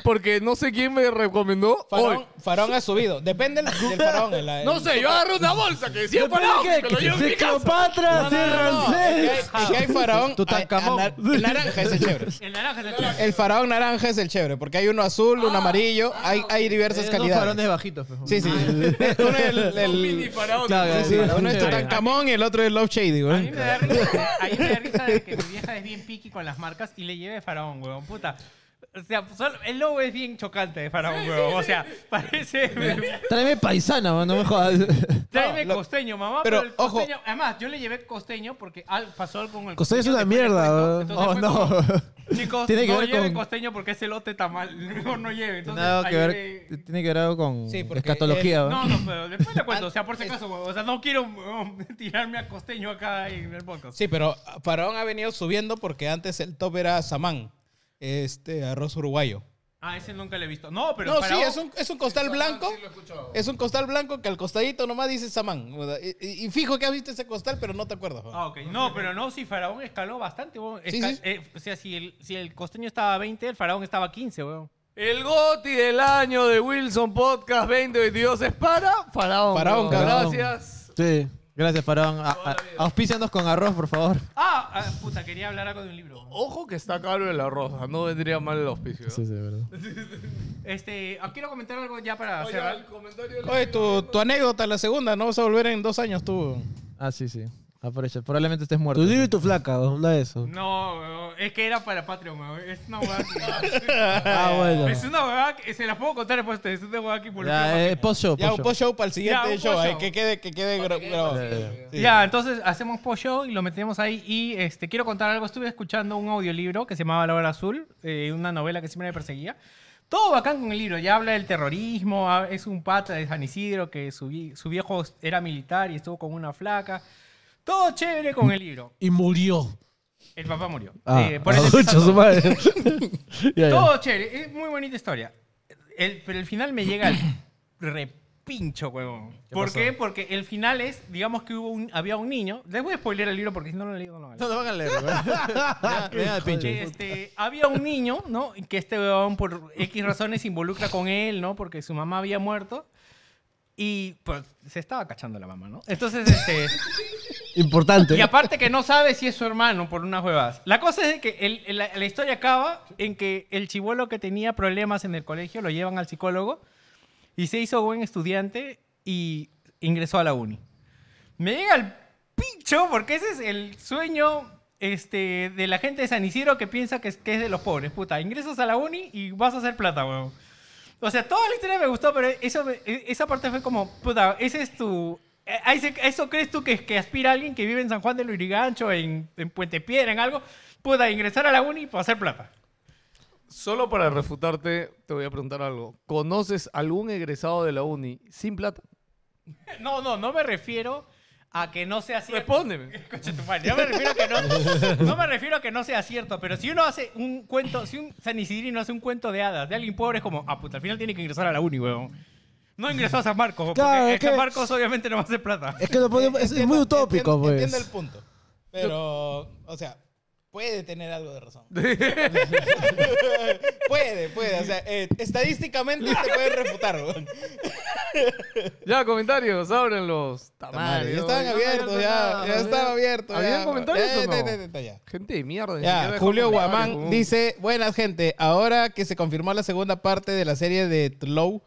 S6: Porque no sé quién me recomendó.
S8: Farón,
S6: Hoy.
S8: farón ha subido. Depende del, del farón. el- el-
S6: No sé, yo agarré una bolsa que decía
S7: Depende
S6: faraón.
S7: que-
S6: Que lo llevo en
S7: si
S6: mi casa.
S7: Cleopatra,
S8: No,
S7: si
S8: no, no, no. Es
S7: Ramsés.
S8: que hay- es que hay farón.
S9: Tutankamón.
S8: a- a nar- el naranja es el chévere.
S3: El naranja es el chévere.
S8: El faraón naranja es el chévere, porque hay uno azul, uno amarillo, hay, hay
S9: eh,
S8: diversas
S9: dos
S8: calidades.
S9: farones bajitos. pues.
S8: Sí,
S3: Ah.
S8: sí. uno es el,
S6: Son mini
S8: el-
S6: faraones.
S9: Claro,
S8: sí, sí,
S9: sí,
S8: uno es
S9: sí.
S8: Tutankamón y el otro es Love Shady,
S3: A
S8: güey.
S3: mí me da risa, a mí me da risa de que mi vieja es bien piqui con las marcas y le lleve faraón, weón. Puta. O sea, solo- el logo es bien chocante de faraón, weón. O sea, parece.
S9: Tráeme paisana, man, no me jodas.
S3: Tráeme
S8: lo-
S3: costeño, mamá.
S8: pero,
S3: Pero, el
S8: ojo.
S3: costeño. Además, yo le llevé costeño porque al- pasó algo con el
S7: Costeño es una
S3: después le
S7: mierda,
S3: cuento.
S7: weón.
S3: pues, Entonces
S9: Oh,
S3: fue
S9: no.
S3: como, Chicos,
S9: Tiene que
S3: no
S9: ver
S3: lleven
S9: con-
S3: costeño porque ese lote está mal. Mejor no lleven. Entonces,
S9: Nada que ver-
S3: ayer le-
S9: tiene que ver algo con
S8: Sí, porque
S9: escatología, ¿va?
S3: No, no, pero después le cuento. O sea, por si acaso, weón. O sea, no quiero weón, tirarme a costeño acá en el podcast.
S8: Sí, pero faraón ha venido subiendo porque antes el top era samán, este arroz uruguayo.
S3: Ah, ese nunca lo he visto. No, pero
S8: no, sí,
S3: faraón-
S8: es un, es un costal blanco. es un costal blanco que al costadito nomás dice samán. Y, y- y fijo que has visto ese costal, pero no te acuerdas. weón.
S3: Ah, ok. No, pero no, si Faraón escaló bastante, weón.
S8: Sí,
S3: Esca-
S8: sí.
S3: eh, o sea, si el, si el costeño estaba a 20, el Faraón estaba a 15, weón.
S6: El GOTI del año de Wilson Podcast 2022 es para Faraón.
S8: Faraón,
S6: bro.
S8: cabrón.
S6: Gracias.
S7: Sí.
S9: Gracias, Farón. A- a- Auspícianos con arroz, por favor.
S3: Ah, ah, puta, quería hablar algo de un libro.
S6: Ojo que está caro el arroz, ah, no vendría mal el auspicio. ¿eh? ¿no?
S7: sí, verdad.
S3: Este, ah, quiero comentar algo ya para
S6: Oye,
S3: cerrar.
S6: el comentario de la-
S8: Oye, tu, tu anécdota, la segunda, no vas a volver en dos años tú.
S9: Ah, sí, sí. Aprovecha. Probablemente estés muerto.
S7: Tu libro y tu flaca, una de eso.
S3: No, weón, es que era para Patreon, weón. Es una hueá
S7: Ah, bueno.
S3: Es una hueá que se las puedo contar después. ustedes, Es una hueá que involucra
S9: Ya,
S3: a
S9: eh, post-show,
S8: Ya, un
S9: post-show.
S8: post-show para el siguiente
S3: Ya, un
S8: show.
S3: post-show.
S8: eh, que quede, que quede gra- grabado.
S7: eh,
S8: Sí.
S3: Ya, entonces hacemos post-show y lo metemos ahí. Y este, quiero contar algo. Estuve escuchando un audiolibro que se llamaba La Hora Azul, eh, una novela que siempre me perseguía. Todo bacán con el libro. Ya habla del terrorismo, ha- es un pata de San Isidro que su, vi- su viejo era militar y estuvo con una flaca. Todo chévere con el libro.
S7: Y murió.
S3: El papá murió.
S7: Ah,
S3: Eh, por eso
S7: chucha,
S3: empieza
S7: su
S3: todo.
S7: madre. Ya, ya.
S3: Todo chévere, es muy bonita historia. El- pero el final me llega al repincho, huevón. ¿Por qué? Porque el final es, digamos que hubo un, había un niño. Les voy a spoiler el libro porque si no lo he leído, no lo van a leer.
S9: No lo van a leer, güey. Ya, ya, el
S3: Que,
S9: pinche.
S3: este, había un niño, ¿no? Que este huevón por X razones se involucra con él, ¿no? Porque su mamá había muerto. Y pues se estaba cachando la mamá, ¿no? Entonces, este.
S7: Importante.
S3: Y aparte que no sabe si es su hermano por unas huevas. La cosa es de que el- el- la, la historia acaba en que el chivuelo que tenía problemas en el colegio lo llevan al psicólogo y se hizo buen estudiante y ingresó a la uni. Me llega el pincho porque ese es el sueño este, de la gente de San Isidro que piensa que es, que es de los pobres. Puta, ingresas a la uni y vas a hacer plata, huevón. O sea, toda la historia me gustó, pero eso, me- e- esa parte fue como, puta, ese es tu... e- a ese- a ¿Eso crees tú que, que aspira alguien que vive en San Juan de Lurigancho, en, en Puente Piedra, en algo? Puta, ingresar a la uni para hacer plata.
S6: Solo para refutarte, te voy a preguntar algo. ¿Conoces algún egresado de la uni sin plata?
S3: No, no, no me refiero a que no sea cierto.
S6: Respóndeme.
S3: Concha tu madre, No me refiero a que no, no me refiero a que no sea cierto, pero si uno hace un cuento, si un San Isidrino hace un cuento de hadas de alguien pobre es como, ah puta, al final tiene que ingresar a la uni, weón. No ingresó a San Marcos, porque
S7: Claro,
S3: en
S7: es
S3: San
S7: que-
S3: Marcos obviamente no va a hacer plata.
S7: Es que no podemos, es, es muy utópico,
S8: entiendo,
S7: pues.
S8: Entiendo el punto. Pero, o sea, puede tener algo de razón. puede, puede. O sea, eh, estadísticamente te pueden refutar. weón.
S6: Ya, comentarios, ábrenlos. Ta madre,
S8: ya
S6: no,
S8: estaban
S6: no
S8: abiertos,
S6: había
S8: ya.
S6: nada,
S8: Ya
S6: había-
S8: estaban abiertos.
S6: ¿Habían
S8: ya. Eh,
S6: comentarios
S8: Ya,
S6: o no?
S8: ya, ya, ya, ya.
S6: Gente de mierda. ni siquiera
S8: Ya,
S6: deja
S8: Julio
S6: comentarios,
S8: Guamán
S6: huevón.
S8: dice, buenas gente, ahora que se confirmó la segunda parte de la serie de Tlow,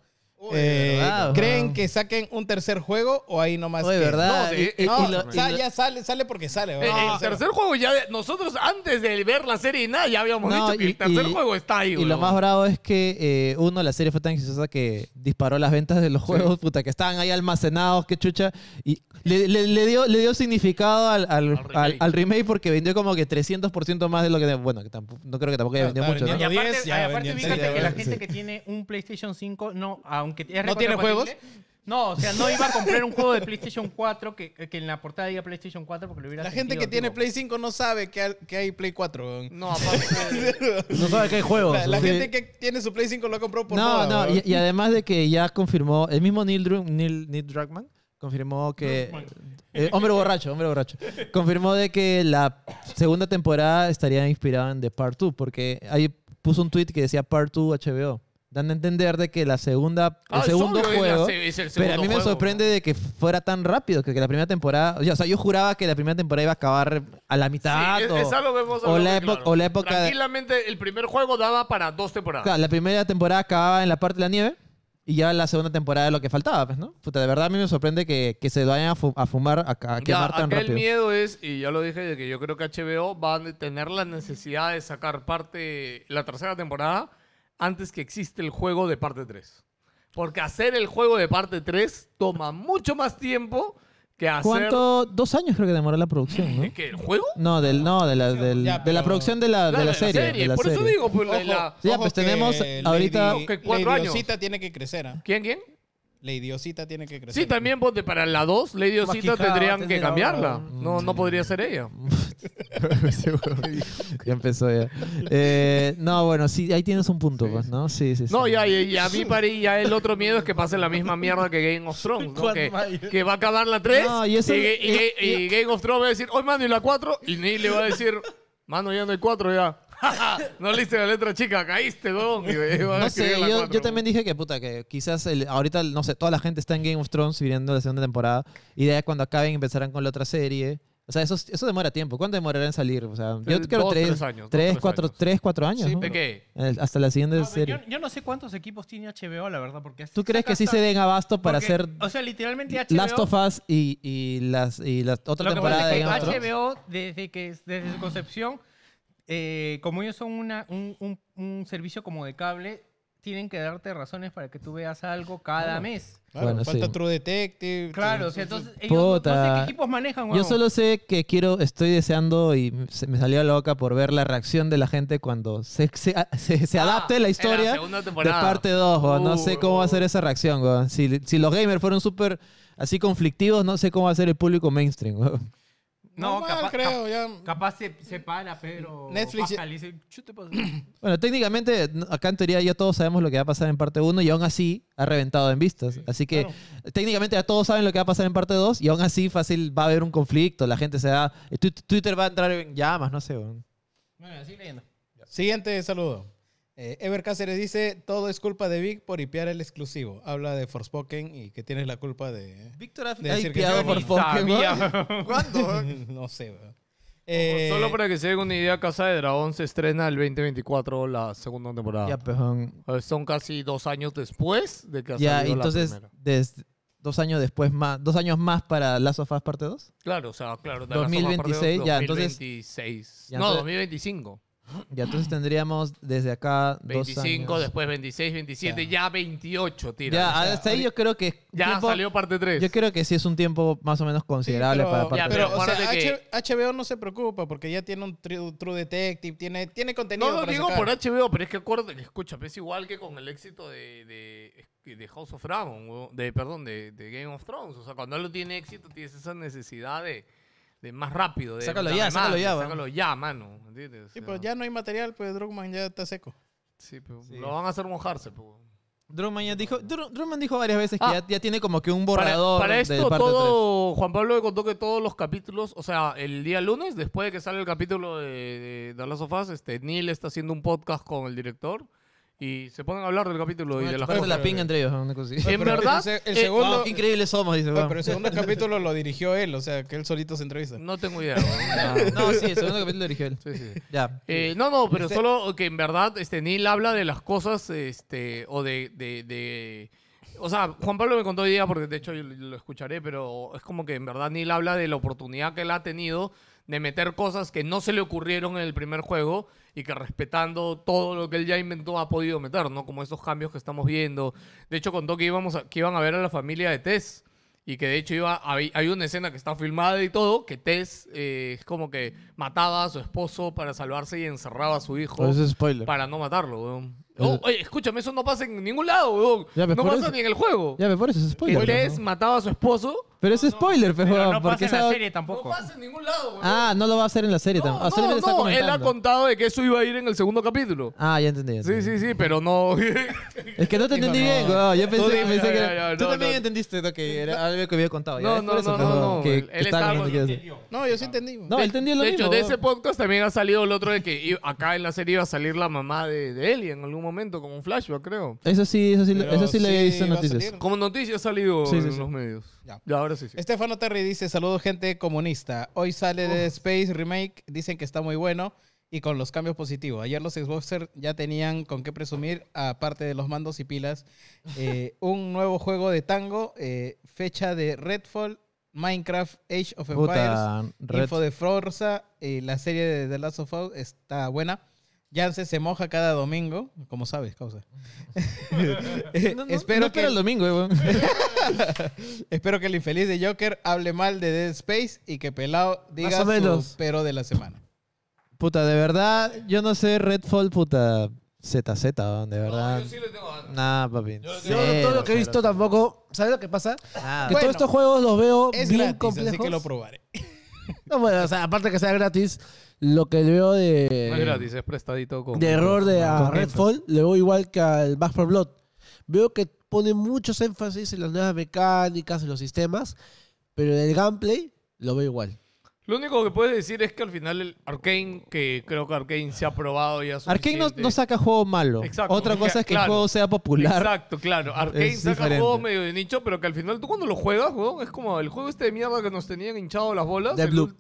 S8: eh,
S9: ¿verdad?
S8: ¿creen que saquen un tercer juego o ahí nomás?
S9: Oye,
S8: queda?
S9: ¿verdad?
S6: No, de-
S9: Y- y-
S8: No,
S9: y lo-
S8: o
S9: y
S8: sea,
S9: lo-
S8: ya sale, sale porque sale.
S6: Eh,
S8: ¿verdad?
S6: el tercer juego ya, de- nosotros antes de ver la serie y nada, ya habíamos
S9: No,
S6: dicho que
S9: y-
S6: el tercer
S9: y-
S6: juego está ahí,
S9: Y lo
S6: huevón.
S9: más bravo es que, eh, uno, la serie fue tan exitosa que disparó las ventas de los juegos, puta, que estaban ahí almacenados, que chucha. Y le, le- le dio, le dio significado al, al, al- al remake.
S6: remake.
S9: porque vendió como que 300% más de lo que... Bueno, que tampoco, no creo que tampoco haya
S8: Claro,
S9: vendido mucho,
S8: está
S9: ¿no?
S3: Y
S8: vendiendo.
S3: aparte,
S8: 10, ya
S3: ay, aparte
S8: vendían
S3: ubícate
S8: 30,
S3: que la
S8: sí.
S3: gente que tiene un PlayStation 5, no, aunque es
S8: ¿No
S3: recontrapatible,
S8: tiene juegos?
S3: No, o sea, no iba a comprar un juego de PlayStation 4 que, que en la portada diga PlayStation 4 porque lo hubiera
S8: La gente
S3: sentido,
S8: que tiene
S3: tipo.
S8: Play 5 no sabe que, al- que hay Play 4. weón.
S6: No, aparte.
S7: No sabe que hay juegos.
S8: La, la
S7: Sí.
S8: gente que tiene su Play 5 lo ha comprado por
S9: No,
S8: moda,
S9: no,
S8: weón.
S9: y, y además de que ya confirmó, el mismo Neil, Dru- Neil, Neil Druckmann confirmó que... eh, hombre borracho, hombre borracho. Confirmó de que la segunda temporada estaría inspirada en The Part 2, porque ahí puso un tweet que decía Part 2 HBO, dando a entender de que la segunda, el
S6: Ah, es
S9: segundo
S6: obvio, es la
S9: juego...
S6: se- es el
S9: Pero a
S6: segundo
S9: mí me
S6: juego,
S9: sorprende de que fuera tan rápido, que, que la primera temporada... O sea, yo juraba que la primera temporada iba a acabar a la mitad
S6: Sí, es,
S9: o,
S6: es algo que hemos
S9: o
S6: hablado
S9: la
S6: muy
S9: época,
S6: claro.
S9: o la época... de-
S6: Tranquilamente, el primer juego daba para dos temporadas.
S9: Claro, la primera temporada acababa en la parte de la nieve y ya la segunda temporada es lo que faltaba, pues, ¿no? Puta, de verdad a mí me sorprende que, que se vayan a, fu- a fumar, a, ca- a
S6: Ya,
S9: quemar
S6: acá
S9: tan
S6: el
S9: rápido.
S6: miedo es, y ya lo dije, de que yo creo que HBO va a tener la necesidad de sacar parte, la tercera temporada, antes que existe el juego de parte 3. Porque hacer el juego de parte 3 toma mucho más tiempo que hacer...
S9: ¿Cuánto? Dos años creo que demoró la producción, ¿no?
S6: ¿Que el juego?
S9: No, del, no de, la, del-
S8: Ya,
S9: de la
S8: pero-
S9: producción de la, de
S6: Claro,
S9: la serie. de la
S6: Por eso
S9: serie.
S6: digo, pues, la-
S8: Ojo,
S6: la-
S9: Ya,
S8: ojo
S9: pues,
S8: que
S9: tenemos ahorita-
S8: Lady,
S6: Que cuatro
S8: Lady
S6: años.
S8: Osita tiene que crecer, ¿ah?
S6: ¿Quién, quién?
S8: Lady Osita tiene que crecer.
S6: Sí, también ponte para la 2, Lady Osita
S10: Maquijada,
S6: tendrían que
S10: tendría
S6: cambiarla.
S10: ahora.
S6: No, no podría ser ella.
S9: Mm. Ese huevón. ya empezó ya. Eh, no, bueno, sí, ahí tienes un punto, pues, ¿no? Sí, sí, sí.
S6: No, ya, ya, ya, a mí para ya el otro miedo es que pase la misma mierda que Game of Thrones, ¿no? que, que va a acabar la 3
S9: No, y
S6: y,
S9: eso-
S6: Ga- y Ga-
S9: y-
S6: y Game of Thrones va a decir, hoy mano, y la 4, y Neil le va a decir, mano, ya no hay 4 ya. no leíste la letra chica, caíste, weón. Y me iba a
S9: No sé,
S6: escribir la
S9: yo,
S6: cuatro,
S9: yo también
S6: weón.
S9: dije que puta, que quizás el- ahorita, no sé, toda la gente está en Game of Thrones viendo la segunda temporada y de ahí cuando acaben empezarán con la otra serie. O sea, eso, eso demora tiempo. ¿Cuánto demorará en salir? O sea, yo
S6: Tres-
S9: creo
S6: Eh, dos,
S9: tres,
S6: tres años, dos,
S9: tres,
S6: tres
S9: cuatro,
S6: años.
S9: tres, cuatro años.
S6: Sí, eh,
S9: ¿no?
S6: ¿de qué?
S9: El- hasta la siguiente
S3: No, pero
S9: serie.
S3: yo, yo no sé cuántos equipos tiene HBO, la verdad, porque...
S9: ¿Tú crees que sí
S3: saca
S9: se den abasto para
S3: Porque,
S9: hacer
S3: O sea, literalmente HBO.
S9: Last of Us y, y las, y la otra
S3: lo que
S9: temporada
S3: pasa
S9: de
S3: es
S9: Game of
S3: que
S9: Thrones?
S3: HBO, desde, que, desde su concepción, eh, como ellos son una, un, un- un servicio como de cable, tienen que darte razones para que tú veas algo cada mes.
S8: Claro,
S9: Bueno,
S8: falta
S9: sí.
S8: True Detective.
S3: Claro, o sea,
S8: sí, sí.
S3: entonces ellos no- no sé
S9: Puta.
S3: qué equipos manejan,
S9: Yo
S3: huevón.
S9: solo sé que quiero, estoy deseando y se- me salió la boca por ver la reacción de la gente cuando se, se, se- se
S6: Ah,
S9: adapte
S6: en
S9: la historia
S6: segunda
S9: de
S6: temporada.
S9: parte 2. no sé cómo va a ser
S6: Uh,
S9: esa reacción. weón. Si, si los gamers fueron súper así conflictivos, no sé cómo va a ser el público mainstream. weón.
S3: No,
S8: Normal,
S3: capaz,
S8: creo,
S3: cap-
S8: ya.
S3: capaz se, se para, pero.
S8: Netflix-
S3: Baja, le dice, "Chute, pues".
S9: Bueno, técnicamente, n- acá en teoría ya todos sabemos lo que va a pasar en parte 1 y aún así ha reventado en vistas. Así que técnicamente ya todos saben lo que va a pasar en parte 2 y aún así fácil va a haber un conflicto. La gente se va... tu- Twitter va a entrar en llamas, no sé. weón.
S3: Bueno, sigue leyendo.
S8: Siguiente saludo. Eh, Ever Cáceres dice, todo es culpa de Vic por hipear el exclusivo. Habla de Forspoken y que tienes la culpa de...
S9: Víctor ha
S8: De decir que
S9: hypeado
S8: yo
S9: por
S8: ni
S9: Pokémon.
S8: no sé, weón. Eh,
S6: Solo para que se den una idea, Casa de Dragón se estrena el 2024 la segunda temporada.
S9: Ya, pejón.
S6: Eh, Son casi dos años después de que ha
S9: Ya,
S6: salido la
S9: entonces,
S6: primera.
S9: des- dos años después más, dos años más para Last of Us parte 2.
S6: Claro, o sea, claro.
S9: 2026, ya, entonces-
S6: 2026.
S9: Ya,
S6: no,
S9: entonces-
S6: 2025.
S9: Ya, entonces tendríamos desde acá dos
S6: 25,
S9: años.
S6: después 26, 27, ya 28, tira.
S9: Ya,
S6: Ya,
S9: hasta ahí yo creo que es tiempo-
S6: salió parte 3.
S9: Yo creo que sí es un tiempo más o menos considerable para
S6: Ya,
S9: parte
S6: pero-
S9: dos.
S8: o sea,
S6: acuérdate que-
S8: H- HBO no se preocupa porque ya tiene un True, True Detective, tiene, tiene contenido.
S6: No lo
S8: para
S6: digo
S8: sacar.
S6: por HBO, pero es que acuérdate, escúchame, es igual que con el éxito de, de- de House of Dragon, huevón, de, perdón, de, de Game of Thrones. O sea, cuando algo tiene éxito, tienes esa necesidad de, de más rápido. De,
S9: Sácalo
S6: de
S9: ya,
S6: demanda,
S9: sácalo ya, weón.
S6: Sácalo ya, mano. ¿entiendes? O
S8: Sí,
S6: sea,
S8: pues ya no hay material, pues Druckmann ya está seco.
S6: sí, pero Lo van a hacer mojarse, pues, huevón.
S9: Drummond ya dijo, Dru- Drummond dijo varias veces que
S6: Ah.
S9: ya, ya tiene como que un
S6: Para,
S9: borrador
S6: para
S9: de
S6: esto
S9: parte tres.
S6: todo, Juan Pablo me contó que todos los capítulos, o sea, el día lunes, después de que sale el capítulo de, de, de Last of Us, este, Neil está haciendo un podcast con el director y se ponen a hablar del capítulo y de las
S9: Parte
S6: cosas.
S9: de la pinga entre ellos, una cosa así.
S6: En
S8: Pero
S6: verdad,
S8: el se- el
S6: eh,
S8: segundo-
S9: Wow, qué increíbles somos, dice.
S8: Oye,
S9: weón.
S8: pero el segundo capítulo lo dirigió él, o sea, que él solito se entrevista.
S6: No tengo idea. weón.
S9: No, sí, el segundo capítulo lo dirigió él.
S6: Sí, sí.
S9: Ya.
S6: Eh, no, no, pero solo que en verdad este, Neil habla de las cosas este, o de, de- de- O sea, Juan Pablo me contó hoy día, porque de hecho yo lo escucharé, pero es como que en verdad Neil habla de la oportunidad que él ha tenido de meter cosas que no se le ocurrieron en el primer juego y que respetando todo lo que él ya inventó ha podido meter, ¿no? Como estos cambios que estamos viendo. De hecho contó que, íbamos a- que iban a ver a la familia de Tess. Y que de hecho iba, hay, hay una escena que está filmada y todo, que Tess eh, es como que mataba a su esposo para salvarse y encerraba a su hijo
S9: Eso es spoiler.
S6: para no matarlo, weón.
S9: Eso-
S6: Oh, oye, escúchame, eso no pasa en ningún lado, weón.
S9: Ya, pero
S6: no
S9: por
S6: pasa
S9: eso-
S6: ni en el juego.
S9: Ya, me parece es
S6: que
S9: spoiler.
S6: Tess
S9: ¿no?
S6: mataba a su esposo,
S9: Pero es spoiler, pe,
S3: Pero
S9: huevón,
S3: no pasa
S9: porque
S3: en la
S9: esa-
S3: serie
S6: no
S3: tampoco.
S6: pasa en ningún lado, weón.
S9: Ah, no lo va a hacer en la serie
S6: no,
S9: tampoco.
S6: no,
S9: Ah, solamente está
S6: no, él ha
S9: comentando.
S6: contado de que eso iba a ir en el segundo capítulo.
S9: Ah, ya entendí. ya
S6: Sí,
S9: entendí.
S6: sí, sí, pero no.
S9: Es que no te
S8: Dijo,
S9: entendí
S8: no.
S9: bien, weón. Yo pensé,
S6: dime,
S9: pensé
S6: ya,
S9: que
S6: ya,
S9: era-
S6: ya,
S9: Tú
S6: no,
S9: también
S6: no.
S9: entendiste ¿no? que era algo que había contado. ya,
S6: No,
S9: es por
S6: no,
S9: eso,
S6: no,
S9: pues,
S6: no,
S9: huevón,
S6: no,
S9: Que,
S6: él-
S9: que estaba
S6: él estaba
S9: contando
S6: con-
S9: que iba a hacer.
S8: No, yo sí entendí.
S9: No, él entendió lo
S6: de
S9: mismo.
S6: hecho, de
S9: huevón.
S6: ese podcast también ha salido el otro de que i- acá en la serie iba a salir la mamá de, de Ellie en algún momento, como un flashback, creo.
S9: Eso sí, eso sí,
S8: Pero
S9: eso sí, le había
S8: sí
S9: visto en
S8: va a
S9: noticias.
S8: salir.
S6: Como noticia ha salido
S9: Sí, Este- sí,
S6: en
S9: sí.
S6: los medios.
S8: Ya.
S6: Ya, ahora sí, sí.
S8: Estefano Terry dice, saludos gente comunista. Hoy sale de Space Remake, dicen que está muy bueno y con los cambios positivos. Ayer los Xboxers ya tenían con qué presumir, aparte de los mandos y pilas, eh, un nuevo juego de tango, eh, fecha de Redfall, Minecraft, Age of Empires,
S9: Puta, red.
S8: Info de Forza, eh, la serie de The Last of Us está buena. Yance se moja cada domingo, como sabes, causa. Eh,
S9: No, no, no
S8: espero
S9: espera
S8: que
S9: el domingo, eh, huevón.
S8: Espero que el infeliz de Joker hable mal de Dead Space y que Pelao diga
S9: Más o
S8: su
S9: menos.
S8: pero de la semana.
S9: Puta, de verdad, yo no sé Redfall, puta. ZZ, weón, de verdad.
S6: Yo sí le tengo ganas.
S9: Nah, papi.
S7: Yo
S9: cero,
S7: todo lo que he visto
S9: cero, Ah. cero.
S7: tampoco. ¿Sabes lo que pasa?
S9: Nada.
S7: Que todos estos juegos los veo
S8: Es
S7: bien
S8: gratis,
S7: complejos.
S8: así que lo probaré.
S7: No, bueno, o sea, aparte que sea gratis, lo que le veo de.
S6: No es gratis, es prestadito con.
S7: de error de a
S9: con
S7: Redfall, le veo igual que al Back 4 Blood. Veo que pone muchos énfasis en las nuevas mecánicas, en los sistemas, pero en el gameplay lo veo igual.
S6: Lo único que puedes decir es que al final el Arkane, que creo que Arkane se ha probado ya
S9: Arkane no,
S6: suficiente.
S9: no saca juego malo.
S6: Exacto,
S9: Otra
S6: o
S9: cosa
S6: sea,
S9: es que el
S6: claro.
S9: juego sea popular.
S6: Exacto, claro. Arkane
S9: Es
S6: saca
S9: diferente.
S6: juegos medio de nicho, pero que al final tú cuando lo juegas, weón, es como el juego este de mierda que nos tenían hinchado las bolas. el
S9: Deathloop.
S6: ult-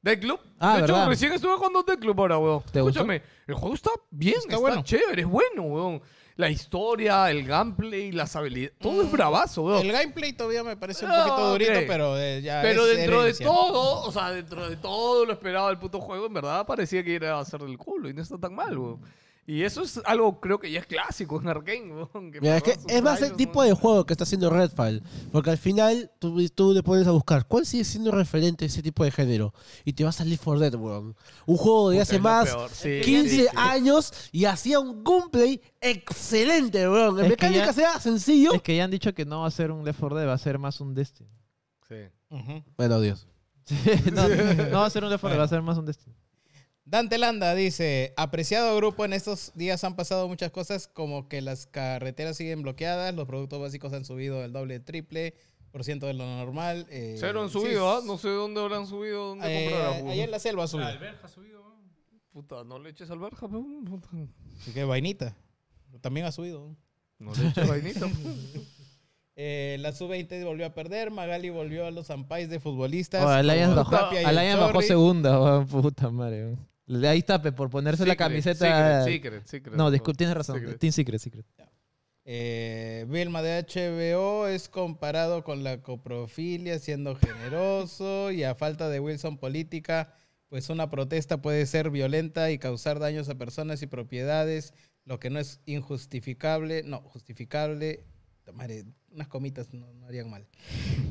S6: Deathloop.
S9: Ah,
S6: de hecho,
S9: verdad.
S6: recién estuve jugando Deathloop ahora, weón.
S9: ¿Te gustó?
S6: Escúchame, el juego está bien, está,
S8: bueno.
S6: chévere, es bueno, weón. La historia, el gameplay, las habilidades, todo es bravazo, weón.
S8: El gameplay todavía me parece un
S6: Ah,
S8: poquito durito,
S6: ok.
S8: pero eh, ya
S6: Pero
S8: es
S6: dentro de
S8: herencia.
S6: todo, o sea, dentro de todo lo esperado del puto juego, en verdad parecía que iba a ser del culo y no está tan mal, weón. Y eso es algo, creo que ya es clásico en Arkane, weón. que
S7: Mira, es, que
S6: sus
S7: es más el
S6: trailers,
S7: tipo
S6: weón.
S7: de juego que está haciendo Redfall. Porque al final tú, tú le pones a buscar cuál sigue siendo referente a ese tipo de género. Y te vas a Live for Dead, weón. Un juego de
S6: Puta,
S7: hace
S6: es lo
S7: más
S6: peor, sí,
S7: 15
S6: sí, sí.
S7: años y hacía un gameplay excelente, weón. En
S9: Es que
S7: mecánica
S9: ya-
S7: sea sencillo.
S9: Es que ya han dicho que no va a ser un Left 4 Dead, va a ser más un Destiny.
S6: Sí.
S8: Ujú.
S7: Bueno, Dios.
S9: no, no va a ser un Left 4 Dead, va a ser más un Destiny.
S8: Dante Landa dice, apreciado grupo, en estos días han pasado muchas cosas como que las carreteras siguen bloqueadas, los productos básicos han subido el doble, triple por ciento de lo normal. eh,
S6: Cero han
S8: sí,
S6: subido, ¿ah? No sé dónde habrán subido, dónde
S8: eh,
S6: comprarán, weón.
S8: allá en la selva ha subido.
S6: Puta, no le eches alberja, weón. Puta.
S8: Así que vainita. También ha subido.
S6: No le eches vainita, weón.
S8: Eh, la sub-20 volvió a perder, Magali volvió a los ampais de futbolistas.
S9: Oh, Alliance
S8: como
S9: bajó,
S8: Tapia y el
S9: Alliance bajó
S8: Chorri.
S9: segunda, weón, puta madre. weón. Le- Ahí tape por ponerse la
S6: Secret,
S9: camiseta.
S6: Secret, secret, secret,
S9: no,
S6: weón.
S9: disculpe, tienes razón.
S6: Secret.
S9: Team Secret, Secret.
S8: Eh, Vilma de HBO es comparado con la coprofilia, siendo generoso y a falta de Wilson política, pues una protesta puede ser violenta y causar daños a personas y propiedades, lo que no es injustificable, no, justificable. Puta madre, unas comitas no, no harían mal.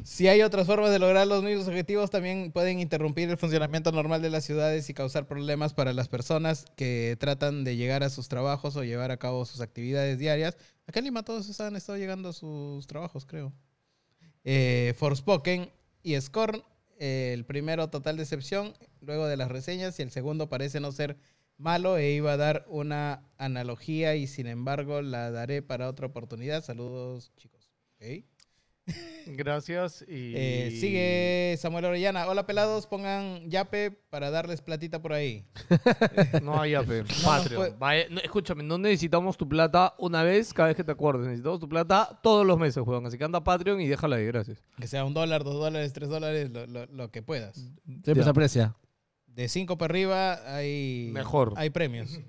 S8: Si hay otras formas de lograr los mismos objetivos, también pueden interrumpir el funcionamiento normal de las ciudades y causar problemas para las personas que tratan de llegar a sus trabajos o llevar a cabo sus actividades diarias. Acá en Lima todos han estado llegando a sus trabajos, creo. Eh, Forspoken y Scorn, eh, el primero total decepción, luego de las reseñas, y el segundo parece no ser malo e iba a dar una analogía y sin embargo la daré para otra oportunidad. Saludos, chicos. Ok.
S6: Gracias y...
S8: Eh, sigue Samuel Orellana. Hola pelados, pongan yape para darles platita por ahí.
S6: No hay ape.
S8: puede-
S6: Patreon. Vaya- no, escúchame, no necesitamos tu plata una vez cada vez que te acuerdes. Necesitamos tu plata todos los meses, weón. Así que anda a Patreon y déjala ahí, gracias.
S8: Que sea un dólar, dos dólares, tres dólares, lo, lo- lo que puedas.
S7: Siempre se aprecia.
S8: De cinco para arriba hay,
S6: Mejor.
S8: hay premios.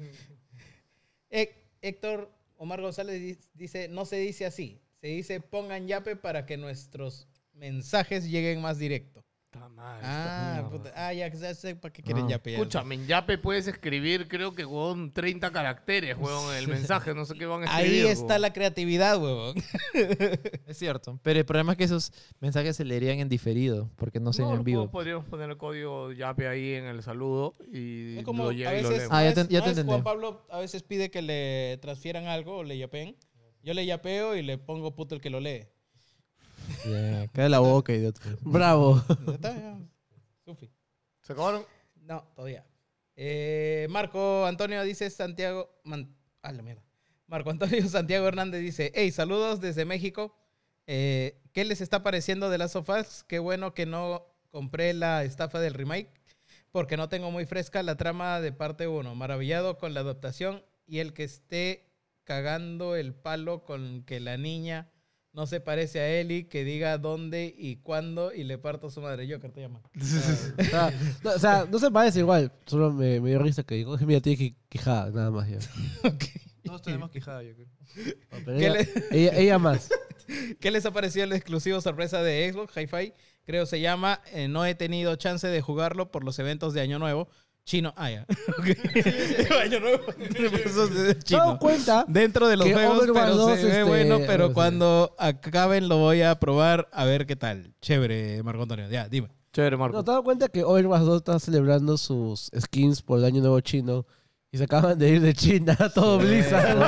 S8: Hec- Héctor Omar González di- dice, no se dice así. Se dice pongan yape para que nuestros mensajes lleguen más directo. Ah, puta. Ah, ya, ya sé para qué quieren yape. ya.
S6: Ah, Escúchame, en Yape puedes escribir, creo que, weón, 30 caracteres, weón, en el mensaje. No sé qué van a escribir.
S8: Ahí está la creatividad, huevón.
S9: Es cierto. Pero el problema es que esos mensajes se leerían en diferido, porque no sean
S6: No,
S9: en vivo.
S6: Podríamos poner el código Yape ahí en el saludo y
S8: Es como
S6: lo
S8: a
S6: lle- lo
S8: veces,
S6: leemos.
S9: Ah, ya
S8: ¿no
S9: te-
S8: es-
S9: ya
S8: no
S9: te
S8: es
S9: entendí.
S8: Juan Pablo a veces pide que le transfieran algo o le yapen. Yo le yapeo y le pongo puto el que lo lee.
S9: Ya, cae la boca, idiota.
S7: Bravo.
S8: Ya está, ya. Sufi.
S6: ¿Se acabaron?
S8: No, todavía. Eh, Marco Antonio dice Santiago. Man- ah, la mierda. Marco Antonio Santiago Hernández dice: Hey, saludos desde México. Eh, ¿Qué les está pareciendo de las sofás? Qué bueno que no compré la estafa del remake, porque no tengo muy fresca la trama de parte 1. Maravillado con la adaptación y el que esté cagando el palo con que la niña no se parece a Eli, que diga dónde y cuándo y le parto a su madre. Yo, que te llama.
S7: O sea, no, o sea, no se parece igual. Solo me, me dio risa que dijo, mira, tiene que quijada, nada más. Ya.
S9: Todos tenemos quijada, yo creo.
S7: Pero
S8: ¿Qué
S7: ella,
S8: le-
S7: ella- ella más.
S8: ¿Qué les ha parecido el exclusivo sorpresa de Xbox Hi-Fi? Creo se llama. Eh, no he tenido chance de jugarlo por los eventos de Año Nuevo. Chino. Ah, ya. Ok. Año Nuevo. Esos de
S7: ¿Se dan
S8: eh, Chino.
S7: cuenta?
S8: Dentro de los
S7: que
S8: juegos,
S7: Overwatch
S8: pero
S7: 2,
S8: se ve
S7: este,
S8: bueno,
S7: no
S8: pero
S7: sé.
S8: cuando acaben lo voy a probar a ver qué tal. Chévere, Marco Antonio. Ya, dime.
S6: Chévere, Marco.
S7: ¿No te has dado cuenta que Overwatch 2 está celebrando sus skins por el año nuevo chino? Y se acaban de ir de China, todo Blizzard.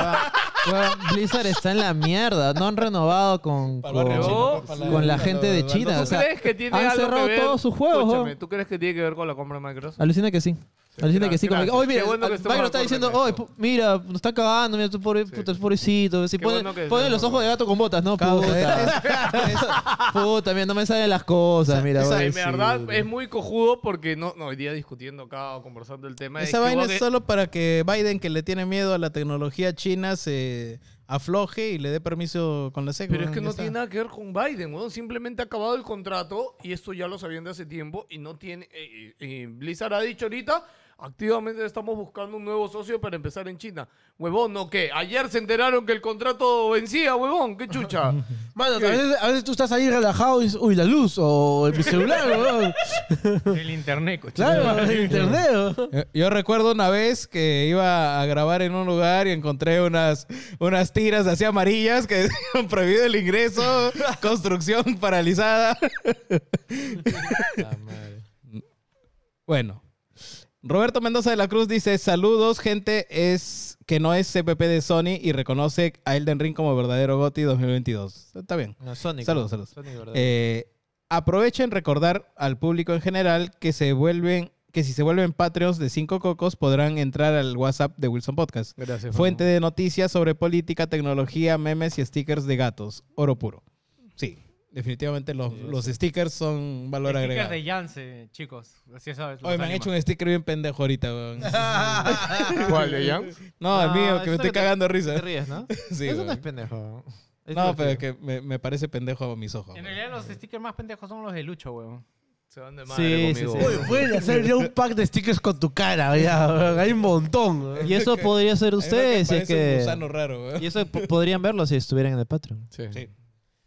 S9: Blizzard está en la mierda. No han renovado con,
S8: Pa'l barrio
S9: con-
S8: chino, pa'l barrio
S9: con la
S8: chino,
S9: gente
S8: lo-
S9: de
S8: lo-
S9: China.
S8: ¿Tú
S9: O sea,
S6: ¿Crees que tiene
S9: han
S6: algo
S9: cerrado
S6: que ver?
S9: todos sus juegos,
S6: Escúchame,
S9: ¿no?
S6: ¿tú crees que tiene que ver con la compra de Microsoft?
S9: alucina que sí. Alucina
S6: gra-
S9: que sí, como que,
S6: gracias.
S9: "Oye, mira,
S6: Qué bueno que estemos
S9: Magro
S6: de
S9: está
S6: acuerdo en
S9: diciendo,
S6: esto".
S9: oye, pu- mira, nos está cagando, mira, tu pobre, puta, pobrecito. Si
S6: Qué
S9: ponen,
S6: bueno que
S9: ponen
S6: estemos
S9: los
S6: de
S9: ojos de gato con botas, ¿no?
S8: Causa,
S9: Puta. Puta, mira, no me salen las cosas, mira.
S8: esa-
S6: Ay,
S9: oye,
S6: en
S9: sí.
S6: verdad es muy cojudo porque no, no, hoy día discutiendo acá o conversando el tema.
S8: Esa
S6: que
S8: vaina
S6: vos-
S8: es solo para que Biden, que le tiene miedo a la tecnología china, se afloje y le dé permiso con la SEC.
S6: Pero es
S8: weón,
S6: que
S8: ya
S6: no
S8: está.
S6: tiene nada que ver con Biden, weón. Simplemente ha acabado el contrato y esto ya lo sabían de hace tiempo y no tiene... eh, eh, eh, Blizzard ha dicho ahorita, activamente estamos buscando un nuevo socio para empezar en China. Huevón, ¿no qué? Ayer se enteraron que el contrato vencía, huevón. ¿Qué chucha?
S7: Mano, a veces, a veces tú estás ahí relajado y dices, uy, la luz o el celular, weón.
S3: El internet, coche.
S7: Claro, el internet. weón.
S8: Yo- Yo recuerdo una vez que iba a grabar en un lugar y encontré unas, unas tiras así amarillas que decían prohibido el ingreso, construcción paralizada. bueno. Roberto Mendoza de la Cruz dice, saludos gente, es que no es CPP de Sony y reconoce a Elden Ring como verdadero GOTY 2022. Está bien.
S9: No, Sonic.
S8: Saludos, saludos.
S9: Sonic, ¿verdad?
S8: Eh, aprovechen recordar al público en general que se vuelven que si se vuelven patreons de cinco cocos podrán entrar al WhatsApp de Wilson Podcast.
S6: Gracias.
S8: Fuente de noticias sobre política, tecnología, memes y stickers de gatos. Oro puro. Sí, definitivamente los, los stickers son valor
S3: Stickers
S8: agregado.
S3: de Yance, chicos. Así sabes.
S8: Hoy me han hecho un sticker bien pendejo ahorita, weón.
S6: ¿Cuál, de Yang?
S8: No, el mío,
S9: eso
S8: que me
S9: es
S8: estoy
S9: que te-
S8: cagando de
S9: Te
S8: risa.
S9: ríes, ¿no?
S8: Sí,
S9: Eso no
S8: weón.
S9: es pendejo. Es
S8: eh. No, pero
S9: divertido.
S8: que me, me parece pendejo a mis ojos.
S3: En
S8: weón.
S3: realidad los stickers más pendejos son los de Lucho, weón.
S6: Se van de
S9: Sí,
S6: madre
S9: sí,
S6: conmigo.
S9: sí.
S6: weón.
S7: Pueden hacer ya un pack de stickers con tu cara, ya, weón. Hay un montón. weón.
S9: Y eso podría ser
S8: Hay uno que
S9: ustedes, si es
S8: parece un gusano
S9: que...
S8: raro, weón.
S9: Y eso po- podrían verlo si estuvieran en el Patreon.
S8: Sí.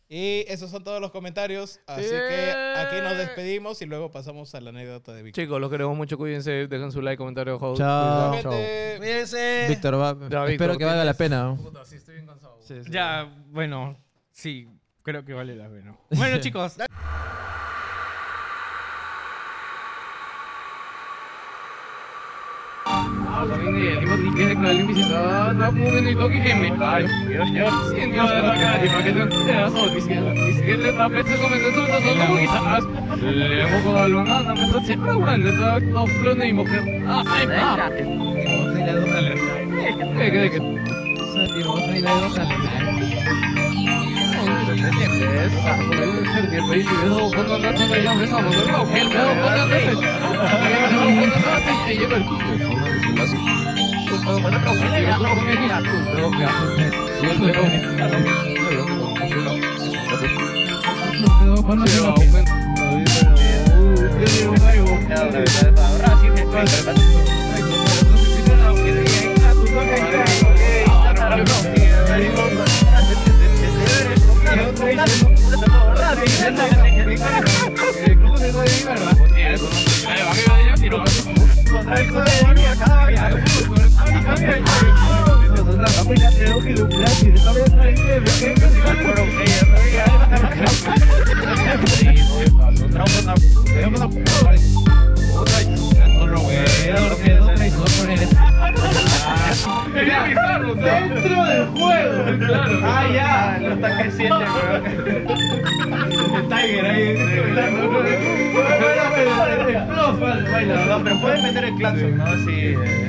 S8: Y esos son todos los comentarios. Así que aquí nos despedimos y luego pasamos a la anécdota de Víctor.
S6: Chicos, los queremos mucho. Cuídense. Dejen su like, comentario.
S8: Pues,
S6: joder.
S9: Chao.
S8: Gente,
S9: Víctor, va-
S6: Ya, Víctor,
S9: espero que valga la
S6: tienes-
S9: pena.
S6: Puta, sí, estoy bien cansado.
S9: Sí, sí.
S3: Ya, bueno, sí, creo que vale la pena. Bueno, chicos,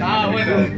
S3: Ah, eh. este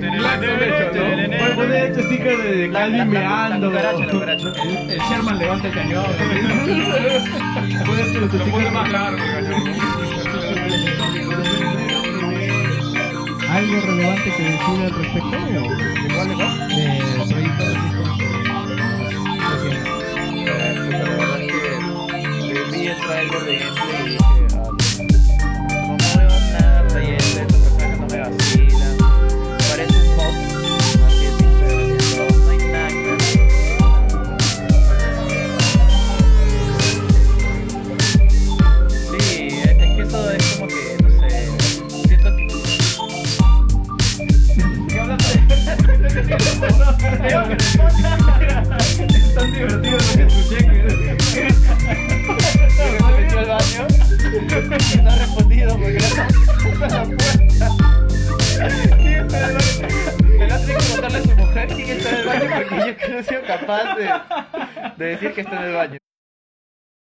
S3: este
S5: capaz de decir que está en el baño.